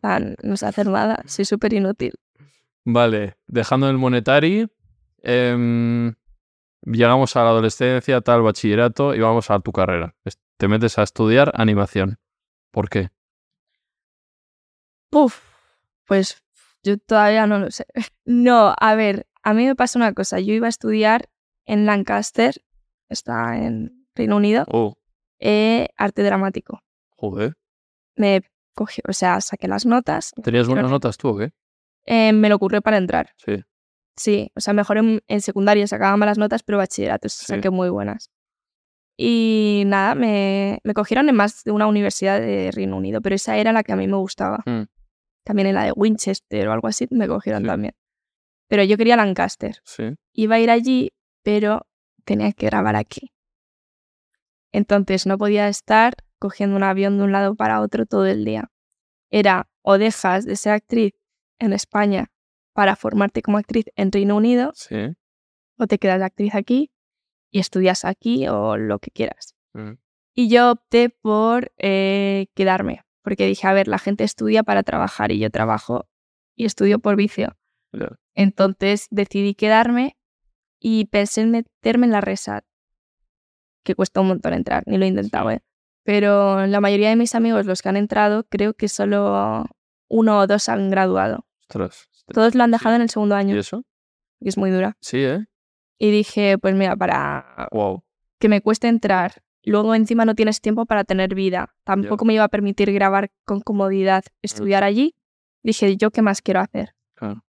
Tan- no sé hacer nada. Soy súper inútil.
Vale, dejando el monetary, em, llegamos a la adolescencia, tal, bachillerato y vamos a tu carrera. Es- Te metes a estudiar animación. ¿Por qué?
Puf. Pues yo todavía no lo sé. No, a ver, a mí me pasa una cosa. Yo iba a estudiar en Lancaster, está en Reino Unido,
Oh,
eh, arte dramático.
joder.
Me cogí, o sea, saqué las notas.
¿Tenías buenas notas tú o qué?
eh, me lo ocurrió para entrar.
Sí.
Sí, o sea, mejor en, en secundaria sacaba malas notas, pero bachillerato
Sí.
saqué muy buenas. Y nada, me, me cogieron en más de una universidad de Reino Unido, pero esa era la que a mí me gustaba.
Mm.
También en la de Winchester o algo así me cogieron
Sí.
también. Pero yo quería Lancaster.
Sí.
Iba a ir allí, pero tenía que grabar aquí. Entonces no podía estar cogiendo un avión de un lado para otro todo el día. Era o dejas de ser actriz en España para formarte como actriz en Reino Unido
Sí.
o te quedas de actriz aquí y estudias aquí o lo que quieras.
Mm,
Y yo opté por eh, quedarme, porque dije, a ver, la gente estudia para trabajar y yo trabajo y estudio por vicio.
Ya.
Entonces decidí quedarme y pensé en meterme en la RESAT, que cuesta un montón entrar, ni lo he intentado, ¿eh? Pero la mayoría de mis amigos, los que han entrado, creo que solo uno o dos han graduado.
Ostras.
Todos lo han dejado en el segundo
¿Y
año,
eso?
que es muy dura.
Sí, ¿eh?
Y dije, pues mira, para
Wow.
que me cueste entrar. Luego encima no tienes tiempo para tener vida. Tampoco me iba a permitir grabar con comodidad, estudiar allí. Dije, ¿yo qué más quiero hacer?
Claro.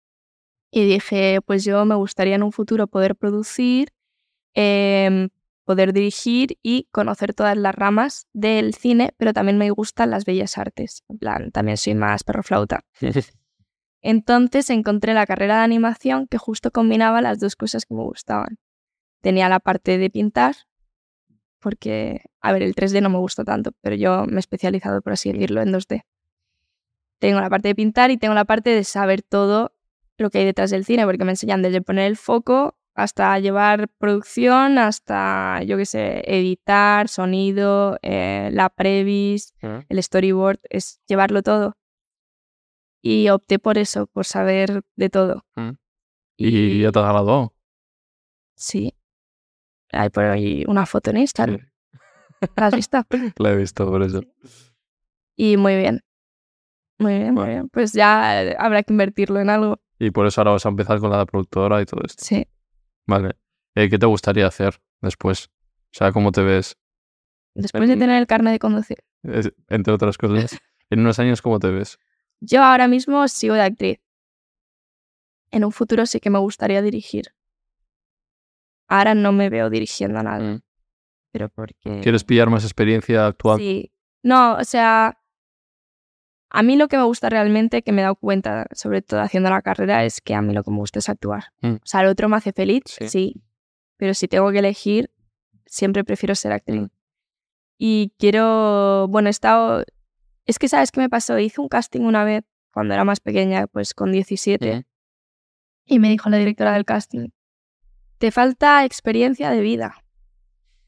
Y dije, pues yo me gustaría en un futuro poder producir, em, poder dirigir y conocer todas las ramas del cine, pero también me gustan las bellas artes. En plan, también soy más perroflauta. Entonces encontré la carrera de animación que justo combinaba las dos cosas que me gustaban. Tenía la parte de pintar, porque, a ver, el 3D no me gusta tanto, pero yo me he especializado, por así decirlo, en 2D. Tengo la parte de pintar y tengo la parte de saber todo lo que hay detrás del cine, porque me enseñan desde poner el foco hasta llevar producción, hasta, yo qué sé, editar, sonido, eh, la previs, el storyboard es llevarlo todo. Y opté por eso, por saber de todo.
Mm. Y ya te has graduado.
Sí. Hay por ahí una foto en Instagram. ¿La has visto?
La he visto por eso.
Y muy bien. Muy bien, muy
Bueno.
bien. Pues ya eh, habrá que invertirlo en algo.
Y por eso ahora vas a empezar con la productora y todo esto.
Sí.
Vale. Eh, ¿Qué te gustaría hacer después? O sea, ¿cómo te ves?
Después de
Ujú.
tener el carnet de conducir.
Es- entre otras cosas. En unos años, ¿cómo te ves?
Yo ahora mismo sigo de actriz. En un futuro sí que me gustaría dirigir. Ahora no me veo dirigiendo a nada.
Mm.
Pero porque...
¿Quieres pillar más experiencia
Eh.
actuando?
Sí. No, o sea, a mí lo que me gusta realmente, que me he dado cuenta, sobre todo haciendo la carrera, es que a mí lo que me gusta es actuar.
Mm.
O sea, el otro me hace feliz,
Sí.
sí. Pero si tengo que elegir, siempre prefiero ser actriz.
Mm.
Y quiero, bueno, he estado... Es que, ¿sabes qué me pasó? Hice un casting una vez, cuando era más pequeña, pues con 17, y me dijo la directora del casting, te falta experiencia de vida.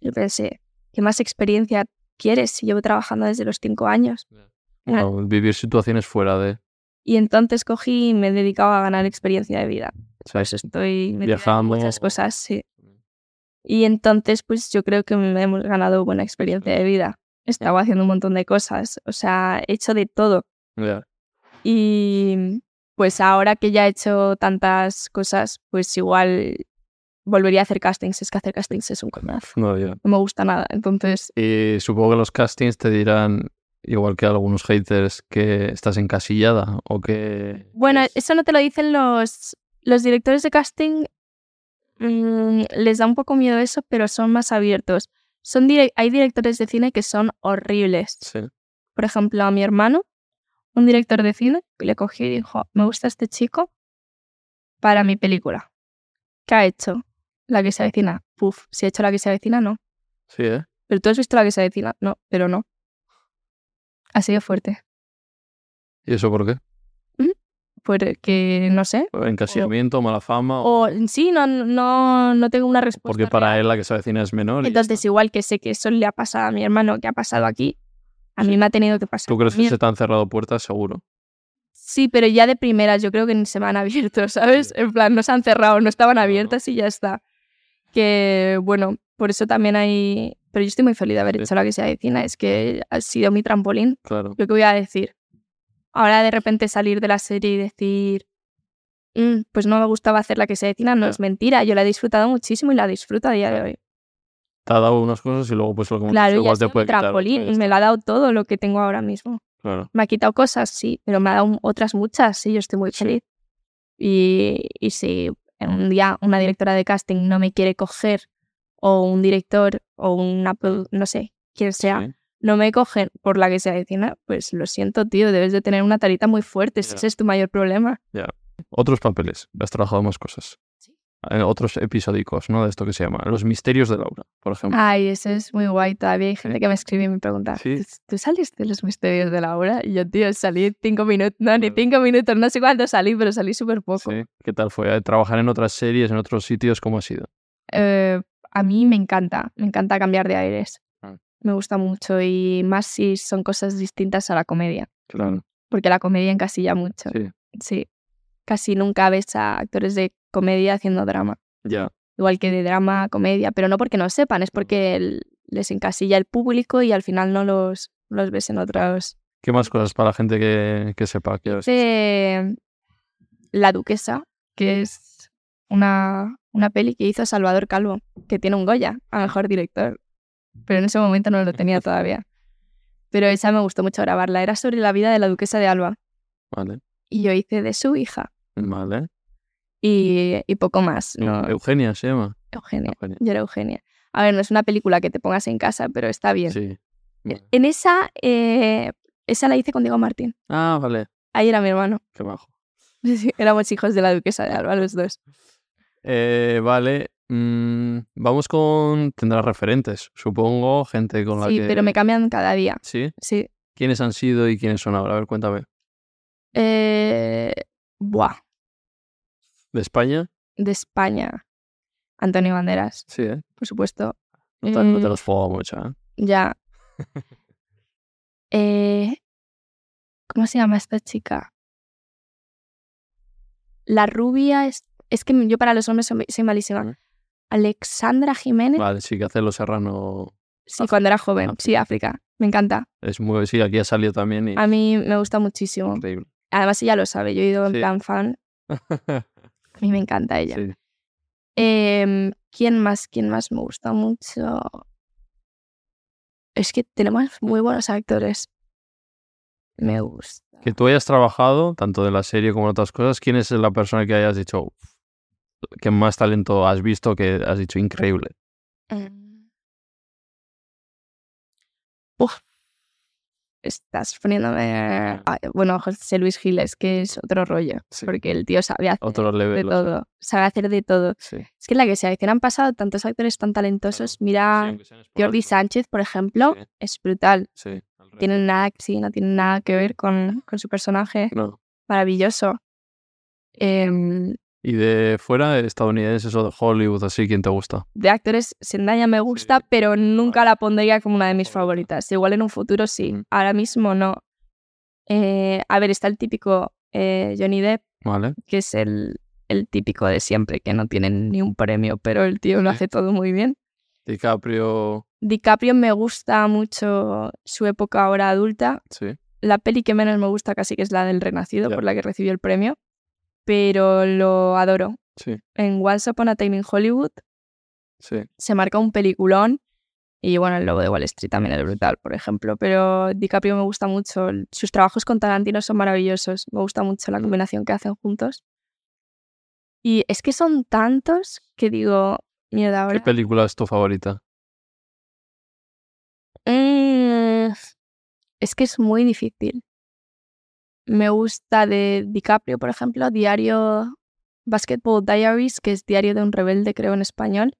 Yo pensé, ¿qué más experiencia quieres si llevo trabajando desde los cinco años?
Bueno, vivir situaciones fuera de.
Y entonces cogí y me dedicaba a ganar experiencia de vida.
¿sabes?
Estoy metida en
Viajando.
muchas cosas, sí. Y entonces, pues yo creo que me hemos ganado buena experiencia de vida. He estado haciendo un montón de cosas, o sea, he hecho de todo.
Ya.
Y pues ahora que ya he hecho tantas cosas, pues igual volvería a hacer castings. Es que hacer castings es un coñazo.
No, ya.
No me gusta nada. Entonces,
Y supongo que los castings te dirán, igual que algunos haters, que estás encasillada o que...
bueno,
es-
eso no te lo dicen los, los directores de casting. mm, les da un poco miedo eso, pero son más abiertos. Son direc- hay directores de cine que son horribles.
Sí.
por ejemplo, a mi hermano, un director de cine, y le cogí y dijo, me gusta este chico para mi película. ¿Qué ha hecho? La que se avecina. Puf, si ha hecho la que se avecina, no.
Sí, ¿eh?
¿Pero tú has visto la que se avecina? No, pero no. Ha sido fuerte.
¿Y eso por qué?
Porque, no sé.
¿Encasillamiento, mala fama? o-
O en sí, no, no, no tengo una respuesta.
Porque para
real.
él la que se avecina es menor. y ya
Entonces,
está.
igual que sé que eso le ha pasado a mi hermano, que ha pasado aquí, a mí me ha tenido que pasar.
¿Tú crees que
también.
se te han cerrado puertas? Seguro.
Sí, pero ya de primeras yo creo que ni se me han abierto, ¿sabes?
Sí.
En plan, no se han cerrado, no estaban
No, no.
abiertas y ya está. Que bueno, por eso también hay... Pero yo estoy muy feliz de haber
Sí.
hecho la que sea de cine, es que ha sido mi trampolín.
Claro.
Yo qué voy a decir. Ahora de repente salir de la serie y decir, "Mm, pues no me gustaba hacer la que sea de cine, no es mentira, yo la he disfrutado muchísimo y la disfruto a día de
Claro.
hoy.
Te ha dado unas cosas y luego pues lo que hemos dicho,
Claro, y ha
igual te
sido
puede
un
quitar.
trampolín,
Ya está.
me lo ha dado todo lo que tengo ahora mismo.
Claro.
Me ha quitado cosas, sí, pero me ha dado otras muchas y yo estoy muy
Sí.
feliz. Y, y si un día una directora de casting no me quiere coger, o un director, o una, produ- no sé, quien sea,
Sí.
no me cogen por la que sea vecina, pues lo siento, tío, debes de tener una tarita muy fuerte, si
Ya.
ese es tu mayor problema.
Otros papeles. Has trabajado más cosas.
Sí.
Eh, otros episódicos, ¿no? De esto que se llama Los misterios de Laura,
Ah,
por ejemplo.
Ay, eso es muy guay. Todavía hay gente
Sí.
que me escribe y me pregunta,
Sí.
"¿Tú- ¿tú saliste de los misterios de la obra? Y yo, tío, salí cinco minutos, no, ni
Claro.
cinco minutos, no sé cuánto salí, pero salí súper poco.
Sí. ¿Qué tal fue? Eh, Trabajar en otras series, en otros sitios, ¿cómo ha sido?
eh, a mí me encanta, me encanta cambiar de aires.
Ah.
Me gusta mucho y más si son cosas distintas a la comedia,
Claro.
porque la comedia encasilla mucho.
Sí.
Sí. Casi nunca ves a actores de comedia haciendo drama,
Ya.
igual que de drama a comedia, pero no porque no sepan,
Mm.
es porque el- les encasilla el público y al final no los, los ves en otros.
¿Qué más cosas para la gente que, que sepa? que-
Este Hice La Duquesa, que es una, una peli que hizo Salvador Calvo, que tiene un Goya a mejor director. Pero en ese momento no lo tenía todavía. Pero esa me gustó mucho grabarla. Era sobre la vida de la Duquesa de Alba.
Vale.
Y yo hice de su hija.
Vale.
Y, y poco más, ¿no?
Eugenia se llama.
Eugenia.
Eugenia.
Yo era Eugenia. A ver, no es una película que te pongas en casa, pero está bien.
Sí. Vale.
En esa, eh, esa la hice con Diego Martín.
Ah, vale.
Ahí era mi hermano.
Qué bajo.
Éramos hijos de la Duquesa de Alba, los dos.
Eh, vale. mm, vamos con. Tendrás referentes, supongo, gente con la
Sí,
que.
pero me cambian cada día.
Sí.
Sí.
¿Quiénes han sido y quiénes son ahora? A ver, cuéntame.
Eh, buah,
¿De España?
de España. Antonio Banderas,
Sí, ¿eh?
por supuesto.
No te, no te
Mm.
los fuego mucho, ¿eh?
Ya. Eh, ¿Cómo se llama esta chica? La rubia es. Es que yo para los hombres soy, soy malísima.
Vale.
Alexandra Jiménez.
Vale, sí, que hace Los Serrano.
Sí, cuando era joven.
África.
Sí, África. Me encanta.
Es muy. Sí, aquí ha salido también y.
A mí me gusta muchísimo.
Increíble.
Además, ella lo sabe. Yo he ido en
Sí.
plan fan. A mí me encanta ella.
sí.
Em, ¿Quién más? ¿Quién más me gusta mucho? Es que tenemos muy buenos actores. Me gusta.
Que tú hayas trabajado, tanto de la serie como de otras cosas, ¿quién es la persona que hayas dicho "Uf, que más talento has visto, que has dicho increíble?
Mm. Uf. Estás poniéndome. Ah, Bueno, José Luis Giles, que es otro rollo.
Sí.
Porque el tío sabe hacer
Otro
de
level. o sea,
todo. Sabe hacer de todo.
Sí. Sí,
Es que en la que se han pasado tantos actores tan talentosos. Mira,
aunque sean
Ah, Jordi
esporádicos.
Sánchez, por ejemplo,
Sí.
es brutal.
Sí, al revés.
tienen nada, sí, no tienen nada que ver con, con su personaje.
No.
Maravilloso. Em,
Y de fuera, estadounidenses o de Hollywood, así, ¿quién te gusta?
de actores, Zendaya me gusta,
Sí.
pero nunca
Vale.
la pondría como una de mis
Favorita.
favoritas. Igual en un futuro sí,
Mm.
ahora mismo no. Eh, a ver, está el típico eh, Johnny Depp,
Vale.
que es el, el típico de siempre, que no tiene ni un premio, pero el tío lo
Sí.
hace todo muy bien.
DiCaprio,
DiCaprio me gusta mucho su época ahora adulta,
sí.
la peli que menos me gusta casi que es la del Renacido,
Ya.
por la que recibió el premio, pero lo adoro.
Sí,
En Once Upon a Time in Hollywood
sí.
se marca un peliculón y bueno, el Lobo de Wall Street también es brutal, por ejemplo, pero DiCaprio me gusta mucho, el- sus trabajos con Tarantino son maravillosos, me gusta mucho
Mm.
la combinación que hacen juntos. Y es que son tantos que digo, mierda,
¿Qué
ahora...
película es tu favorita?
Mm, es que es muy difícil. Me gusta de DiCaprio, por ejemplo, Diario Basketball Diaries, que es Diario de un rebelde, creo, en español,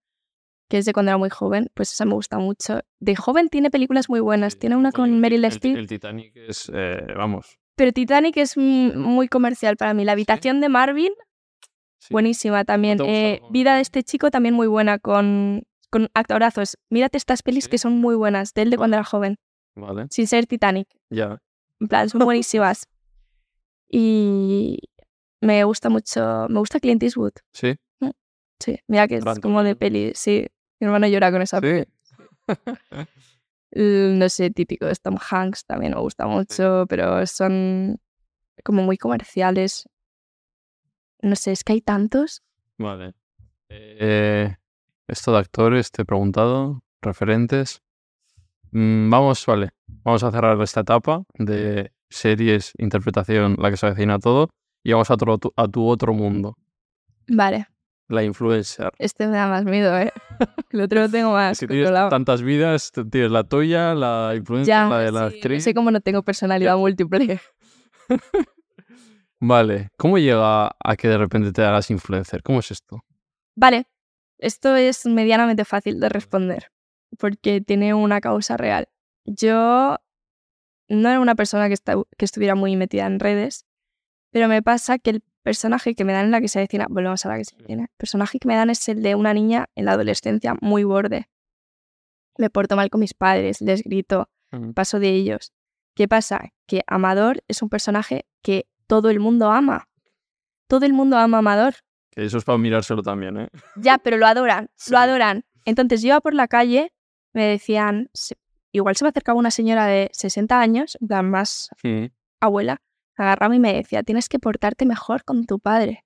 que es de cuando era muy joven. Pues esa me gusta mucho. De joven tiene películas muy buenas. Tiene una con Meryl Streep,
Eh, El Titanic es, eh, vamos.
pero Titanic es mm, muy comercial para mí. La habitación de Marvin, buenísima también.
¿No te gusta
Eh,
la comedia?
Vida de este chico, también muy buena, con, con actorazos. Mírate estas pelis
¿Sí?
que son muy buenas, de él de cuando era joven,
Vale,
sin ser Titanic.
ya.
En plan, son buenísimas. Y me gusta mucho, me gusta Clint Eastwood.
Sí,
Sí, mira que es
Gran
como de
torero.
peli, sí. Mi hermano llora con esa
sí.
peli. L- No sé, típico de Tom Hanks también me gusta mucho, pero son como muy comerciales. No sé, es que hay tantos.
Vale. Eh, esto de actores, te he preguntado, referentes. Mm, vamos, vale. Vamos a cerrar esta etapa de series, interpretación, la que se avecina todo, y vamos a, otro- a tu otro mundo,
Vale,
la influencer.
este me da más miedo, ¿eh? El otro lo tengo más
Si tienes
controlado.
tantas vidas, t- tienes la tuya, la influencer,
Ya,
la de la
sí, no
actriz.
sé cómo no tengo personalidad múltiple.
Vale, ¿cómo llega a que de repente te hagas influencer? ¿Cómo es esto?
Vale, esto es medianamente fácil de responder porque tiene una causa real. Yo no era una persona que, esta- que estuviera muy metida en redes, pero me pasa que el personaje que me dan en la que se avecina, volvemos a la que se avecina, el personaje que me dan es el de una niña en la adolescencia muy borde. Me porto mal con mis padres, les grito, paso de ellos. ¿Qué pasa? Que Amador es un personaje que todo el mundo ama. Todo el mundo ama a Amador.
Que eso es para mirárselo también, ¿eh?
Ya, pero lo adoran,
Sí.
lo adoran. Entonces yo iba por la calle, me decían, se- igual se me acercaba una señora de 60 años, en plan más abuela, me agarraba y me decía, tienes que portarte mejor con tu padre.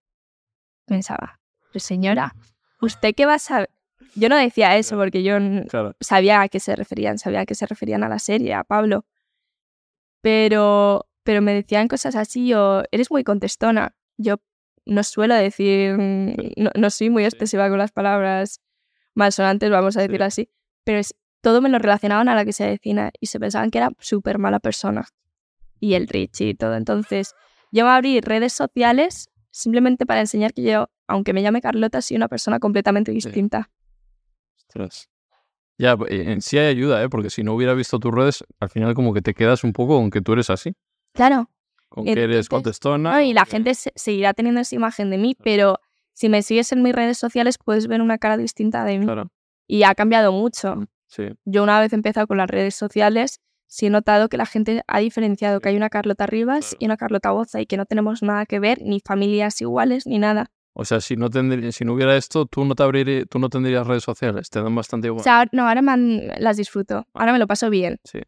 Pensaba, pero señora, ¿usted qué va a saber? Yo no decía eso
Ya.
porque yo n-
Claro.
sabía a qué se referían, sabía a qué se referían a la serie, a Pablo. Pero, pero me decían cosas así, o eres muy contestona. Yo no suelo decir, mm, no, no soy muy expresiva con las palabras malsonantes, vamos a decirlo así, pero es, todo me lo relacionaban a la que se avecina y se pensaban que era súper mala persona. Y el Richie y todo. Entonces, yo me abrí redes sociales simplemente para enseñar que yo, aunque me llame Carlota, soy una persona completamente distinta.
Ostras. Ya, p- eh, en sí hay ayuda, ¿eh? Porque si no hubiera visto tus redes, al final como que te quedas un poco con que tú eres así,
Claro,
con que eres
Entonces,
contestona.
No, y la
que-
gente se- seguirá teniendo esa imagen de mí, pero si me sigues en mis redes sociales puedes ver una cara distinta de mí.
Claro,
Y ha cambiado mucho.
sí.
Yo una vez empezado con las redes sociales, sí he notado que la gente ha diferenciado que hay una Carlota Rivas
Claro.
y una Carlota Boza y que no tenemos nada que ver, ni familias iguales, ni nada.
O sea, si no, tendrí- si no hubiera esto, tú no, te abrirí- tú no tendrías redes sociales, te dan bastante igual.
O sea, ahora- no, ahora me han- las disfruto, ahora me lo paso bien.
Ah. Sí.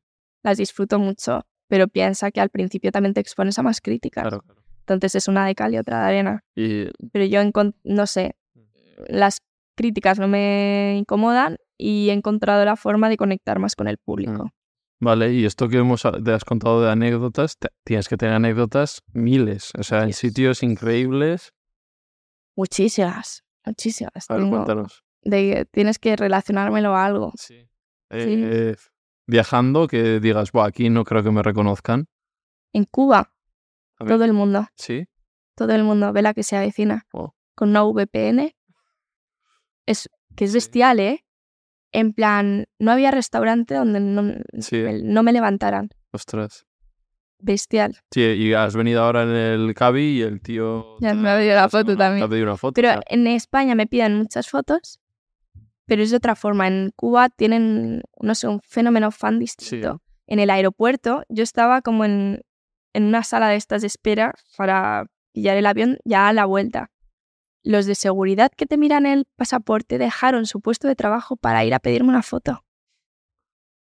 Las disfruto mucho, pero piensa que al principio también te expones a más críticas.
Claro, claro.
Entonces es una de cal y otra de arena.
Y
pero yo encon- no sé,
Mm.
las críticas no me incomodan y he encontrado la forma de conectar más con el público.
Vale, y esto que hemos, ah, te has contado de anécdotas, te- tienes que tener anécdotas miles, o sea, en
Yes.
sitios increíbles.
Muchísimas, muchísimas.
A ver,
tengo.
cuéntanos.
De que tienes que relacionármelo a algo.
Sí. Eh, viajando, que digas, Buah, aquí no creo que me reconozcan.
En Cuba,
A ver.
todo el mundo,
Sí,
todo el mundo ve la que se avecina.
Wow.
Con una VPN. Es, que es
Sí.
bestial, ¿eh? En plan, no había restaurante donde no,
Sí, ¿eh?
me- no me levantaran.
ostras.
Bestial.
Sí, y has venido ahora en el Cabi y el tío...
Ya
te
me
ha-
ha pedido la
te ha-
foto
te ha
también.
pedido una foto,
Pero
o sea,
en España me piden muchas fotos, pero es de otra forma. En Cuba tienen, no sé, un fenómeno fan distinto. En el aeropuerto yo estaba como en, en una sala de estas de espera para pillar el avión ya a la vuelta. Los de seguridad que te miran el pasaporte dejaron su puesto de trabajo para ir a pedirme una foto.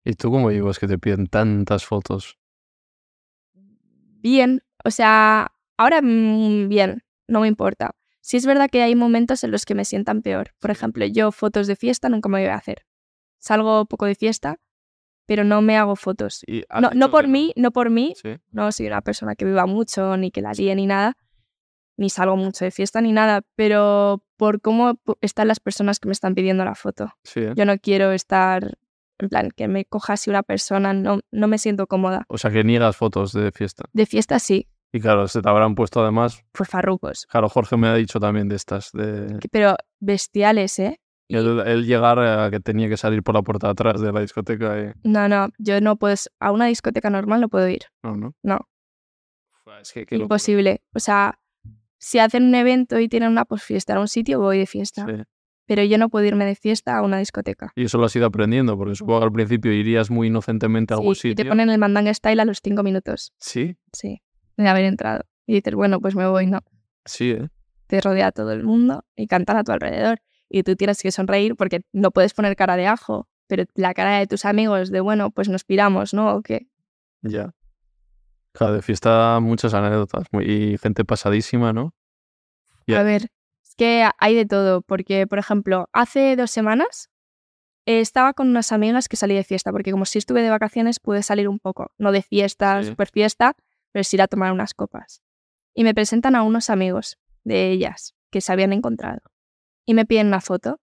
¿Y tú cómo llevas que te piden tantas fotos?
Bien, o sea, ahora mm, bien, no me importa. Sí es verdad que hay momentos en los que me sientan peor. Por ejemplo, yo fotos de fiesta nunca me voy a hacer. Salgo poco de fiesta, pero no me hago fotos.
Y has
No,
dicho
no por
pues que
mí, no por mí,
Sí.
no soy una persona que viva mucho, ni que la líe, ni nada, ni salgo mucho de fiesta, ni nada, pero por cómo po- están las personas que me están pidiendo la foto.
Sí, ¿eh?
Yo no quiero estar, en plan, que me coja así una persona, no, no me siento cómoda.
O sea, que niegas fotos de fiesta.
De fiesta sí,
Y claro, se te habrán puesto además.
por farrucos,
Claro, Jorge me ha dicho también de estas. De...
que- pero bestiales, ¿eh? Y-
El, el llegar a que tenía que salir por la puerta de atrás de la discoteca. y-
No, no, yo no puedo, s- a una discoteca normal no puedo ir,
No, no.
No.
Fua, Es que, qué locura.
imposible. O sea, si hacen un evento y tienen una posfiesta en un sitio, voy de fiesta,
Sí.
pero yo no puedo irme de fiesta a una discoteca.
Y eso lo has ido aprendiendo, porque supongo que al principio irías muy inocentemente a algún
Sí, Y
sitio.
te ponen el mandanga style a los cinco minutos.
Sí,
Sí. De haber entrado. Y dices, bueno, pues me voy, no.
sí, ¿eh?
Te rodea todo el mundo y cantan a tu alrededor. Y tú tienes que sonreír porque no puedes poner cara de ajo, pero la cara de tus amigos de, bueno, pues nos piramos, ¿no? O qué.
Ya. Claro, de fiesta muchas anécdotas muy- y gente pasadísima, ¿no? Ya.
A ver, es que hay de todo. Porque, por ejemplo, hace dos semanas eh, estaba con unas amigas que salí de fiesta. Porque como sí estuve de vacaciones, pude salir un poco. No de fiesta,
Sí.
super fiesta, pero sí ir a tomar unas copas. Y me presentan a unos amigos de ellas que se habían encontrado. Y me piden una foto.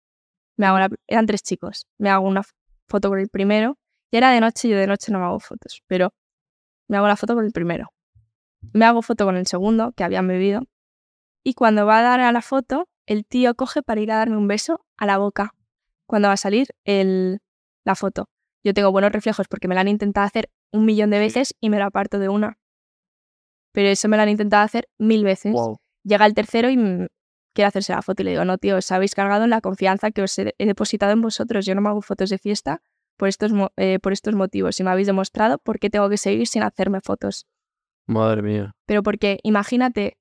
Me hago la- eran tres chicos. Me hago una f- foto con el primero. Y era de noche, yo de noche no me hago fotos. Pero me hago la foto con el primero. Me hago foto con el segundo, que habían bebido. Y cuando va a dar a la foto, el tío coge para ir a darme un beso a la boca. Cuando va a salir el, la foto. Yo tengo buenos reflejos porque me la han intentado hacer un millón de veces y me lo aparto de una. Pero eso me lo han intentado hacer mil veces. Llega el tercero y mm, quiere hacerse la foto y le digo, no, tío, os habéis cargado en la confianza que os he, he depositado en vosotros. Yo no me hago fotos de fiesta por estos, mo- eh, por estos motivos. Y me habéis demostrado por qué tengo que seguir sin hacerme fotos.
Madre mía.
Pero porque, imagínate,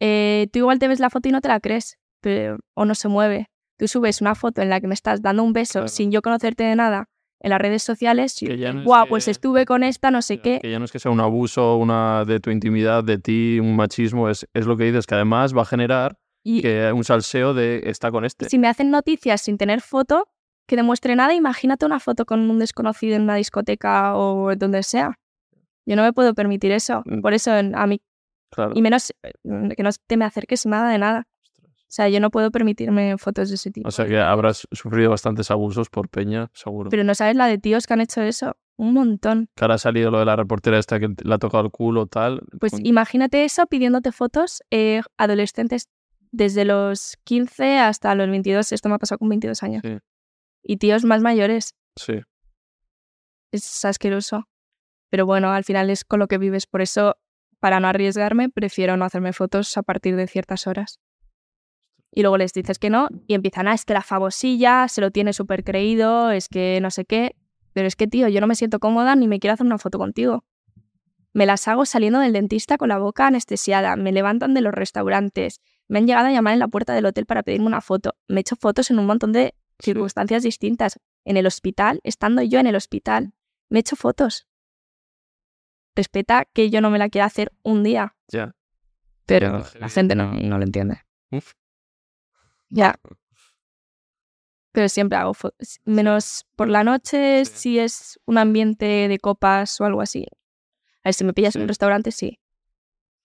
eh, tú igual te ves la foto y no te la crees, pero, o no se mueve. Tú subes una foto en la que me estás dando un beso
Claro.
sin yo conocerte de nada en las redes sociales.
Que ya no es
Guau,
que-
pues estuve con esta, no sé
Ya,
qué.
Que ya no es que sea un abuso una de tu intimidad, de ti, un machismo, es, es lo que dices, que además va a generar
Y
que un salseo de está con este.
si me hacen noticias sin tener foto que demuestre nada, imagínate una foto con un desconocido en una discoteca o donde sea. Yo no me puedo permitir eso.
Mm.
Por eso, en- a mí,
Claro.
y menos eh, que no te me acerques nada de nada. O sea, yo no puedo permitirme fotos de ese tipo.
O sea que habrás sufrido bastantes abusos por Peña, seguro.
Pero no sabes la de tíos que han hecho eso. Un montón.
Que ahora ha salido lo de la reportera esta que le ha tocado el culo, tal.
Pues
con-
imagínate eso pidiéndote fotos eh, adolescentes desde los 15 hasta los 22. Esto me ha pasado con 22 años.
Sí.
Y tíos más mayores.
Sí,
Es asqueroso. Pero bueno, al final es con lo que vives. Por eso, para no arriesgarme, prefiero no hacerme fotos a partir de ciertas horas. Y luego les dices que no y empiezan, ah, es que la famosilla se lo tiene súper creído, es que no sé qué. Pero es que, tío, yo no me siento cómoda ni me quiero hacer una foto contigo. Me las hago saliendo del dentista con la boca anestesiada, me levantan de los restaurantes, me han llegado a llamar en la puerta del hotel para pedirme una foto, me he hecho fotos en un montón de
sí.
circunstancias distintas. En el hospital, estando yo en el hospital, me he hecho fotos. Respeta que yo no me la quiera hacer un día.
Ya. Ya,
Pero la
heavy.
gente no, no lo entiende.
Uf.
Ya. Pero siempre hago fotos. Menos por la noche,
Sí.
si es un ambiente de copas o algo así. A ver, si me pillas en
Sí.
un restaurante, sí.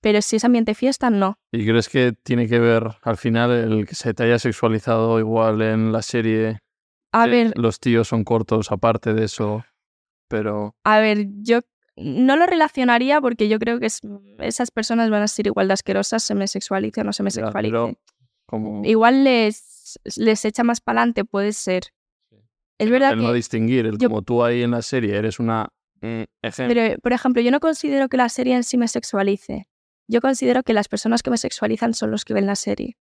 Pero si es ambiente fiesta, no.
¿Y crees que tiene que ver al final el que se te haya sexualizado igual en la serie?
A
que
ver,
Los tíos son cortos aparte de eso, pero
A ver, yo no lo relacionaría porque yo creo que es- esas personas van a ser igual de asquerosas, se me sexualice o no se me
Ya,
sexualice.
pero como
Igual les, les echa más para adelante, puede ser. Es verdad
el
que...
no distinguir, el
yo-
como tú ahí en la serie eres una... mm, ejem-
Pero, por ejemplo, yo no considero que la serie en sí me sexualice. Yo considero que las personas que me sexualizan son los que ven la serie.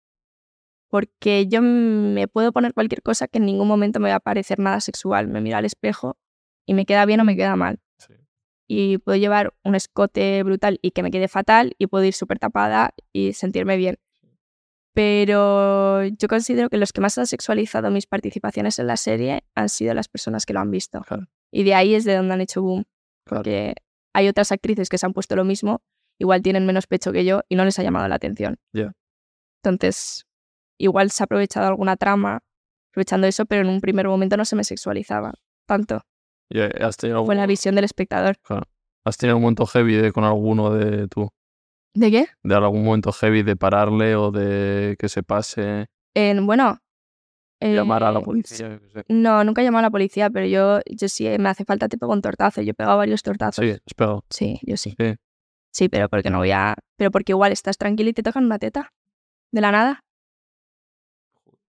Porque yo mm, me puedo poner cualquier cosa que en ningún momento me va a parecer nada sexual. Me miro al espejo y me queda bien o me queda mal.
Sí.
Y puedo llevar un escote brutal y que me quede fatal y puedo ir súper tapada y sentirme bien. Pero yo considero que los que más han sexualizado mis participaciones en la serie han sido las personas que lo han visto.
Claro.
Y de ahí es de donde han hecho boom
Claro.
porque hay otras actrices que se han puesto lo mismo, igual tienen menos pecho que yo y no les ha llamado la atención.
Ya.
Entonces, igual se ha aprovechado alguna trama aprovechando eso, pero en un primer momento no se me sexualizaba tanto.
Y, eh, ¿Has tenido,
Fue
algún,
la visión del espectador.
has tenido algún momento heavy de- con alguno de tú?
¿De qué?
¿De algún momento heavy de pararle o de que se pase?
En, bueno. eh,
¿Llamar a la policía? yo qué sé.
No, nunca he llamado a la policía, pero yo, yo sí, eh, me hace falta te pego un tortazo. Yo he pegado varios tortazos.
Sí, has pegado.
Sí, yo sí.
Sí.
Sí, pero porque no voy a. Pero porque igual estás tranquila y te tocan una teta. De la nada.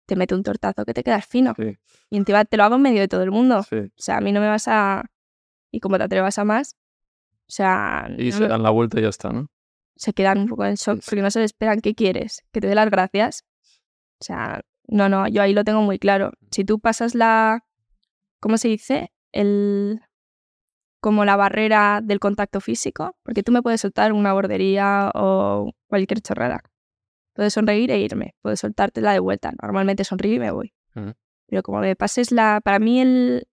Te mete un tortazo que te quedas fino.
Sí,
Y encima te lo hago en medio de todo el mundo. O
sí.
sea, a mí no me vas a. Y como te atrevas a más. O sea.
Y
no
se
me-
dan la vuelta y ya está, ¿no?
se quedan un poco en shock porque no se le esperan qué quieres, que te dé las gracias. O sea, no, no, yo ahí lo tengo muy claro. Si tú pasas la, ¿cómo se dice? El, como la barrera del contacto físico, porque tú me puedes soltar una bordería o cualquier chorrada. Puedes sonreír e irme, puedes soltártela de vuelta. Normalmente sonrío y me voy.
Ujú.
Pero como me pases la, para mí el,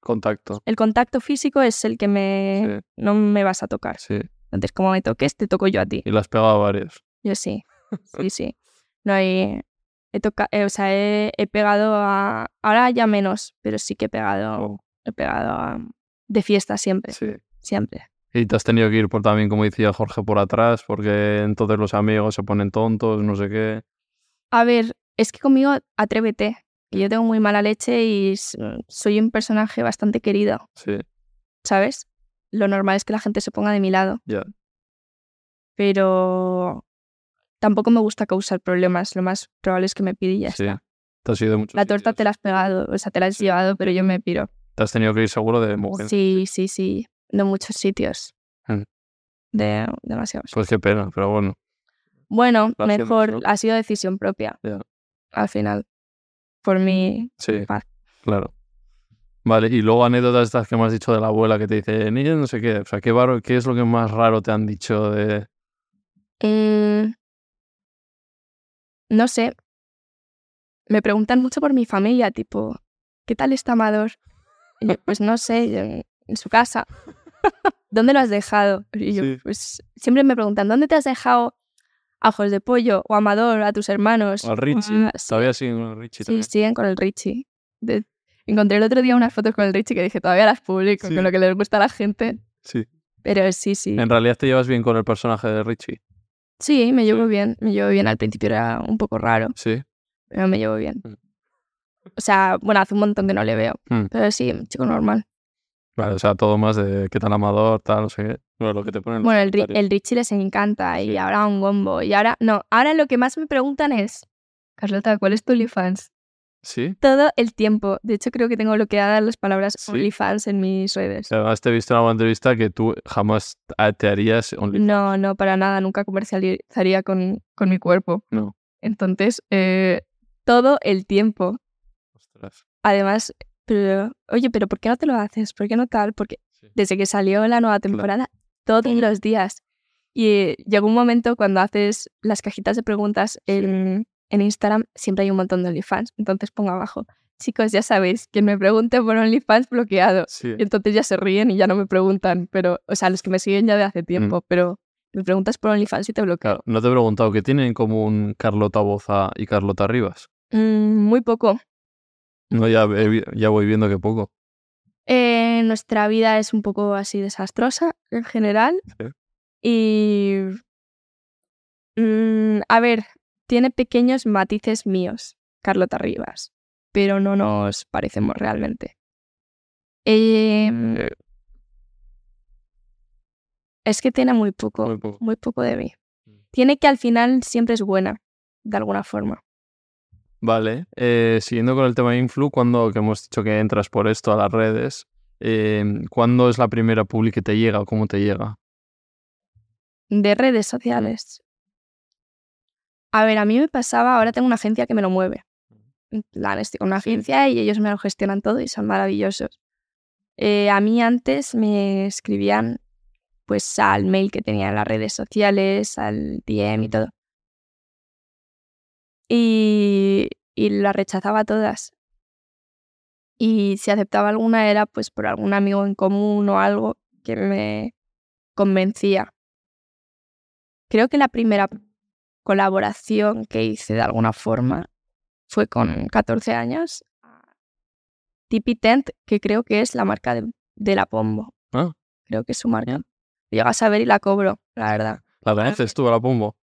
Contacto.
el contacto físico es el que me, no me vas a tocar.
Sí.
Entonces, como me toques, te toco yo a ti.
Y las pegaba varios.
Yo sí, sí, sí. No, y he tocado, o sea, he, he pegado a, ahora ya menos, pero sí que he pegado, he pegado a, de fiesta siempre,
Oh. Sí.
siempre.
Y te has tenido que ir por también, como decía Jorge, por atrás, porque entonces los amigos se ponen tontos, no sé qué.
A ver, es que conmigo atrévete, que yo tengo muy mala leche y s- mm, soy un personaje bastante querido,
Sí,
¿sabes? Lo normal es que la gente se ponga de mi lado.
Ya.
Pero tampoco me gusta causar problemas, lo más probable es que me pide y ya
sí.
está.
Te has ido de muchos
La torta
sitios.
te la has pegado, o sea, te la has
Sí.
llevado, pero yo me piro.
Te has tenido que ir seguro de mujer.
Sí, sí, sí. De muchos sitios.
Mm.
De demasiados.
Pues qué pena, pero bueno.
bueno,
lo hacemos,
mejor
¿no?
ha sido decisión propia.
Ya.
Al final. Por mí.
Sí,
Vale.
claro. Vale, y luego anécdotas estas que me has dicho de la abuela que te dice, niña, no sé qué. O sea, qué, barro, ¿qué es lo que más raro te han dicho de.
Mm, no sé. Me preguntan mucho por mi familia, tipo, ¿qué tal está Amador? Y yo, pues no sé, yo, en, en su casa. ¿Dónde lo has dejado? Y yo,
Sí.
pues siempre me preguntan, ¿dónde te has dejado a Ojos de Pollo o a Amador, a tus hermanos?
O al Richie.
Ah, sí.
Todavía siguen con el
Sí,
Richie también.
siguen con el Richie. De- Encontré el otro día unas fotos con el Richie que dije, todavía las publico,
Sí.
con lo que les gusta a la gente.
Sí.
Pero sí, sí.
En realidad te llevas bien con el personaje de Richie.
Sí, me llevo
Sí.
bien. Me llevo bien. Al principio era un poco raro,
Sí.
pero me llevo bien.
Mm.
O sea, bueno, hace un montón que no le veo.
Mm.
Pero sí, un chico normal.
Vale, o sea, todo más de qué tal amador, tal, no sé qué. Bueno, lo que te ponen. en los
Bueno, el, Ri-
comentarios.
el Richie les encanta y
Sí.
ahora un gombo. Y ahora, no, ahora lo que más me preguntan es, Carlota, ¿cuál es tu OnlyFans?
Sí.
Todo el tiempo. De hecho, creo que tengo bloqueadas las palabras
Sí.
OnlyFans en mis redes.
Y Además, te he visto en alguna entrevista que tú jamás a- te harías OnlyFans.
No, no, para nada. Nunca comercializaría con, con mi cuerpo.
No.
Entonces, eh, todo el tiempo.
Ostras.
Además, pero, oye, pero ¿por qué no te lo haces? ¿Por qué no tal? Porque
Sí.
desde que salió la nueva
Claro.
temporada, todos los días. Y eh, llegó un momento cuando haces las cajitas de preguntas en, en Instagram, siempre hay un montón de OnlyFans. Entonces pongo abajo, chicos, ya sabéis, quien me pregunte por OnlyFans bloqueado.
Sí.
Y entonces ya se ríen y ya no me preguntan, pero, o sea, los que me siguen ya de hace tiempo, pero me preguntas por OnlyFans y te bloqueo.
Mm. Claro, no te he preguntado qué tienen en común Carlota Boza y Carlota Rivas.
Mm, muy poco.
No, ya, he vi- ya voy viendo que poco.
Eh, nuestra vida es un poco así desastrosa en general.
Sí.
Y. mm, a ver, tiene pequeños matices míos, Carlota Rivas, pero no nos parecemos realmente. Em,
Eh,
es que tiene muy poco.
muy poco.
muy poco de mí.
Mm.
Tiene que al final siempre es buena, de alguna forma.
Vale, eh, siguiendo con el tema de Influ, cuando que hemos dicho que entras por esto a las redes, eh, ¿cuándo es la primera publi que te llega o cómo te llega?
De redes sociales. A ver, a mí me pasaba, ahora tengo una agencia que me lo mueve. En plan, estoy con una agencia y ellos me lo gestionan todo y son maravillosos. Eh, a mí antes me escribían pues al mail que tenía en las redes sociales, al DM y todo. Y, y las rechazaba todas. Y si aceptaba alguna era pues por algún amigo en común o algo que me, convencía. Creo que la primera colaboración que hice de alguna forma fue con 14 años. Tippy Tent, que creo que es la marca de, de la Pombo.
Ah.
Creo que es su marca. Llegas a ver y la cobro, la verdad.
La conoces tú, a la Pombo.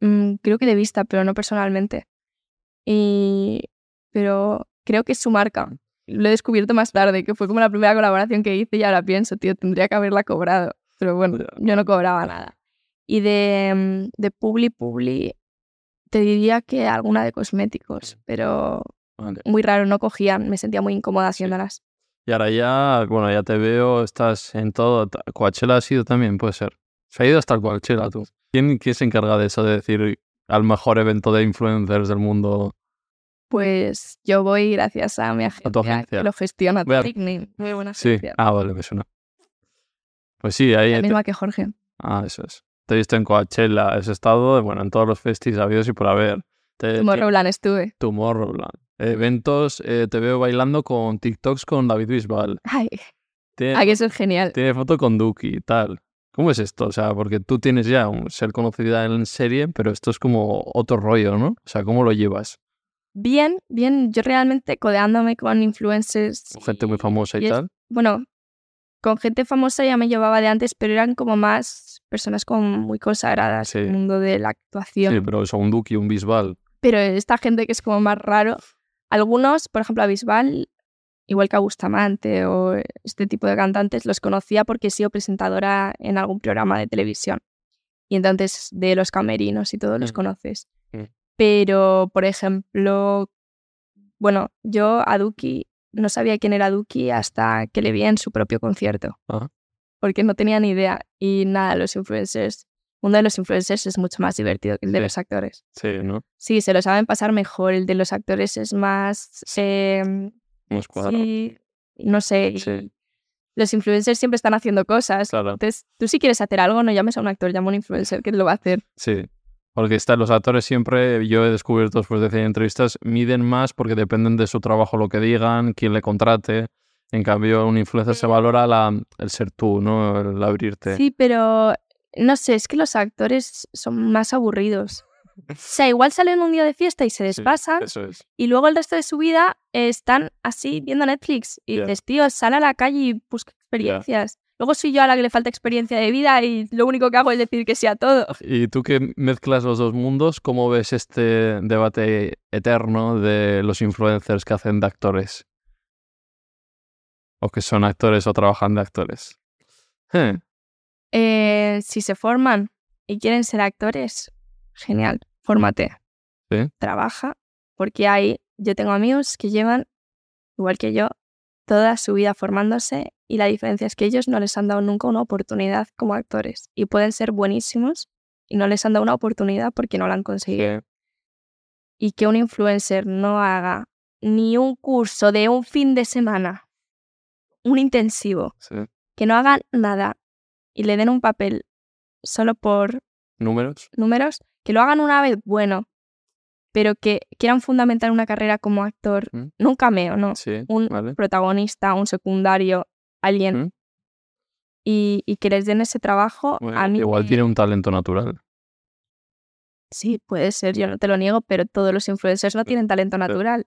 Mm, creo que de vista, pero no personalmente. Y, pero creo que es su marca. Lo he descubierto más tarde, que fue como la primera colaboración que hice y ahora pienso, tío, tendría que haberla cobrado. Pero bueno,
Ya.
yo no cobraba nada. Y de, mm, de Publi Publi, te diría que alguna de cosméticos, pero
Vale.
muy raro, no cogían, me sentía muy incómoda haciéndolas.
Y ahora ya, bueno, ya te veo, estás en todo. ta- Coachella ha sido también, puede ser. Se ha ido hasta el Coachella tú. ¿Quién, quién se encarga de eso, de decir al mejor evento de influencers del mundo?
Pues yo voy gracias a mi agencia,
agencia.
que lo gestiona.
Voy a-
Trickney, muy buena
Sí.
agencia.
Ah, vale, me suena. Pues sí, ahí.
La
te-
misma que Jorge.
Ah, eso es. Te he visto en Coachella, has estado, bueno, en todos los festis habidos y por haber. Te-
Tomorrowland estuve.
Tomorrowland. Eventos, eh, te veo bailando con TikToks con David Bisbal.
Ay,
Tiene,
ay, Ah, eso es genial.
tiene foto con Duki y tal. ¿Cómo es esto? O sea, porque tú tienes ya un ser conocida en serie, pero esto es como otro rollo, ¿no? O sea, ¿cómo lo llevas?
Bien, bien. Yo realmente codeándome con influencers.
Con Gente muy
y-
famosa y,
es-
tal.
Bueno, con gente famosa ya me llevaba de antes, pero eran como más personas como muy consagradas en
Sí.
el mundo de la actuación.
Sí, pero eso, un Duki, un Bisbal.
Pero esta gente que es como más raro, algunos, por ejemplo, a Bisbal, igual que a Bustamante o este tipo de cantantes, los conocía porque he sido presentadora en algún programa de televisión. Y entonces de los camerinos y todo los
Mm.
conoces.
Mm.
Pero, por ejemplo, bueno, yo a Duki no sabía quién era Duki hasta que le vi en su propio concierto.
Ajá.
Porque no tenía ni idea. Y nada, los influencers, uno de los influencers es mucho más divertido que el de
Sí.
los actores.
Sí, ¿no?
Sí, se lo saben pasar mejor. El de los actores es más. em,
Unos cuadros.
sí, no sé. y
Sí.
Los influencers siempre están haciendo cosas.
Claro.
Entonces, tú si quieres hacer algo, no llames a un actor, llama a un influencer que lo va a hacer.
Sí. Porque están los actores siempre, yo he descubierto después de hacer entrevistas, miden más porque dependen de su trabajo lo que digan, quién le contrate. En cambio, un influencer se valora la, el ser tú, ¿no? El abrirte.
Sí, pero no sé, es que los actores son más aburridos. O sea, igual salen un día de fiesta y se
Sí,
despasan
Eso es.
y luego el resto de su vida eh, están así viendo Netflix y
Ya.
dices, tío, sal a la calle y busca experiencias. Luego soy yo a la que le falta experiencia de vida y lo único que hago es decir que sí a todo.
Y tú que mezclas los dos mundos, ¿cómo ves este debate eterno de los influencers que hacen de actores? O que son actores o trabajan de actores. Eh,
Eh, si se forman y quieren ser actores, genial, fórmate.
Sí.
Trabaja, porque hay, yo tengo amigos que llevan, igual que yo, toda su vida formándose y la diferencia es que ellos no les han dado nunca una oportunidad como actores y pueden ser buenísimos y no les han dado una oportunidad porque no la han conseguido. Y que un influencer no haga ni un curso de un fin de semana, un intensivo,
sí.
que no hagan nada y le den un papel solo por
¿Números?
números, que lo hagan una vez, bueno, pero que quieran fundamentar una carrera como actor,
Mm.
no un cameo, no,
Sí,
un
vale.
protagonista, un secundario, alguien,
Mm.
y, y que les den ese trabajo, a
Bueno,
mí
igual
me-
tiene un talento natural.
Sí, puede ser, yo no te lo niego, pero todos los influencers no tienen talento natural.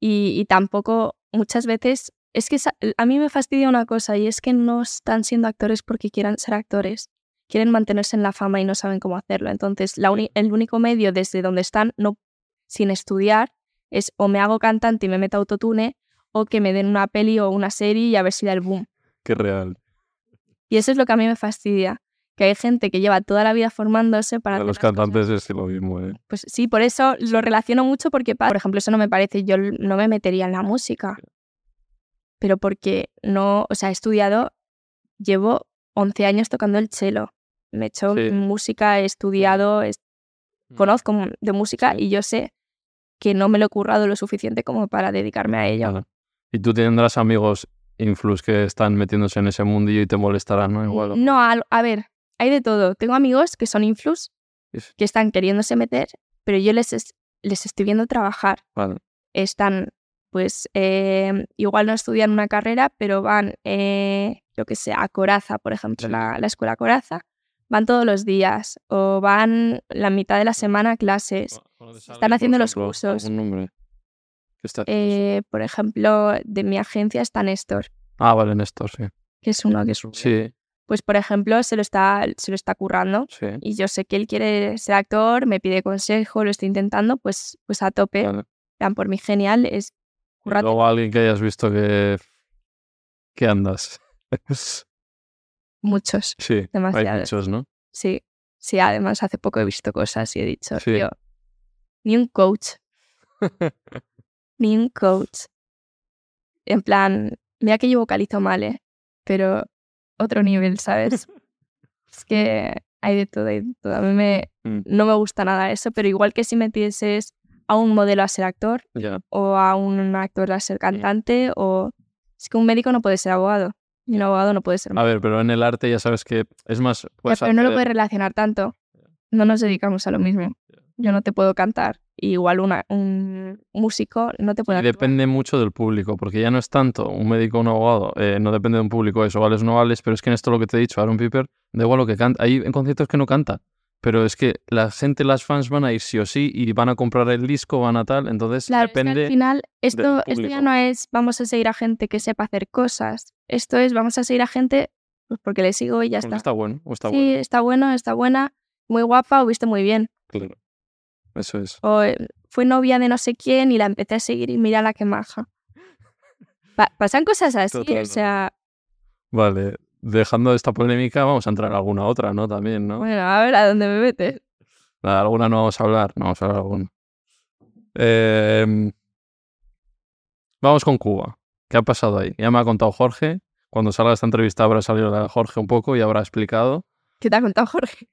Y, y tampoco muchas veces, es que esa- a mí me fastidia una cosa y es que no están siendo actores porque quieran ser actores. Quieren mantenerse en la fama y no saben cómo hacerlo. Entonces, la uni- el único medio desde donde están, no, sin estudiar, es o me hago cantante y me meto autotune o que me den una peli o una serie y a ver si da el boom.
Qué real.
Y eso es lo que a mí me fastidia, que hay gente que lleva toda la vida formándose para...
De
hacer
los
las cosas.
cantantes es lo mismo, ¿eh?
Pues sí, por eso lo relaciono mucho porque, pa- por ejemplo, eso no me parece, yo l- no me metería en la música. Pero porque no, o sea, he estudiado, llevo 11 años tocando el cello. Me he hecho
Sí. Mm.
música, he estudiado, es- conozco mu- de música
Sí.
y yo sé que no me lo he currado lo suficiente como para dedicarme a ello.
Claro. Y tú tendrás amigos influx que están metiéndose en ese mundillo y te molestarán, ¿no? Igual. o-
No, al- a, ver, hay de todo. Tengo amigos que son influx,
Es-
que están queriéndose meter, pero yo les, es- les estoy viendo trabajar.
Vale.
están pues eh, igual no estudian una carrera, pero van, eh, yo que sé, a Coraza, por ejemplo,
Sí.
la, la escuela Coraza, van todos los días o van la mitad de la semana a clases. Están haciendo los cursos.
Un nombre. ¿Qué está haciendo?
Eh, por ejemplo, de mi agencia está Néstor,
Ah, vale, Néstor, sí.
que es
Ah,
uno que es
Sí,
Pues, por ejemplo, se lo está, se lo está currando
sí.
y yo sé que él quiere ser actor, me pide consejo, lo estoy intentando, pues, pues a tope.
vale.
En plan, por mí genial, es
Y
currate.
Luego alguien que hayas visto que. que andas.
muchos.
Sí, hay
Demasiado.
muchos, ¿no?
Sí, sí, además hace poco he visto cosas y he dicho,
Sí.
tío, ni un coach, ni un coach. En plan, mira que yo vocalizo mal, ¿eh? Pero otro nivel, ¿sabes? es que hay de todo, hay de todo. A mí me,
Mm.
no me gusta nada eso, pero igual que si metieses a un modelo a ser actor
Ya,
o a un actor a
Mm.
ser cantante o... Es que un médico no puede ser abogado y un abogado no puede ser
A ver, pero en el arte ya sabes que es más. eh,
Ya,
puedes
pero no lo
Pues hacer-
puedes relacionar tanto. No nos dedicamos a lo mismo. Yo no te puedo cantar. Y igual una, un músico no te puede
Y
actuar.
depende mucho del público, porque ya no es tanto un médico o un abogado, eh, no depende de un público eso, vales o no vales, pero es que en esto lo que te he dicho, Aaron Piper, da igual lo que canta, hay en conciertos que no canta, pero es que la gente, las fans van a ir sí o sí y van a comprar el disco, van a tal, entonces
Claro, es que
depende...
al final esto, esto
público.
ya no es vamos a seguir a gente que sepa hacer cosas. Esto es vamos a seguir a gente pues porque le sigo y ya
porque
está.
está bueno, o está
sí,
bueno,
está bueno, está buena, muy guapa o viste muy bien.
claro. Eso es.
O eh, fue novia de no sé quién y la empecé a seguir y mira la que maja. Pa- pasan cosas así,
Total,
o sea,
Vale, dejando esta polémica, vamos a entrar a alguna otra, ¿no? También, ¿no?
bueno, a ver a dónde me metes.
Nada, alguna no vamos a hablar, no vamos a hablar alguna. Eh, vamos con Cuba. ¿Qué ha pasado ahí? Ya me ha contado Jorge. Cuando salga esta entrevista habrá salido la de Jorge un poco y habrá explicado.
¿Qué te ha contado Jorge?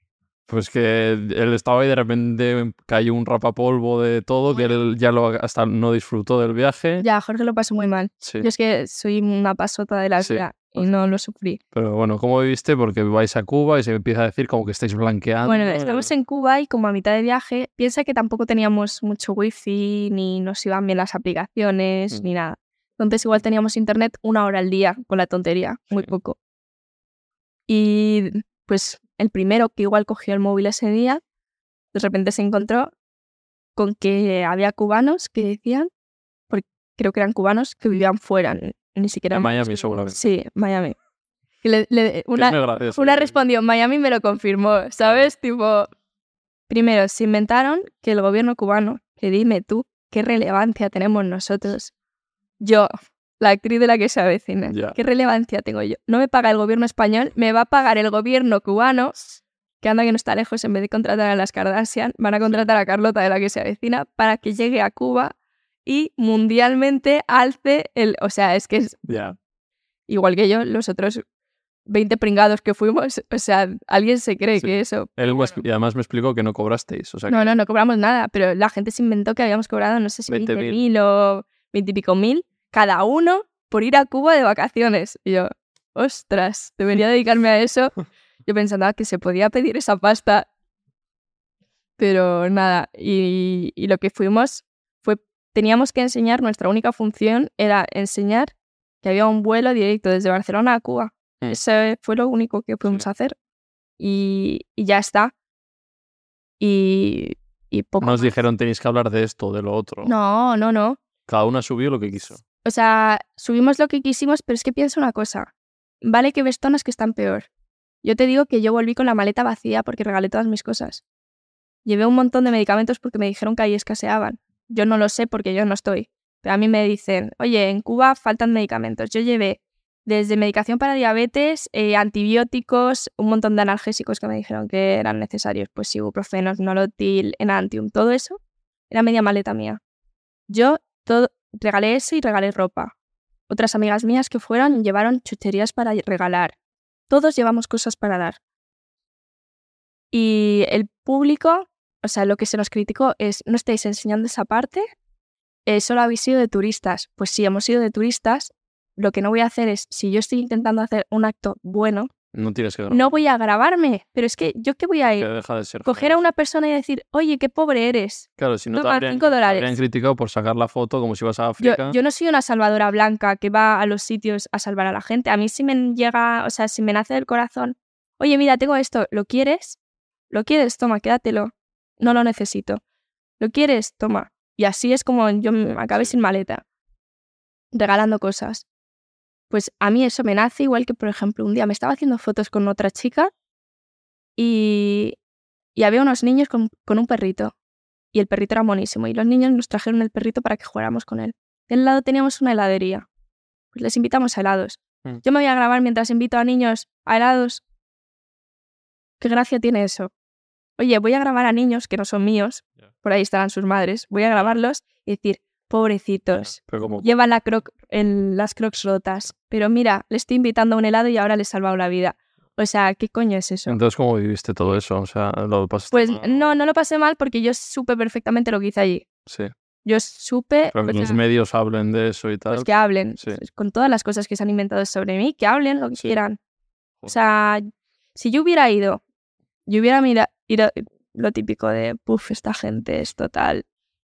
Pues que él estaba ahí de repente cayó un rapapolvo de todo, que él ya lo, hasta no disfrutó del viaje.
Ya, Jorge lo pasó muy mal.
Sí.
Yo es que soy una pasota de la
Sí.
vida y no lo sufrí.
Pero bueno, ¿cómo viviste? Porque vais a Cuba y se empieza a decir como que estáis blanqueando.
Bueno, estamos en Cuba y como a mitad de viaje, piensa que tampoco teníamos mucho wifi, ni nos iban bien las aplicaciones,
Mm.
ni nada. Entonces igual teníamos internet una hora al día con la tontería, muy
Sí.
poco. Y pues el primero que igual cogió el móvil ese día, de repente se encontró con que había cubanos que decían, porque creo que eran cubanos, que vivían fuera, ni- ni siquiera
En
en
Miami, seguramente.
Sí, Miami. Que le- le-
Que es
una,
muy gracioso.
una respondió, Miami me lo confirmó, ¿sabes? Tipo, primero, se inventaron que el gobierno cubano, que dime tú, ¿qué relevancia tenemos nosotros? Yo, la actriz de la que se avecina,
Ya.
¿qué relevancia tengo yo? No me paga el gobierno español, me va a pagar el gobierno cubano, que anda que no está lejos, en vez de contratar a las Kardashian, van a contratar a Carlota de la que se avecina para que llegue a Cuba y mundialmente alce el... O sea, es que es
Ya.
igual que yo, los otros 20 pringados que fuimos, o sea, alguien se cree
Sí.
que eso.
Él me expli- y además me explicó que no cobrasteis. O sea, que-
No, no, no cobramos nada, pero la gente se inventó que habíamos cobrado, no sé si
20.000.
20.000 o 20 y pico mil, cada uno por ir a Cuba de vacaciones. Y yo, ostras, debería dedicarme a eso. Yo pensando ah, que se podía pedir esa pasta. Pero nada, y, y lo que fuimos fue, teníamos que enseñar, nuestra única función era enseñar que había un vuelo directo desde Barcelona a Cuba.
Mm.
Ese fue lo único que pudimos
Sí.
hacer. Y, y ya está. Y, y poco
Nos
más.
dijeron tenéis que hablar de esto, de lo otro.
No, no, no.
Cada una subió lo que quiso.
O sea, subimos lo que quisimos, pero es que piensa una cosa. Vale que ves zonas que están peor. Yo te digo que yo volví con la maleta vacía porque regalé todas mis cosas. Llevé un montón de medicamentos porque me dijeron que ahí escaseaban. Yo no lo sé porque yo no estoy. Pero a mí me dicen, oye, en Cuba faltan medicamentos. Yo llevé desde medicación para diabetes, eh, antibióticos, un montón de analgésicos que me dijeron que eran necesarios. Pues ibuprofenos, nolotil, enantium, todo eso. Era media maleta mía. Yo todo, regalé eso y regalé ropa. Otras amigas mías que fueron llevaron chucherías para regalar. Todos llevamos cosas para dar. Y el público, o sea, lo que se nos criticó es, no estáis enseñando esa parte, eh, solo habéis sido de turistas. Pues sí, hemos sido de turistas. Lo que no voy a hacer es, si yo estoy intentando hacer un acto bueno,
No tienes que grabar.
No voy a grabarme, pero es que yo qué voy a
que
ir.
deja de ser.
Coger a una persona y decir, oye, qué pobre eres.
Claro, si no te
Toma,
habrían,
cinco
te
dólares.
habrían criticado por sacar la foto como si vas a
Yo,
África.
yo no soy una salvadora blanca que va a los sitios a salvar a la gente. A mí si me llega, o sea, si me nace del corazón, oye, mira, tengo esto, ¿lo quieres? ¿Lo quieres? Toma, quédatelo. No lo necesito. ¿Lo quieres? Toma. Y así es como yo me acabé sin maleta, regalando cosas. Pues a mí eso me nace, igual que, por ejemplo, un día me estaba haciendo fotos con otra chica y, y había unos niños con, con un perrito. Y el perrito era monísimo. Y los niños nos trajeron el perrito para que jugáramos con él. Del lado teníamos una heladería. Pues les invitamos a helados.
Mm.
Yo me voy a grabar mientras invito a niños a helados. ¿Qué gracia tiene eso? Oye, voy a grabar a niños que no son míos.
Ya.
Por ahí estarán sus madres. Voy a grabarlos y decir, pobrecitos.
Pero como
Lleva la croc- el- las crocs rotas. Pero mira, le estoy invitando a un helado y ahora le he salvado la vida. O sea, ¿qué coño es eso?
Entonces, ¿cómo viviste todo eso? O sea, lo pasaste.
Pues
mal?
no, no lo pasé mal porque yo supe perfectamente lo que hice allí.
Sí,
Yo supe
pero que
o sea,
los medios hablen de eso y tal.
pues que hablen
Sí.
pues, con todas las cosas que se han inventado sobre mí, que hablen lo que
Sí.
quieran. O
Joder.
sea, si yo hubiera ido, yo hubiera mira, ido- lo típico de, puff, esta gente es total,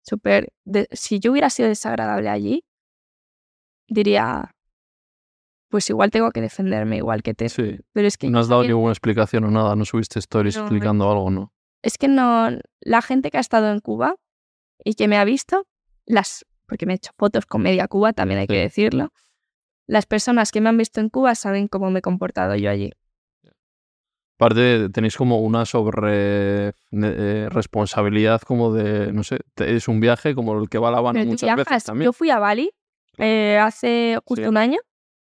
súper... de- Si yo hubiera sido desagradable allí, diría, pues igual tengo que defenderme, igual que te...
Sí,
Pero es que
no has dado
también-
ninguna explicación o nada, no subiste stories
No, no.
explicando algo, ¿no?
es que no la gente que ha estado en Cuba y que me ha visto las porque me he hecho fotos con media Cuba también hay que
Sí.
decirlo las personas que me han visto en Cuba saben cómo me he comportado yo allí
Aparte, tenéis como una sobre ne- eh, responsabilidad como de, no sé, te- es un viaje como el que va a La Habana
Pero tú
muchas
viajas.
veces también.
yo fui a Bali eh, hace justo
Sí.
un año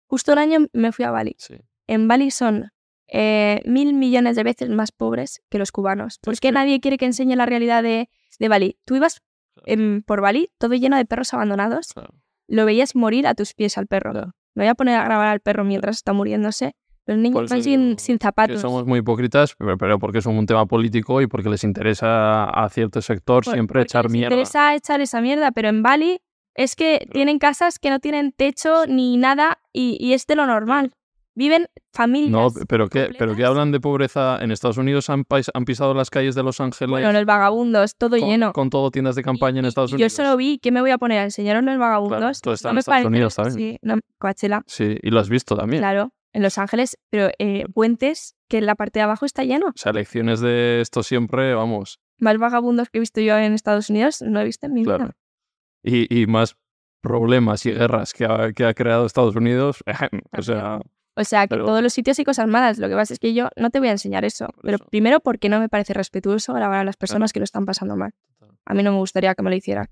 justo un año me fui a Bali
Sí,
en Bali son eh, mil millones de veces más pobres que los cubanos. ¿Por
Es
qué
que-
nadie quiere que enseñe la realidad de, de Bali? Tú ibas
Claro.
em, por Bali todo lleno de perros abandonados,
claro.
lo veías morir a tus pies al perro.
Claro.
Me voy a poner a grabar al perro mientras está muriéndose. Los
Por
niños
eso
van sin,
digo
sin
Que
zapatos.
somos muy hipócritas, pero, pero porque es un tema político y porque les interesa a cierto sector
Por-
siempre
porque
echar
les
mierda.
interesa echar esa mierda, pero en Bali es que tienen casas que no tienen techo ni nada y, y es de lo normal. Viven familias.
No, pero que, pero que
completas.
hablan de pobreza. En Estados Unidos han, pais- han pisado las calles de Los Ángeles
bueno, los vagabundos, todo
con,
lleno.
con todo tiendas de campaña pues en
Y-
Estados
y
Unidos.
Yo solo vi que me voy a poner a enseñaros los vagabundos.
todo está en
me
Estados
parece-
Unidos también.
Sí, no, Coachella,
Sí, y lo has visto también.
claro, en Los Ángeles, pero eh, puentes que en la parte de abajo está lleno.
O sea, lecciones de esto siempre, vamos.
Más vagabundos que he visto yo en Estados Unidos no he visto en mi vida.
Claro. Y, y más problemas y guerras que ha, que ha creado Estados Unidos. o sea,
O sea, que
Pero-
todos los sitios y cosas malas. Lo que pasa es que yo no te voy a enseñar eso.
Por
Pero
eso.
primero porque no me parece respetuoso grabar a las personas que lo están pasando mal.
Total.
A mí no me gustaría que me lo hicieran.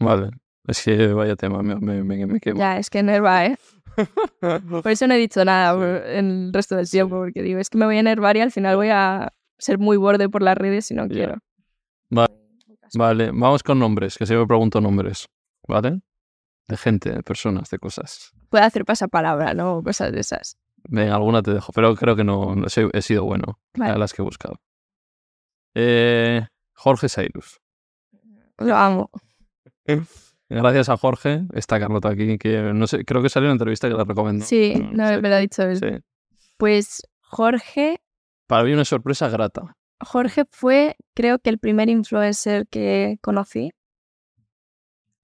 vale. Es que vaya tema, me, me, me, me quemo.
Ya, es que enerva, ¿eh?
Pues,
Por eso no he dicho nada
Sí.
por- en el resto del
Sí.
tiempo, porque digo, es que me voy a enervar y al final voy a ser muy borde por las redes y no
Ya.
quiero.
Va- Vale, vamos con nombres, que siempre pregunto nombres, ¿vale? De gente, de personas, de cosas.
Puedo hacer pasapalabra, ¿no? O Cosas de esas.
Venga, alguna te dejo, pero creo que no, no sé, he sido bueno
Vale.
a las que he buscado. Eh, Jorge Sairus.
Lo amo.
Gracias a Jorge, está Carlota aquí, que no sé, creo que salió una entrevista que la recomendó.
Sí, no,
sé,
me lo ha dicho él.
sí.
Pues Jorge,
Para mí una sorpresa grata.
Jorge fue, creo que el primer influencer que conocí.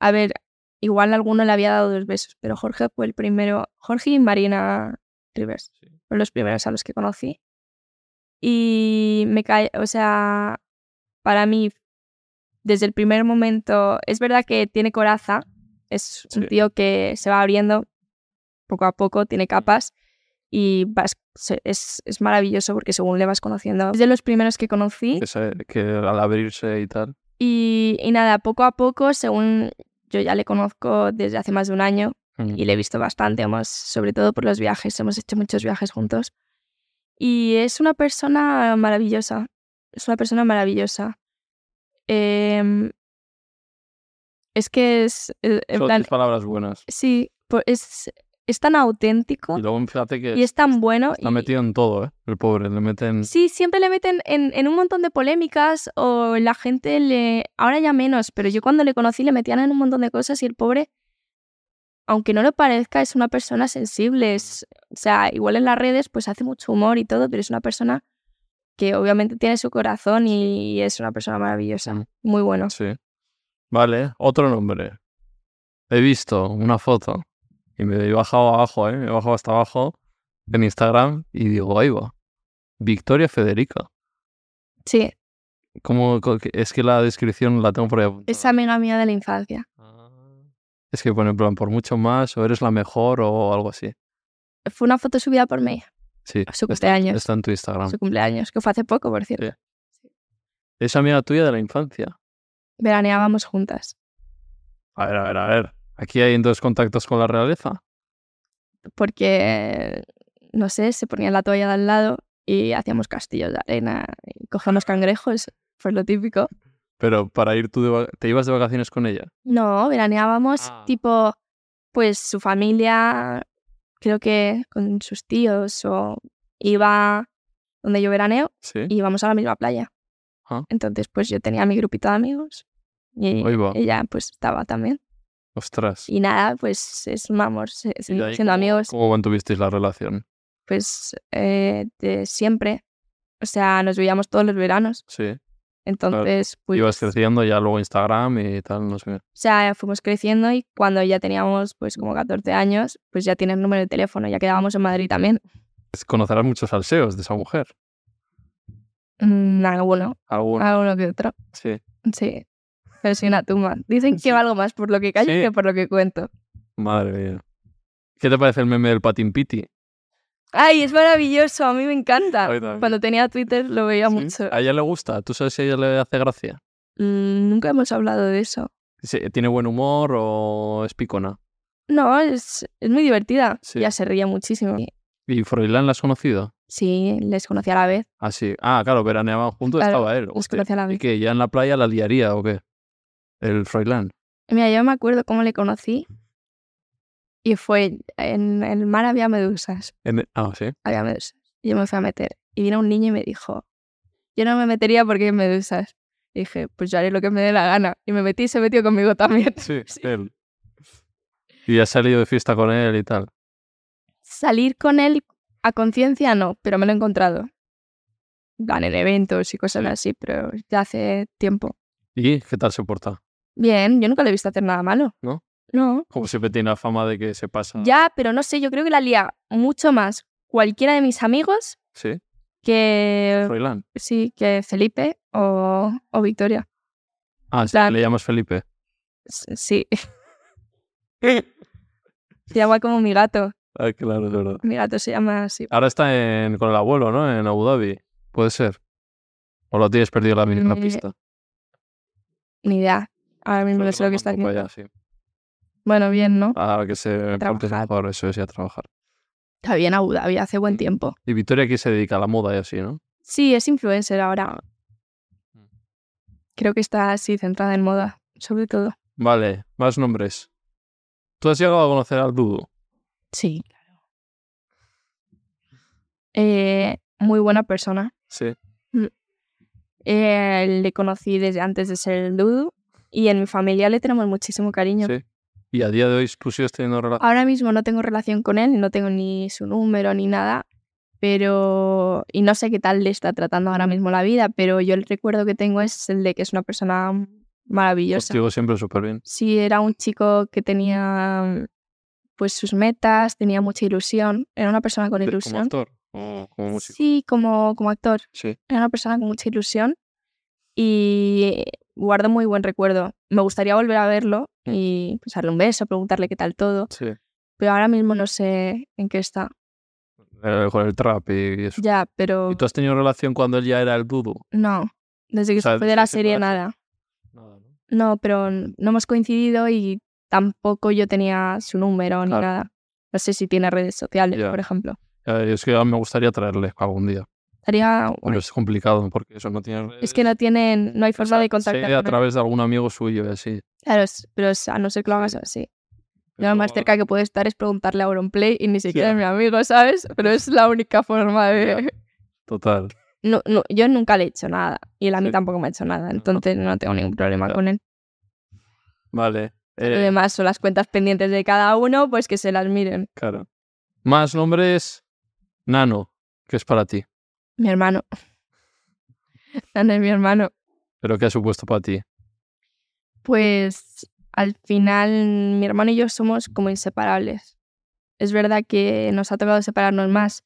A ver, igual alguno le había dado dos besos, pero Jorge fue el primero. Jorge y Marina Rivers
Sí.
fueron los primeros a los que conocí. Y me cae, o sea, para mí, desde el primer momento, es verdad que tiene coraza, es un
Sí.
tío que se va abriendo poco a poco, tiene capas y vas- se- es, es maravilloso porque según le vas conociendo, es de los primeros que conocí
Que, se- que al abrirse y tal.
y, y nada, poco a poco, según yo ya le conozco desde hace más de un año
Mm.
y le he visto bastante, hemos, sobre todo por los viajes, hemos hecho muchos viajes juntos y es una persona maravillosa, es una persona maravillosa. Em, es que es, eh, en
Solo
plan,
tienes palabras buenas.
Sí, po- es, es tan auténtico
Y luego fíjate que
y es tan bueno.
está
y-
metido en todo, ¿eh? El pobre, le meten...
Sí, siempre le meten en, en un montón de polémicas o la gente le... Ahora ya menos, pero yo cuando le conocí le metían en un montón de cosas y el pobre aunque no lo parezca, es una persona sensible. Es, o sea, igual en las redes pues hace mucho humor y todo, pero es una persona que obviamente tiene su corazón y es una persona maravillosa. Muy bueno.
Sí. Vale, otro nombre. He visto una foto y me he bajado abajo, ¿eh? Me he bajado hasta abajo en Instagram y digo, ahí va. Victoria Federica.
Sí,
¿Cómo, co- que- es que la descripción la tengo por ahí apuntada.
es amiga mía de la infancia.
Ah. Es que pone en plan, por mucho más, o eres la mejor, o algo así.
Fue una foto subida por mí,
Sí,
su
está,
cumpleaños.
está en tu Instagram.
su cumpleaños, que fue hace poco, por cierto.
Sí. Es amiga tuya de la infancia.
Veraneábamos juntas.
A ver, a ver, a ver. Aquí hay dos contactos con la realeza.
porque, no sé, se ponían la toalla de al lado y hacíamos castillos de arena, y
Ah.
cogíamos cangrejos, pues lo típico.
Pero para ir tú, de va- ¿te ibas de vacaciones con ella?
No, veraneábamos
Ah.
tipo, pues su familia, creo que con sus tíos o iba donde yo veraneo
Sí.
y íbamos a la misma playa.
Ah.
Entonces, pues yo tenía mi grupito de amigos y
Ahí va.
ella pues estaba también.
Ostras.
Y nada, pues es un amor, se-
¿Y de ahí
siendo
cómo-
amigos.
¿Cómo mantuvisteis la relación?
pues eh, de siempre. O sea, nos veíamos todos los veranos.
Sí.
Entonces, pues,
Ibas
o
creciendo ya luego Instagram y tal, no sé.
sea, fuimos creciendo y cuando ya teníamos pues como 14 años, pues ya tienes número de teléfono, ya quedábamos en Madrid también.
Pues Conocerás muchos alseos de esa mujer.
Mm, alguno,
Alguno.
alguno que otro.
Sí.
Sí, pero soy una tumba. Dicen que valgo más por lo que callo
Sí.
que por lo que cuento.
Madre mía. ¿Qué te parece el meme del patín piti?
Ay, es maravilloso, a mí me encanta.
A mí también.
Ah, Cuando tenía Twitter lo veía
¿Sí?
mucho.
A ella le gusta. ¿Tú sabes si a ella le hace gracia?
Mm, nunca hemos hablado de eso.
Sí, ¿Tiene buen humor o es picona?
No, es, es muy divertida.
Sí.
Ya se ríe muchísimo.
¿Y Froilán la has conocido?
Sí, les conocí a la vez.
Ah, sí. Ah, claro, veraneaban juntos,
Claro,
estaba él.
los
Hostia.
conocí a la
Pues ¿Y
vez.
qué? ¿Ya en la playa la liaría o qué? El Froilán.
Mira, yo me acuerdo cómo le conocí. Y fue en el mar había medusas.
En- Ah, sí.
Había medusas. Y yo me fui a meter. Y vino un niño y me dijo, yo no me metería porque hay medusas. Y dije, pues yo haré lo que me dé la gana. Y me metí y se metió conmigo también.
Sí,
Sí.
él. Y has salido de fiesta con él y tal.
Salir con él a conciencia no, pero me lo he encontrado. En plan, en eventos y cosas
Sí.
así, pero ya hace tiempo.
¿Y qué tal se porta?
Bien, yo nunca le he visto hacer nada malo.
¿No?
No.
Como siempre tiene la fama de que se pasa.
Ya, pero no sé, yo creo que la lía mucho más cualquiera de mis amigos
Sí,
que
Froilán.
sí, que Felipe o, o Victoria.
Ah, sí,
plan-
le llamas Felipe.
S- Sí. Se llama como mi gato.
Ah, claro, de verdad.
Mi gato se llama así.
Ahora está en- con el abuelo, ¿no? En Abu Dhabi. Puede ser. O lo tienes perdido la, la
Mm,
pista.
Ni idea. Ahora mismo no sé lo que está
Tampoco
haciendo.
ya, sí.
Bueno, bien, ¿no?
Ahora que se porte
trabajar.
mejor, eso es, y a trabajar.
Está bien Abu Dhabi, hace buen tiempo.
Y Victoria aquí se dedica a la moda y así, ¿no?
Sí, es influencer ahora. Mm. Creo que está así centrada en moda, sobre todo.
Vale, más nombres. ¿Tú has llegado a conocer al Dudu?
Sí, claro. Eh, muy buena persona.
Sí.
Eh, le conocí desde antes de ser el Dudu y en mi familia le tenemos muchísimo cariño.
Sí. ¿Y a día de hoy tú sigues teniendo relación?
Ahora mismo no tengo relación con él, no tengo ni su número ni nada, pero... Y no sé qué tal le está tratando ahora mismo la vida, pero yo el recuerdo que tengo es el de que es una persona maravillosa.
Contigo siempre súper bien.
Sí, era un chico que tenía pues sus metas, tenía mucha ilusión, era una persona con
¿Como
ilusión.
actor? ¿O como músico?
Sí, como, como actor.
Sí.
Era una persona con mucha ilusión y guardo muy buen recuerdo. Me gustaría volver a verlo y pues, darle un beso, preguntarle qué tal todo,
Sí.
pero ahora mismo no sé en qué está.
Eh, con el trap y eso.
Ya, pero
¿Y tú has tenido relación cuando él ya era el Dudu?
no, desde que
O sea,
se fue de la
desde que
serie
se fue la
nada.
Nada, ¿no?
No, pero n- no hemos coincidido y tampoco yo tenía su número ni
Claro.
nada. No sé si tiene redes sociales,
Ya.
por ejemplo.
Eh, es que me gustaría traerle algún día.
Estaría guay.
Pero es complicado porque eso no tiene redes.
Es que no tienen, no hay forma de
Se
contactar.
a
con él.
través de algún amigo suyo y así.
Claro, es- pero es- a no ser que lo hagas así. Yo lo
Pero-
más cerca que puedo estar es preguntarle a Auronplay y ni siquiera
Ya.
es mi amigo, ¿sabes? Pero es la única forma de...
Total.
No, no, yo nunca le he hecho nada y él a mí
Sí.
tampoco me ha hecho nada, entonces no tengo ningún problema
Ya.
con él.
Vale.
Lo
Eh,
demás son las cuentas pendientes de cada uno, pues que se las miren.
claro. Más nombres. Nano, que es para ti.
Mi hermano. Nano es mi hermano.
Pero ¿qué ha supuesto para ti?
Pues al final mi hermano y yo somos como inseparables. Es verdad que nos ha tocado separarnos más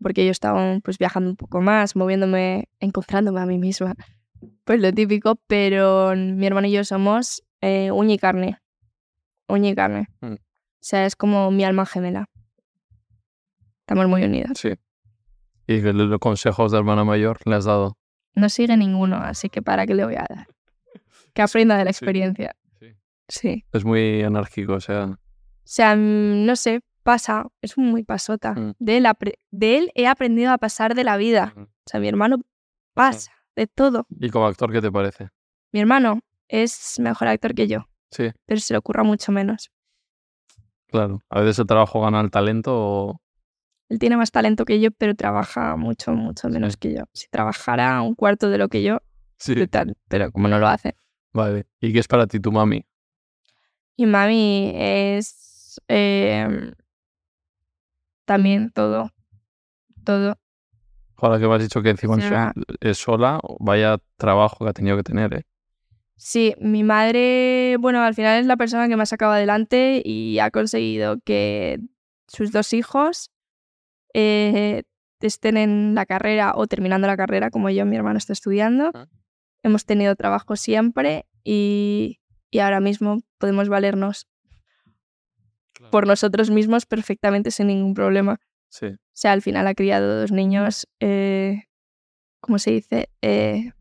porque yo estaba pues viajando un poco más, moviéndome, encontrándome a mí misma. Pues lo típico, pero mi hermano y yo somos eh, uña y carne. Uña y carne.
Mm.
O sea, es como mi alma gemela. Estamos muy unidas.
Sí. ¿Y qué le- los consejos de hermana mayor le has dado?
No sigue ninguno, así que ¿para qué le voy a dar? Que aprenda de la
sí.
experiencia.
Sí.
Sí.
Es muy anárquico, o sea.
O sea, mm, no sé, pasa, es muy pasota.
Mm.
De, él apre- de él he aprendido a pasar de la vida. O sea, mi
Mm.
hermano pasa de todo.
¿Y como actor qué te parece?
Mi hermano es mejor actor que yo,
Sí,
pero se le ocurra mucho menos.
claro. A veces el trabajo gana el talento o.
Él tiene más talento que yo, pero trabaja mucho, mucho menos que yo. Si trabajara un cuarto de lo que yo,
Sí.
qué tal, pero como no lo hace.
Vale. ¿Y qué es para ti tu mami?
Y mami es eh, también todo, todo.
Ahora que me has dicho que encima es-
Será-
es sola, vaya trabajo que ha tenido que tener, ¿eh?
Sí, mi madre, bueno, al final es la persona que me ha sacado adelante y ha conseguido que sus dos hijos eh, estén en la carrera o terminando la carrera, como yo, mi hermano está estudiando.
Ah.
Hemos tenido trabajo siempre y, y ahora mismo podemos valernos por nosotros mismos perfectamente sin ningún problema.
Sí.
O sea, al final ha criado dos niños, eh, ¿cómo se dice? Eh,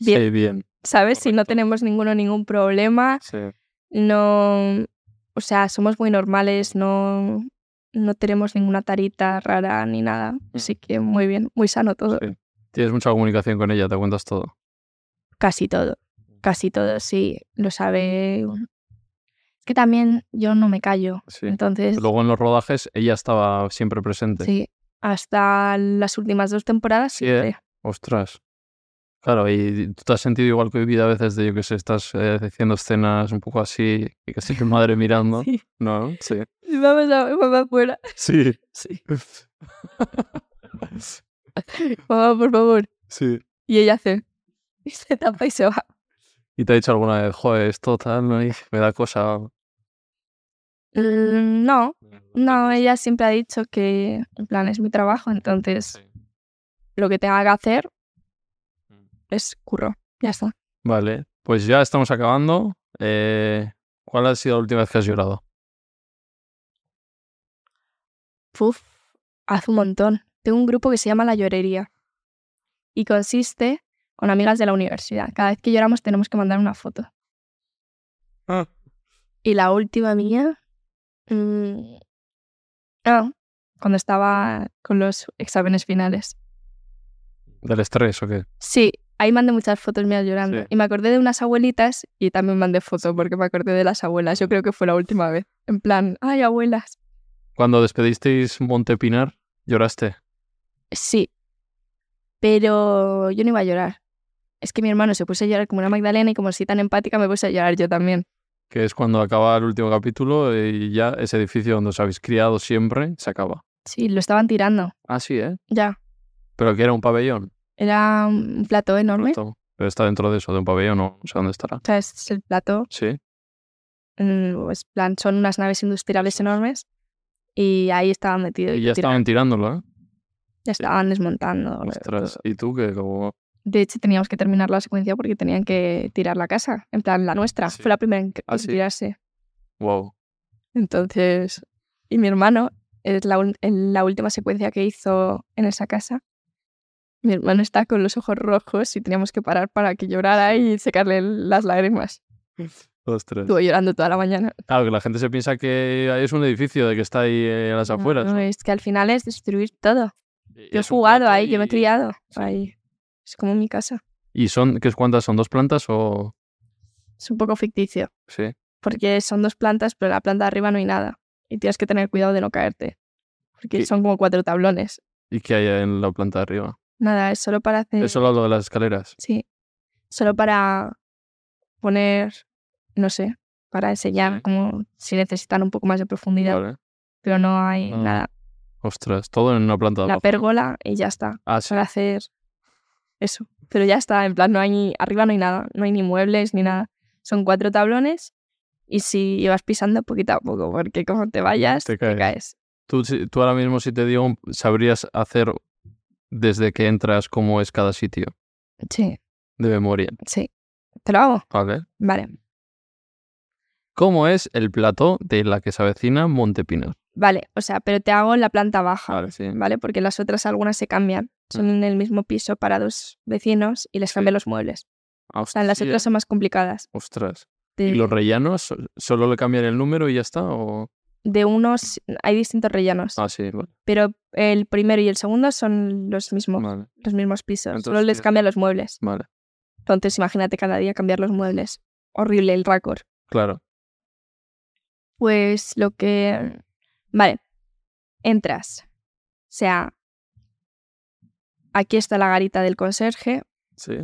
Bien.
Sí, bien.
¿Sabes? Si no
Correcto.
tenemos ninguno ningún problema,
Sí.
no, o sea, somos muy normales, no, no tenemos ninguna tarita rara ni nada.
Mm.
Así que muy bien, muy sano todo.
Sí. Tienes mucha comunicación con ella, te cuentas todo.
Casi todo, casi todo, sí, lo sabe. Es que también yo no me callo,
Sí.
entonces,
Luego en los rodajes ella estaba siempre presente.
sí, hasta las últimas dos temporadas
Sí, ¿eh?
siempre.
Ostras. Claro, y tú te has sentido igual que vida a veces de, yo que sé, estás eh, haciendo escenas un poco así, y que esté tu madre mirando.
Sí.
¿No? Sí.
Vamos a mamá fuera,
Sí.
sí, mamá, por favor.
Sí.
Y ella hace, y se tapa y se va.
¿Y te ha dicho alguna vez, joder, esto tal, no? Y me da cosa?
Mm, No,
Pues
No, ella siempre ha dicho que, en plan, es mi trabajo, entonces lo que tenga que hacer es curro. Ya está.
Vale, pues ya estamos acabando. Eh, ¿Cuál ha sido la última vez que has llorado?
Puf, hace un montón. Tengo un grupo que se llama La Llorería y consiste con amigas de la universidad. Cada vez que lloramos tenemos que mandar una foto. Y la última mía... mm, ah, cuando estaba con los exámenes finales.
¿Del estrés o qué?
Sí, ahí mandé muchas fotos mías llorando.
Sí.
Y me acordé de unas abuelitas y también mandé fotos porque me acordé de las abuelas. Yo creo que fue la última vez. En plan, ay, abuelas.
Cuando despedisteis Montepinar, lloraste.
Sí. Pero yo no iba a llorar. Es que mi hermano se puso a llorar como una Magdalena y como soy tan empática me puse a llorar yo también.
Que es cuando acaba el último capítulo y ya ese edificio donde os habéis criado siempre se acaba.
Sí, lo estaban tirando.
Ah, sí, ¿eh?
Ya.
Pero que era un pabellón.
Era un plato enorme.
Esto. Pero está dentro de eso, de un pabellón, no sé dónde estará.
O sea, es el plato.
Sí.
mm, Pues, plan, son unas naves industriales enormes. Y ahí estaban metidos.
Y ya
tirando.
estaban tirándolo, ¿eh?
ya estaban desmontando. eh,
Ostras.
pues,
¿Y tú que como...
De hecho, teníamos que terminar la secuencia porque tenían que tirar la casa. En plan, la nuestra.
Sí.
Fue la primera en que
Ah,
en
sí.
tirarse.
Wow.
Entonces, y mi hermano, es la, ul- en la última secuencia que hizo en esa casa, mi hermano está con los ojos rojos y teníamos que parar para que llorara y secarle las lágrimas.
Ostras.
Estuvo llorando toda la mañana.
Claro, que la gente se piensa que ahí es un edificio de que está ahí eh, a las afueras.
No, es que al final es destruir todo.
Y
Yo he
es un
jugado
plato
ahí, yo me he
y-
criado
sí.
ahí. Es como mi casa.
¿Y son, qué es cuántas son? ¿Dos plantas o...?
Es un poco ficticio.
Sí.
porque son dos plantas, pero en la planta de arriba no hay nada. Y tienes que tener cuidado de no caerte, porque
¿Qué?
son como cuatro tablones.
¿Y qué hay en la planta de arriba?
Nada, es solo para hacer...
Es solo lo de las escaleras.
Sí, solo para poner, no sé, para enseñar
Sí.
como si necesitan un poco más de profundidad,
Vale.
pero no hay
Ah,
nada.
Ostras, todo en una planta de
La
paz.
pérgola y ya está.
Ah, sí.
Para hacer eso. Pero ya está, en plan, no hay ni, arriba no hay nada, no hay ni muebles ni nada. Son cuatro tablones y si vas pisando poquito a poco, porque como te vayas,
Te
te
caes.
caes.
Tú, si- tú ahora mismo, si te digo, un- sabrías hacer desde que entras cómo es cada sitio
Sí,
de memoria.
sí. ¿Te lo hago?
Vale.
Vale.
¿Cómo es el plató de la que se avecina Montepinar?
Vale, o sea, pero te hago en la planta baja.
Vale, Mm. sí.
¿vale? Porque las otras algunas se cambian. Son en el mismo piso para dos vecinos y les cambian los muebles. O sea, las
Hostia,
otras son más complicadas.
Ostras.
De,
¿Y los rellanos so- solo le cambian el número y ya está? ¿O...
de unos hay distintos rellenos,
Ah, sí, vale.
pero el primero y el segundo son los mismos,
Vale.
los mismos pisos. Solo
Entonces,
les
ya
cambian los muebles.
vale.
Entonces, imagínate cada día cambiar los muebles. Horrible el récord.
Claro.
Pues lo que. Vale. Entras. O sea. Aquí está la garita del conserje.
Sí.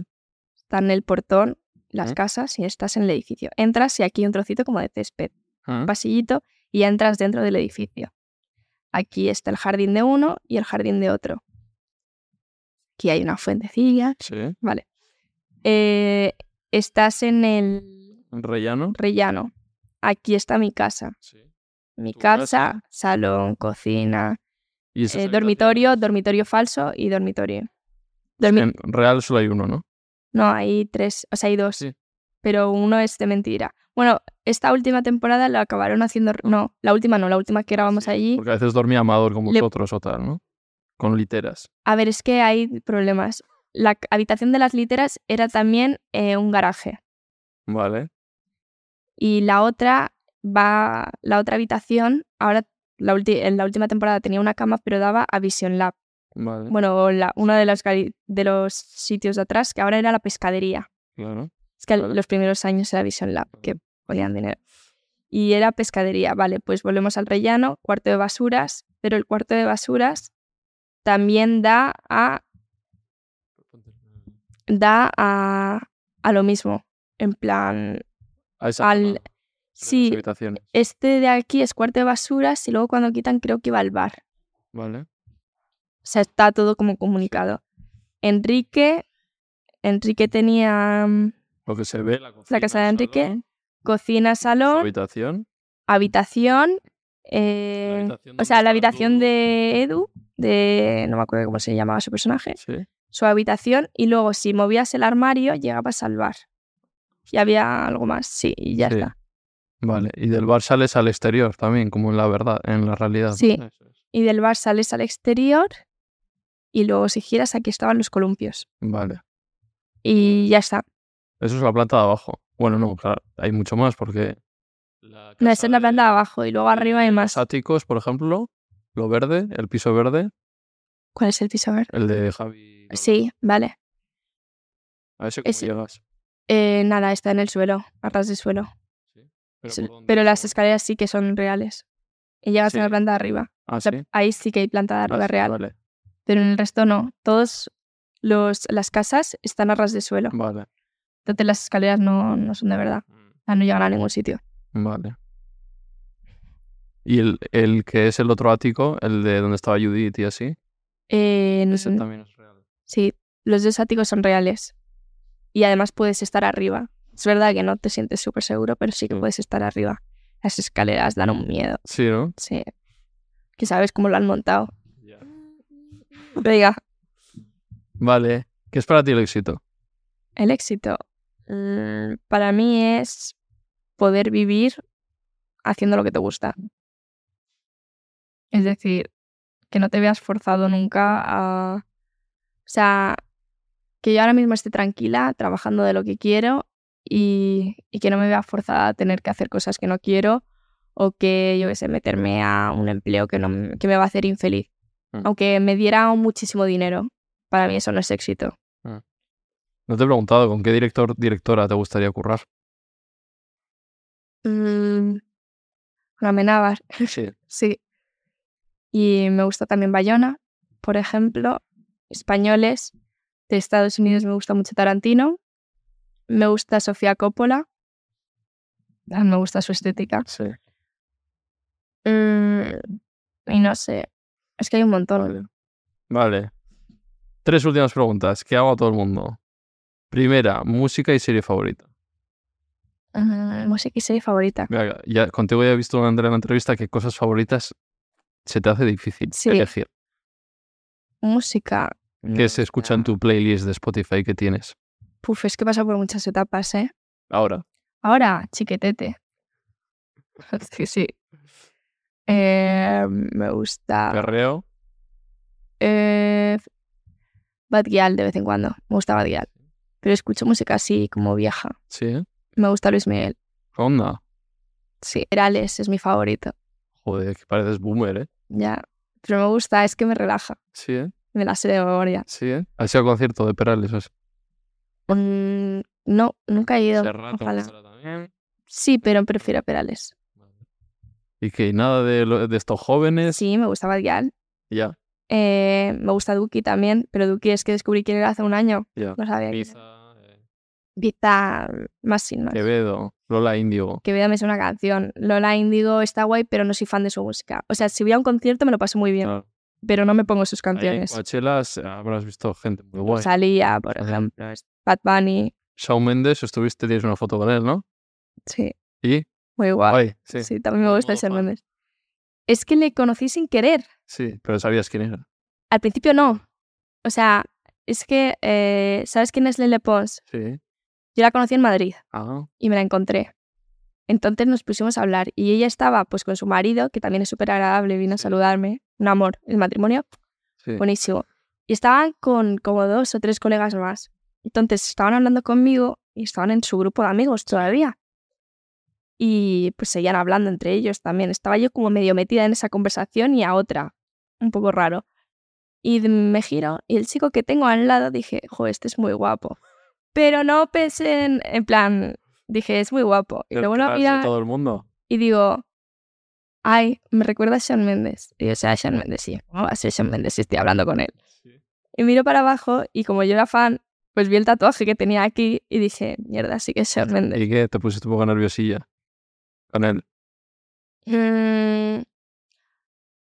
está en el portón, las
Ujú.
casas, y estás en el edificio. Entras y aquí hay un trocito como de césped,
Ah,
un pasillito, y ya entras dentro del edificio. Aquí está el jardín de uno y el jardín de otro. Aquí hay una fuentecilla.
Sí.
Vale. Eh, estás en el
Rellano.
rellano. Aquí está mi casa.
Sí.
Mi
Tu casa.
casa, salón, cocina,
¿Y esas
eh, dormitorio,
habitaciones?
dormitorio falso y dormitorio.
Es que
Dormi-
En real solo hay uno, ¿no?
No, hay tres, o sea, hay dos.
Sí.
Pero uno es de mentira. Bueno, esta última temporada la acabaron haciendo. No, la última no, la última que grabamos
Sí,
allí.
Porque a veces dormía Amador con
Le-
vosotros o tal, ¿no? Con literas.
A ver, es que hay problemas. La c- habitación de las literas era también eh, un garaje.
Vale.
Y la otra va. La otra habitación, ahora la ulti- en la última temporada tenía una cama, pero daba a Vision Lab.
Vale.
Bueno, o la- uno de los, gari- de los sitios de atrás, que ahora era la pescadería.
Claro.
Es que
Vale.
los primeros años era Vision Lab, que ponían dinero. Y era pescadería. Vale, pues volvemos al rellano, cuarto de basuras, pero el cuarto de basuras también da a, da a, a lo mismo. En plan,
A esa
al-
zona de las
sí,
habitaciones.
este de aquí es cuarto de basuras y luego cuando quitan creo que va al bar.
Vale.
O sea, está todo como comunicado. Enrique, Enrique tenía mm,
Lo que se ve, la cocina.
la casa de
el
Enrique,
salón,
cocina,
su
salón,
habitación.
habitación, eh, o sea, la habitación de Edu, de no me acuerdo cómo se llamaba su personaje,
Sí.
su habitación, y luego si movías el armario llegabas al bar. Y había algo más, sí, y ya
Sí.
está.
Vale. Y del bar sales al exterior también, como en la verdad, en la realidad.
Sí.
Eso es.
Y del bar sales al exterior y luego si giras aquí estaban los columpios.
Vale. Mm,
Y ya está.
Eso es la planta de abajo. Bueno, no, claro, hay mucho más porque. La
No, esa es la planta de abajo y luego arriba hay más.
Los áticos, por ejemplo, lo verde, el piso verde,
¿Cuál es el piso? A ver.
el de Javi. Galván.
Sí, vale.
A ese cómo
ese-
llegas.
Eh, nada, está en el suelo, a ras de suelo. Sí, Pero,
por dónde
las
son?
escaleras sí que son reales. Y llegas a la
Sí.
planta de arriba.
Ah,
La-
sí.
Ahí sí que hay planta de
Ah,
arriba
sí,
real,
Vale,
pero en el resto no. Todos los las casas están a ras de suelo.
vale.
Entonces las escaleras no, no son de verdad.
Mm.
O sea, no llegan a ningún sitio.
Vale. Y el, el que es el otro ático, el de donde estaba Judith y así.
Eh, n-
Ese también es real.
sí, los dos áticos son reales. Y además puedes estar arriba. Es verdad que no te sientes súper seguro, pero sí que
Sí.
puedes estar arriba. Las escaleras dan un miedo.
Sí, ¿no?
Sí. Que sabes cómo lo han montado. Venga,
Vale. ¿Qué es para ti el éxito?
El éxito mm, para mí es poder vivir haciendo lo que te gusta. Es decir, que no te veas forzado nunca a... O sea, que yo ahora mismo esté tranquila, trabajando de lo que quiero y, y que no me vea forzada a tener que hacer cosas que no quiero o que, yo qué sé, meterme a un empleo que, no, m- que me va a hacer infeliz.
Mm.
Aunque me diera muchísimo dinero, para mí eso no es éxito.
No te he preguntado con qué director, directora te gustaría currar.
Mm, Amenábar,
Sí.
sí. Y me gusta también Bayona, por ejemplo. Españoles de Estados Unidos me gusta mucho Tarantino. Me gusta Sofía Coppola. Ah, Me gusta su estética.
Sí.
Mm, y no sé. Es que hay un montón.
Vale. Tres últimas preguntas que hago a todo el mundo. Primera, música y serie favorita.
Mm, música y serie favorita.
Mira, ya, contigo ya he visto en la entrevista que cosas favoritas se te hace difícil
Sí.
elegir.
Música.
Que se escucha en tu playlist de Spotify que tienes
Puf, es que pasa por muchas etapas, ¿eh?
ahora.
Ahora, chiquetete. Sí, sí. Eh, me
Ah.
gusta.
Perreo.
Eh, Bad Gyal de vez en cuando. Me gusta Bad Gyal. Pero escucho música así, como vieja.
Sí, ¿eh?
Me gusta Luis Miguel.
¿Qué onda?
Sí, Perales es mi favorito.
Joder, que pareces boomer, ¿eh?
Ya. Pero me gusta, es que me relaja.
Sí, ¿eh?
Me la sé de memoria.
Sí, ¿eh? ¿Has ido al concierto de Perales? Has-
Mm, no, nunca he ido.
Serrat, te
Ojalá.
gustará también.
Sí, pero prefiero a Perales.
Y que nada de, lo- de estos jóvenes.
Sí, me gusta Bad Gyal.
Ya,
Eh, me gusta Duki también, pero Duki es que descubrí quién era hace un año.
ya.
No sabía. quién era.
Pizza, eh,
Vita, más sin más.
Quevedo, Lola Índigo.
Que vea me suena una canción. Lola Indigo está guay, pero no soy fan de su música. O sea, si voy a un concierto me lo paso muy bien,
Claro.
pero no me pongo sus
Ah. Ahí en
canciones.
Coachella se- habrás visto gente muy guay.
Salía, por
Ajá.
ejemplo, Bad Bunny.
Shawn Mendes, estuviste, tienes una foto con él, ¿no?
Sí,
Y,
muy guay.
guay, sí,
Sí,
sí,
también me
Modo
gusta Shawn
fan.
Mendes. Es que le conocí sin querer.
pero sabías quién era.
Al principio no. O sea, es que, eh, ¿sabes quién es Lele Pons?
Sí.
Yo la conocí en Madrid
Ah,
y me la encontré. Entonces nos pusimos a hablar y ella estaba pues con su marido, que también es súper agradable, vino a
Sí.
saludarme, un amor, el matrimonio,
sí.
buenísimo. Y estaban con como dos o tres colegas más. Entonces estaban hablando conmigo y estaban en su grupo de amigos todavía. Y pues seguían hablando entre ellos también. Estaba yo como medio metida en esa conversación y a otra. Un poco raro. Y de- me giro y el chico que tengo al lado dije, jo, este es muy guapo. Pero no pensé en, en plan, dije, es muy guapo. Y
Del
luego lo
crush de
mira
todo el mundo.
y digo, ay, me recuerda a Sean Méndez. Y yo, o sea, Sean Méndez, sí, ¿cómo va a ser Sean Méndez si estoy hablando con él? Y miro para abajo y como yo era fan, pues vi el tatuaje que tenía aquí y dije, mierda, sí que es Shawn Mendes.
¿Y qué? ¿Te pusiste un poco nerviosilla con él?
Mm,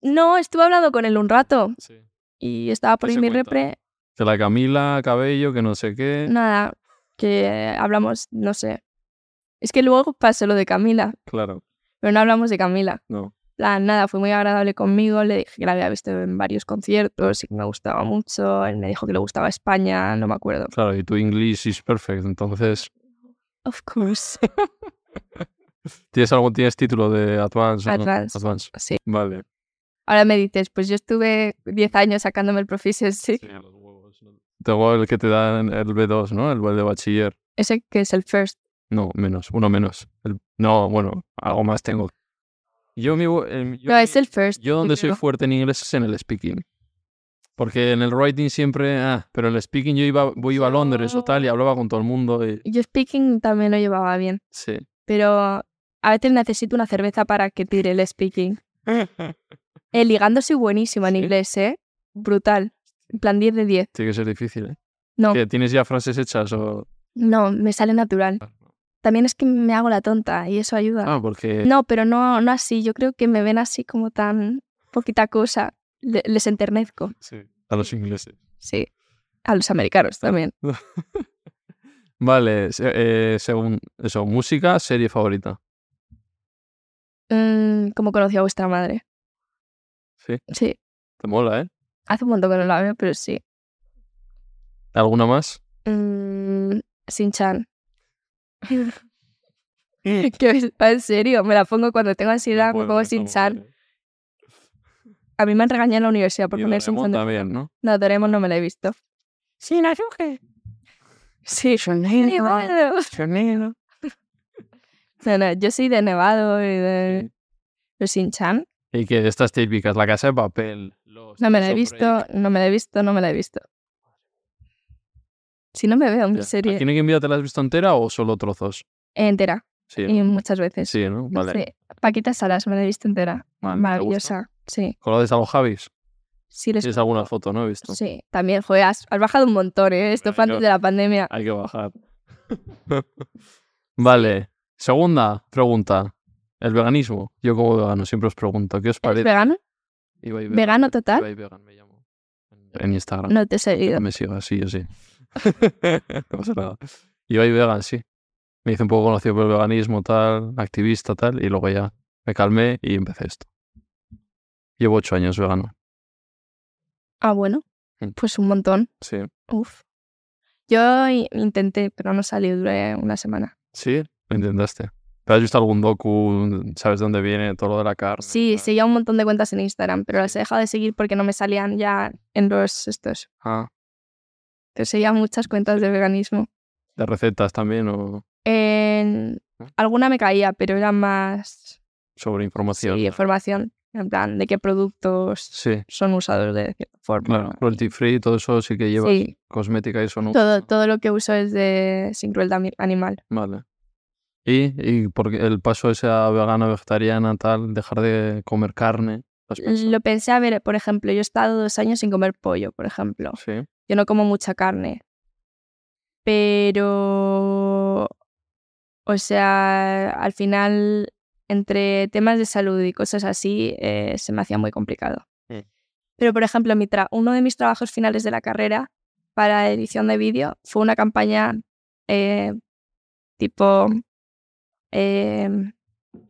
No, estuve hablando con él un rato
Sí.
y estaba por
¿Qué
ahí
se
mi
cuenta?
repre.
Que la Camila, cabello, que no sé qué.
Nada, que hablamos, no sé. Es que luego pasó lo de Camila,
Claro,
pero no hablamos de Camila.
no.
plan, nada, fue muy agradable conmigo, le dije que la había visto en varios conciertos y que me gustaba mucho, él me dijo que le gustaba España, no me acuerdo.
Claro, y tu inglés is perfect. Entonces,
Of course.
¿tienes algún tienes título de Advance? o no?
Advance,
Advance.
sí.
Vale.
Ahora me dices, pues yo estuve 10 años sacándome el Proficiency,
los huevos. Tengo el que te dan el B2, ¿no? El de bachiller.
ese que es el first.
No, menos, uno menos. El- no, bueno, algo más tengo. Yo, mi, bu- em, yo
no,
mi-
es el first.
yo donde soy
creo.
fuerte en inglés es en el speaking. Porque en el writing siempre, ah, pero en el speaking yo iba, voy- iba a Londres o tal y hablaba con todo el mundo. y-
Yo speaking también lo llevaba bien,
sí.
pero a veces necesito una cerveza para que tire el speaking. El ligando soy buenísimo en
¿Sí?
inglés, ¿eh? Brutal. En plan 10 de 10.
Tiene que ser difícil, ¿eh?
No,
¿Que ¿Tienes ya frases hechas o...?
no, me sale natural. También es que me hago la tonta y eso ayuda.
Ah, porque...
No, pero no, no así. Yo creo que me ven así como tan poquita cosa. Le- les enternezco,
A los ingleses.
sí. A los americanos también.
Vale, se- eh, según eso, música, serie favorita.
Mm, ¿Cómo conocí a vuestra madre?
Sí.
Sí.
Te mola, ¿eh?
Hace un montón que no la veo, pero sí.
¿Alguna más?
Mm, Sin Chan. ¿Qué, en serio, me la pongo cuando tengo ansiedad, me
pues
pongo Sin Chan. A mí me han regañado en la universidad por
Y
poner Sin
Doraemon
Chan. de-
también, ¿no?
No, Doremos no me la he visto. Sí, Nevado. No, no, yo soy de Nevado y de. Pero Sin Chan.
Y que estas típicas, la casa de papel. Los
No me la he
Prison
visto,
Break.
no me la he visto, no me la he visto. Si no me veo mi
Ya.
serie
¿Aquí en Game Vida te la has visto entera o solo trozos?
entera,
Sí,
y muchas veces.
sí ¿no? Vale.
Sí. Paquita Salas me la he visto entera.
Vale, ¿te gusta?
Maravillosa. Sí.
¿Conoces a los Javis?
Sí, les...
Tienes alguna foto, ¿no? He visto.
sí, también, joder, has, has bajado un montón, ¿eh? Esto
Hombre,
fue antes
yo-
de la pandemia.
Hay que bajar. vale. Segunda pregunta. El veganismo. Yo como vegano siempre os pregunto, ¿qué os
¿Eres
parece?
vegano?
Ibai Vegan.
¿Vegano total?
Ibai Vegan me llamo. En Instagram.
No te he seguido.
Me sigo así, yo sí. no pasa nada. Ibai Vegan, sí. Me hice un poco conocido por el veganismo, tal, activista, tal, y luego ya me calmé y empecé esto. Llevo ocho años vegano.
Ah, bueno.
Mm.
Pues un montón.
Sí.
Uf. Yo i- intenté, pero no salió, duré una semana.
¿Sí? Lo intentaste. ¿Te has visto algún docu? ¿Sabes de dónde viene todo lo de la carne?
Sí,
tal?
seguía un montón de cuentas en Instagram, pero las he dejado de seguir porque no me salían ya en los estos.
Ah,
Pero seguía muchas cuentas de veganismo.
¿De recetas también o
En-
¿No?
Alguna me caía, pero era más
sobre
sí,
información?
información, en plan, de qué productos
Sí.
son usados de cierta forma.
Bueno, cruelty free, todo eso sí que lleva
Sí,
cosmética y eso no.
todo, todo lo que uso es de sin crueldad mi- animal.
Vale. Y, y porque el paso ese a vegana, vegetariana, tal, dejar de comer carne. ¿lo has pensado?
Lo pensé a ver, por ejemplo, yo he estado dos años sin comer pollo, por ejemplo.
Sí.
Yo no como mucha carne. Pero. O sea, al final, entre temas de salud y cosas así, eh, se me hacía muy complicado.
Mm.
Pero, por ejemplo, mi tra- uno de mis trabajos finales de la carrera para edición de vídeo fue una campaña eh, tipo. em,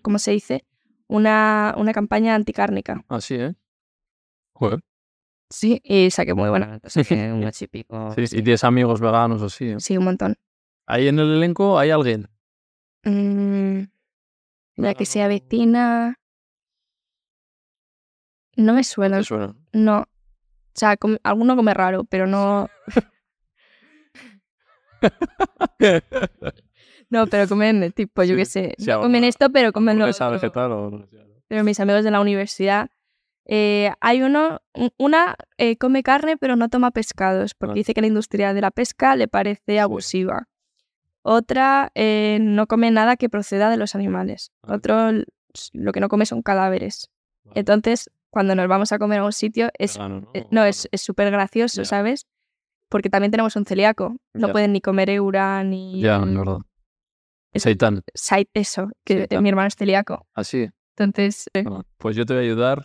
¿Cómo se dice? Una, una campaña anticárnica.
Así, ¿eh? Joder.
Sí. Y saqué muy buena nota, saqué un ocho y pico,
Ah, Sí,
sí.
Y tienes amigos veganos o sí. ¿eh?
Sí, un montón.
Ahí en el elenco hay alguien.
Mm, la que sea
Vegano.
vecina. No me suena.
¿Te suena?
No. O sea, com- alguno come raro, pero no. No, pero comen tipo, yo
Sí,
qué sé.
sí,
no comen
alguna-
esto, pero comen lo
¿Hamburguesa
otro.
vegetal o no?
Pero mis amigos de la universidad. eh, hay uno, un- una eh, come carne pero no toma pescados porque
Ah.
dice que la industria de la pesca le parece abusiva. Otra eh, no come nada que proceda de los animales.
Ah.
Otro l- lo que no come son cadáveres.
Vale.
Entonces, cuando nos vamos a comer a un sitio, es,
Vegano, ¿no?
eh, no, es es súper gracioso,
Ah. Ya.
¿sabes? Porque también tenemos un celíaco. No
Ya.
pueden ni comer eura ni...
Ya, es verdad.
Es-
Seitán.
sai- Eso, que
Seitán.
mi hermano es celíaco.
Así.
Entonces, eh,
Ah, Pues yo te voy a ayudar.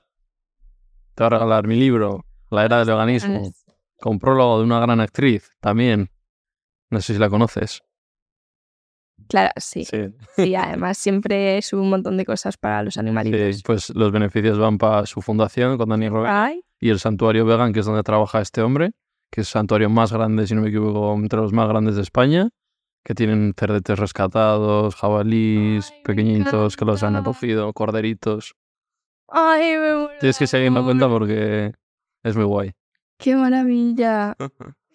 Te voy a regalar mi libro, La Era del Veganismo,
es-
con prólogo de una gran actriz también. No sé si la conoces.
claro, sí. Sí, además siempre sube un montón de cosas para los animalitos.
Sí, pues los beneficios van para su fundación con Dani Robert
Ay,
y el santuario vegan, que es donde trabaja este hombre, que es el santuario más grande, si no me equivoco, entre los más grandes de España, que tienen cerdetes rescatados, jabalís,
Ay, me
pequeñitos que los han
encanta.
acogido, corderitos.
ay, me muero
Tienes que
de
seguir la
amor.
cuenta porque es muy guay.
¡Qué maravilla!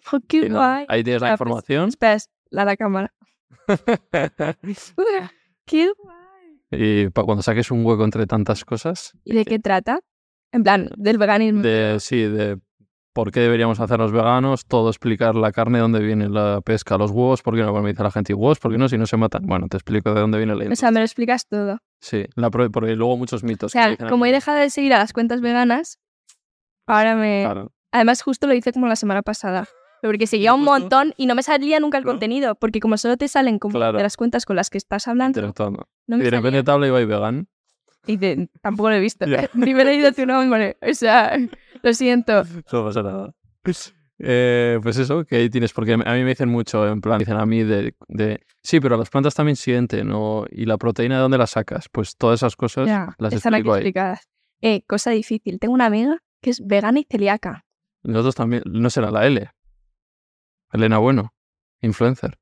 Jo, ¡Qué
Y nada,
guay!
Ahí tienes la
Ah, pues,
información.
Espera, es la de la cámara. Ua, ¡Qué guay!
Y pa- cuando saques un hueco entre tantas cosas,
¿Y de qué trata? En plan, del veganismo.
de sí, de por qué deberíamos hacernos veganos, todo explicar la carne, dónde viene la pesca, los huevos, porque no, Porque me dice la gente, "¿Y huevos, porque no, si no se matan. Bueno, te explico de dónde viene la
O sea, me lo explicas todo.
Sí, la pro- porque luego muchos
O
mitos. que
sea,
dicen
como
aquí.
he dejado de seguir a las cuentas veganas, ahora me...
Claro.
Además, justo lo hice como la semana pasada. Porque seguía un
Justo.
montón y no me salía nunca el
¿No?
contenido. Porque como solo te salen como
Claro.
de las cuentas con las que estás hablando,
Interactuando.
no
Y
me
de repente
salía.
te habla y va y vegan.
Y de- tampoco lo he visto.
Ya.
Ni me he leído tu nombre. O sea, lo siento.
No pasa nada. Eh, pues eso, que ahí tienes, porque a mí me dicen mucho, en plan, dicen a mí de, de, sí, pero las plantas también sienten, ¿no? ¿Y la proteína de dónde la sacas? Pues todas esas cosas
Ya,
las
están aquí
explico ahí.
explicadas. Eh, cosa difícil. Tengo una amiga que es vegana y celíaca.
Nosotros también, no será la L. Elena Bueno, influencer.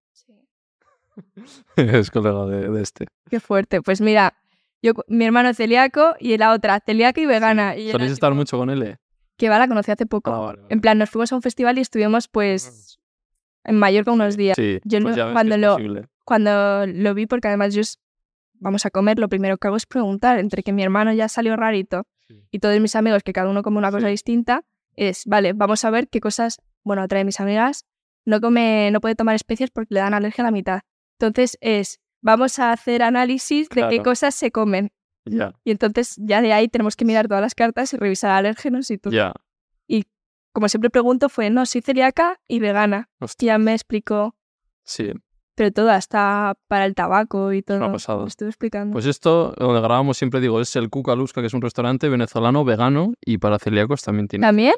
es colega de, de este.
Qué fuerte. Pues mira, yo, cu- mi hermano es celíaco y la otra celíaca y vegana. Y era
Soléis estar mucho con L.
tipo, Que va, la conocí hace poco.
Ah, vale, vale. Mm.
En plan, nos fuimos a un festival y estuvimos pues en Mallorca unos días.
Sí,
yo no-
pues ya ves que
cuando
es
lo-
posible.
Cuando lo vi, porque además yo es- vamos a comer, lo primero que hago es preguntar, entre que mi hermano ya salió rarito
Sí.
y todos mis amigos, que cada uno come una cosa
Sí.
distinta, es, vale, vamos a ver qué cosas, bueno, otra de mis amigas no come, no puede tomar especias porque le dan alergia a la mitad. Entonces es, vamos a hacer análisis de qué
Claro.
cosas se comen.
Ya,
Y entonces ya de ahí tenemos que mirar todas las cartas y revisar alérgenos y todo.
ya.
Como siempre pregunto, fue, no, soy celíaca y vegana.
Hostia.
Y ya me explicó
Sí.
Pero todo, hasta para el tabaco y todo.
una pasada.
Lo estuve explicando.
Pues esto, donde grabamos siempre digo, es el Cucalusca, que es un restaurante venezolano vegano y para celíacos también tiene.
¿También?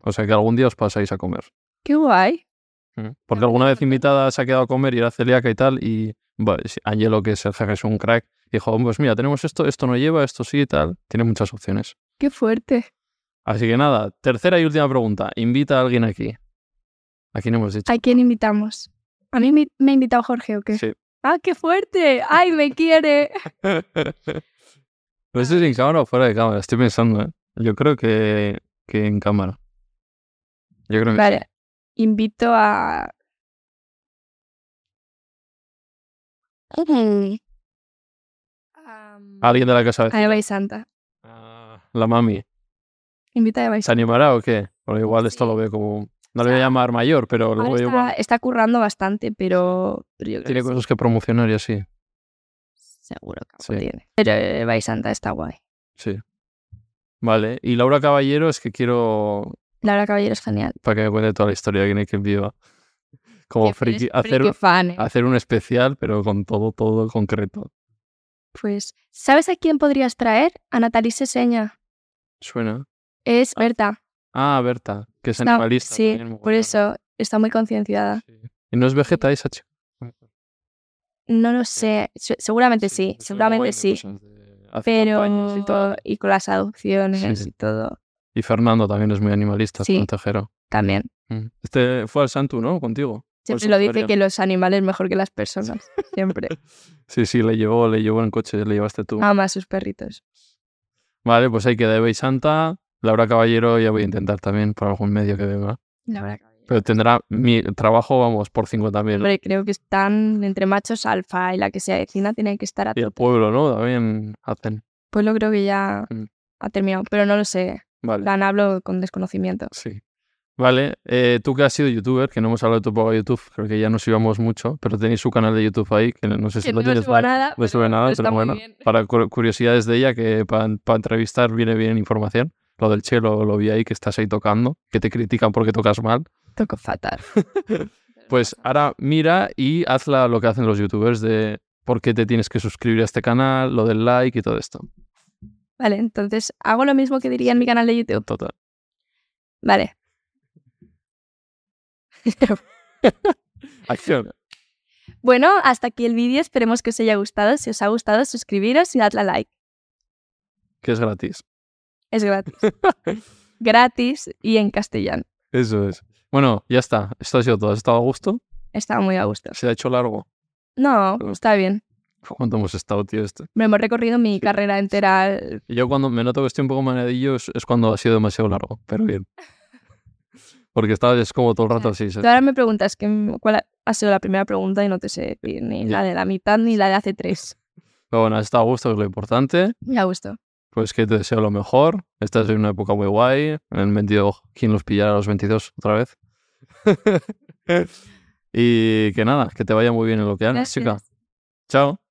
O sea que algún día os pasáis a comer.
¡Qué guay!
Mm. Porque alguna vez invitada se ha quedado a comer y era celíaca y tal, y bueno, sí, Angelo, que es el jefe, es un crack, dijo, pues mira, tenemos esto, esto no lleva, esto sí y tal. Tiene muchas opciones.
¡Qué fuerte!
Así que nada, tercera y última pregunta. Invita a alguien aquí. ¿A quién hemos dicho?
¿A quién invitamos? ¿A mí me, me ha invitado Jorge o qué?
Sí.
¡Ah, qué fuerte! ¡Ay, me quiere!
Pero esto es en cámara o fuera de cámara, estoy pensando, ¿eh? Yo creo que, que en cámara. Yo creo que
Vale, invito a...
a
A
alguien de la casa vecina.
Eva y Santa. Ah.
La mami.
Invita a Eva y
¿Se
Santa.
animará o qué? Bueno, igual esto
Sí.
lo veo como... No
O
lo voy a
sea,
llamar mayor, pero luego
Ahora
igual
está, está currando bastante, pero, pero yo creo
tiene
que sí,
cosas que promocionar y así.
seguro que
Sí.
algo tiene. Pero Eva y Santa está guay.
Sí. Vale. Y Laura Caballero es que quiero...
Laura Caballero es genial.
Para que me cuente toda la historia de que Viva. Como
Que eres
Oh, friki, hacer,
friki fan, ¿eh?
hacer un especial, pero con todo, todo concreto.
Pues, ¿sabes a quién podrías traer? A Natalie Seseña.
Suena.
Es Berta.
Ah, Berta, que es
Está-
animalista.
sí,
también,
por
mogollón.
eso está muy concienciada.
Sí. Y no es vegeta esa chica.
No lo sé, se- seguramente sí,
es una
seguramente
mogollón de
sí.
cosas de- pues hace
Pero
campañas y tal.
y con las adopciones eh,
Sí.
y todo
Y Fernando también es muy animalista, es
Sí.
un tejero.
también.
Mm. Este fue al Santu, ¿no? Contigo. Fue al
Siempre lo dice
santuario.
que los animales mejor que las personas. Siempre.
Sí, sí, le llevó, le llevó en coche, le llevaste tú.
Ama a sus perritos.
Vale, pues ahí queda Eva y Santa. Laura Caballero ya voy a intentar también por algún medio que venga.
La verdad.
Pero tendrá mi trabajo, vamos, por 50.000.
Hombre, creo que están entre machos alfa y la que sea vecina tiene que estar a
Y el pueblo, ¿no? También hacen.
Pues lo creo que ya
Mm.
ha terminado, pero no lo sé. En
Vale.
plan, hablo con desconocimiento.
Sí. Vale, eh, tú que has sido youtuber, que no hemos hablado de tu pago de YouTube, creo que ya nos íbamos mucho, pero tenéis su canal de YouTube ahí, que no sé si
Que no
lo
me
tienes
subo
mal.
a nada.
No sube
pero-
nada,
pero
pero
está muy
bueno,
bien.
para cu- curiosidades de ella, que para entrevistar viene bien información. Lo del chelo lo, vi ahí, que estás ahí tocando, que te critican porque tocas mal.
Toco fatal.
Pues ahora mira y haz la- lo que hacen los youtubers de por qué te tienes que suscribir a este canal, lo del like y todo esto.
Vale, entonces hago lo mismo que diría en mi canal de YouTube.
Total.
Vale.
Acción.
Bueno, hasta aquí el vídeo. Esperemos que os haya gustado. Si os ha gustado, suscribiros y dadle a like.
Que es gratis.
Es gratis. gratis y en castellano.
Eso es. Bueno, ya está. Esto ha sido todo. ¿Has estado a gusto?
Estaba muy a gusto.
Se ha hecho largo.
No,
Pero-
está bien.
¿Cuánto hemos estado, tío? Este?
Me hemos recorrido mi carrera entera.
Y Yo cuando me noto que estoy un poco mareadillo es, es cuando ha sido demasiado largo, pero bien. Porque estaba es como todo el rato así. se-
Tú ahora me preguntas que, cuál ha- ha sido la primera pregunta y no te sé decir ni
Ya.
la de la mitad ni la de hace tres.
Pero bueno, está a gusto, es lo importante.
Me ha gustado.
Pues que te deseo lo mejor. Esta es una época muy guay. En el 22, ¿quién los pillará a los 22 otra vez? y que nada, que te vaya muy bien en lo que hagas,
Gracias.
chica. Chao.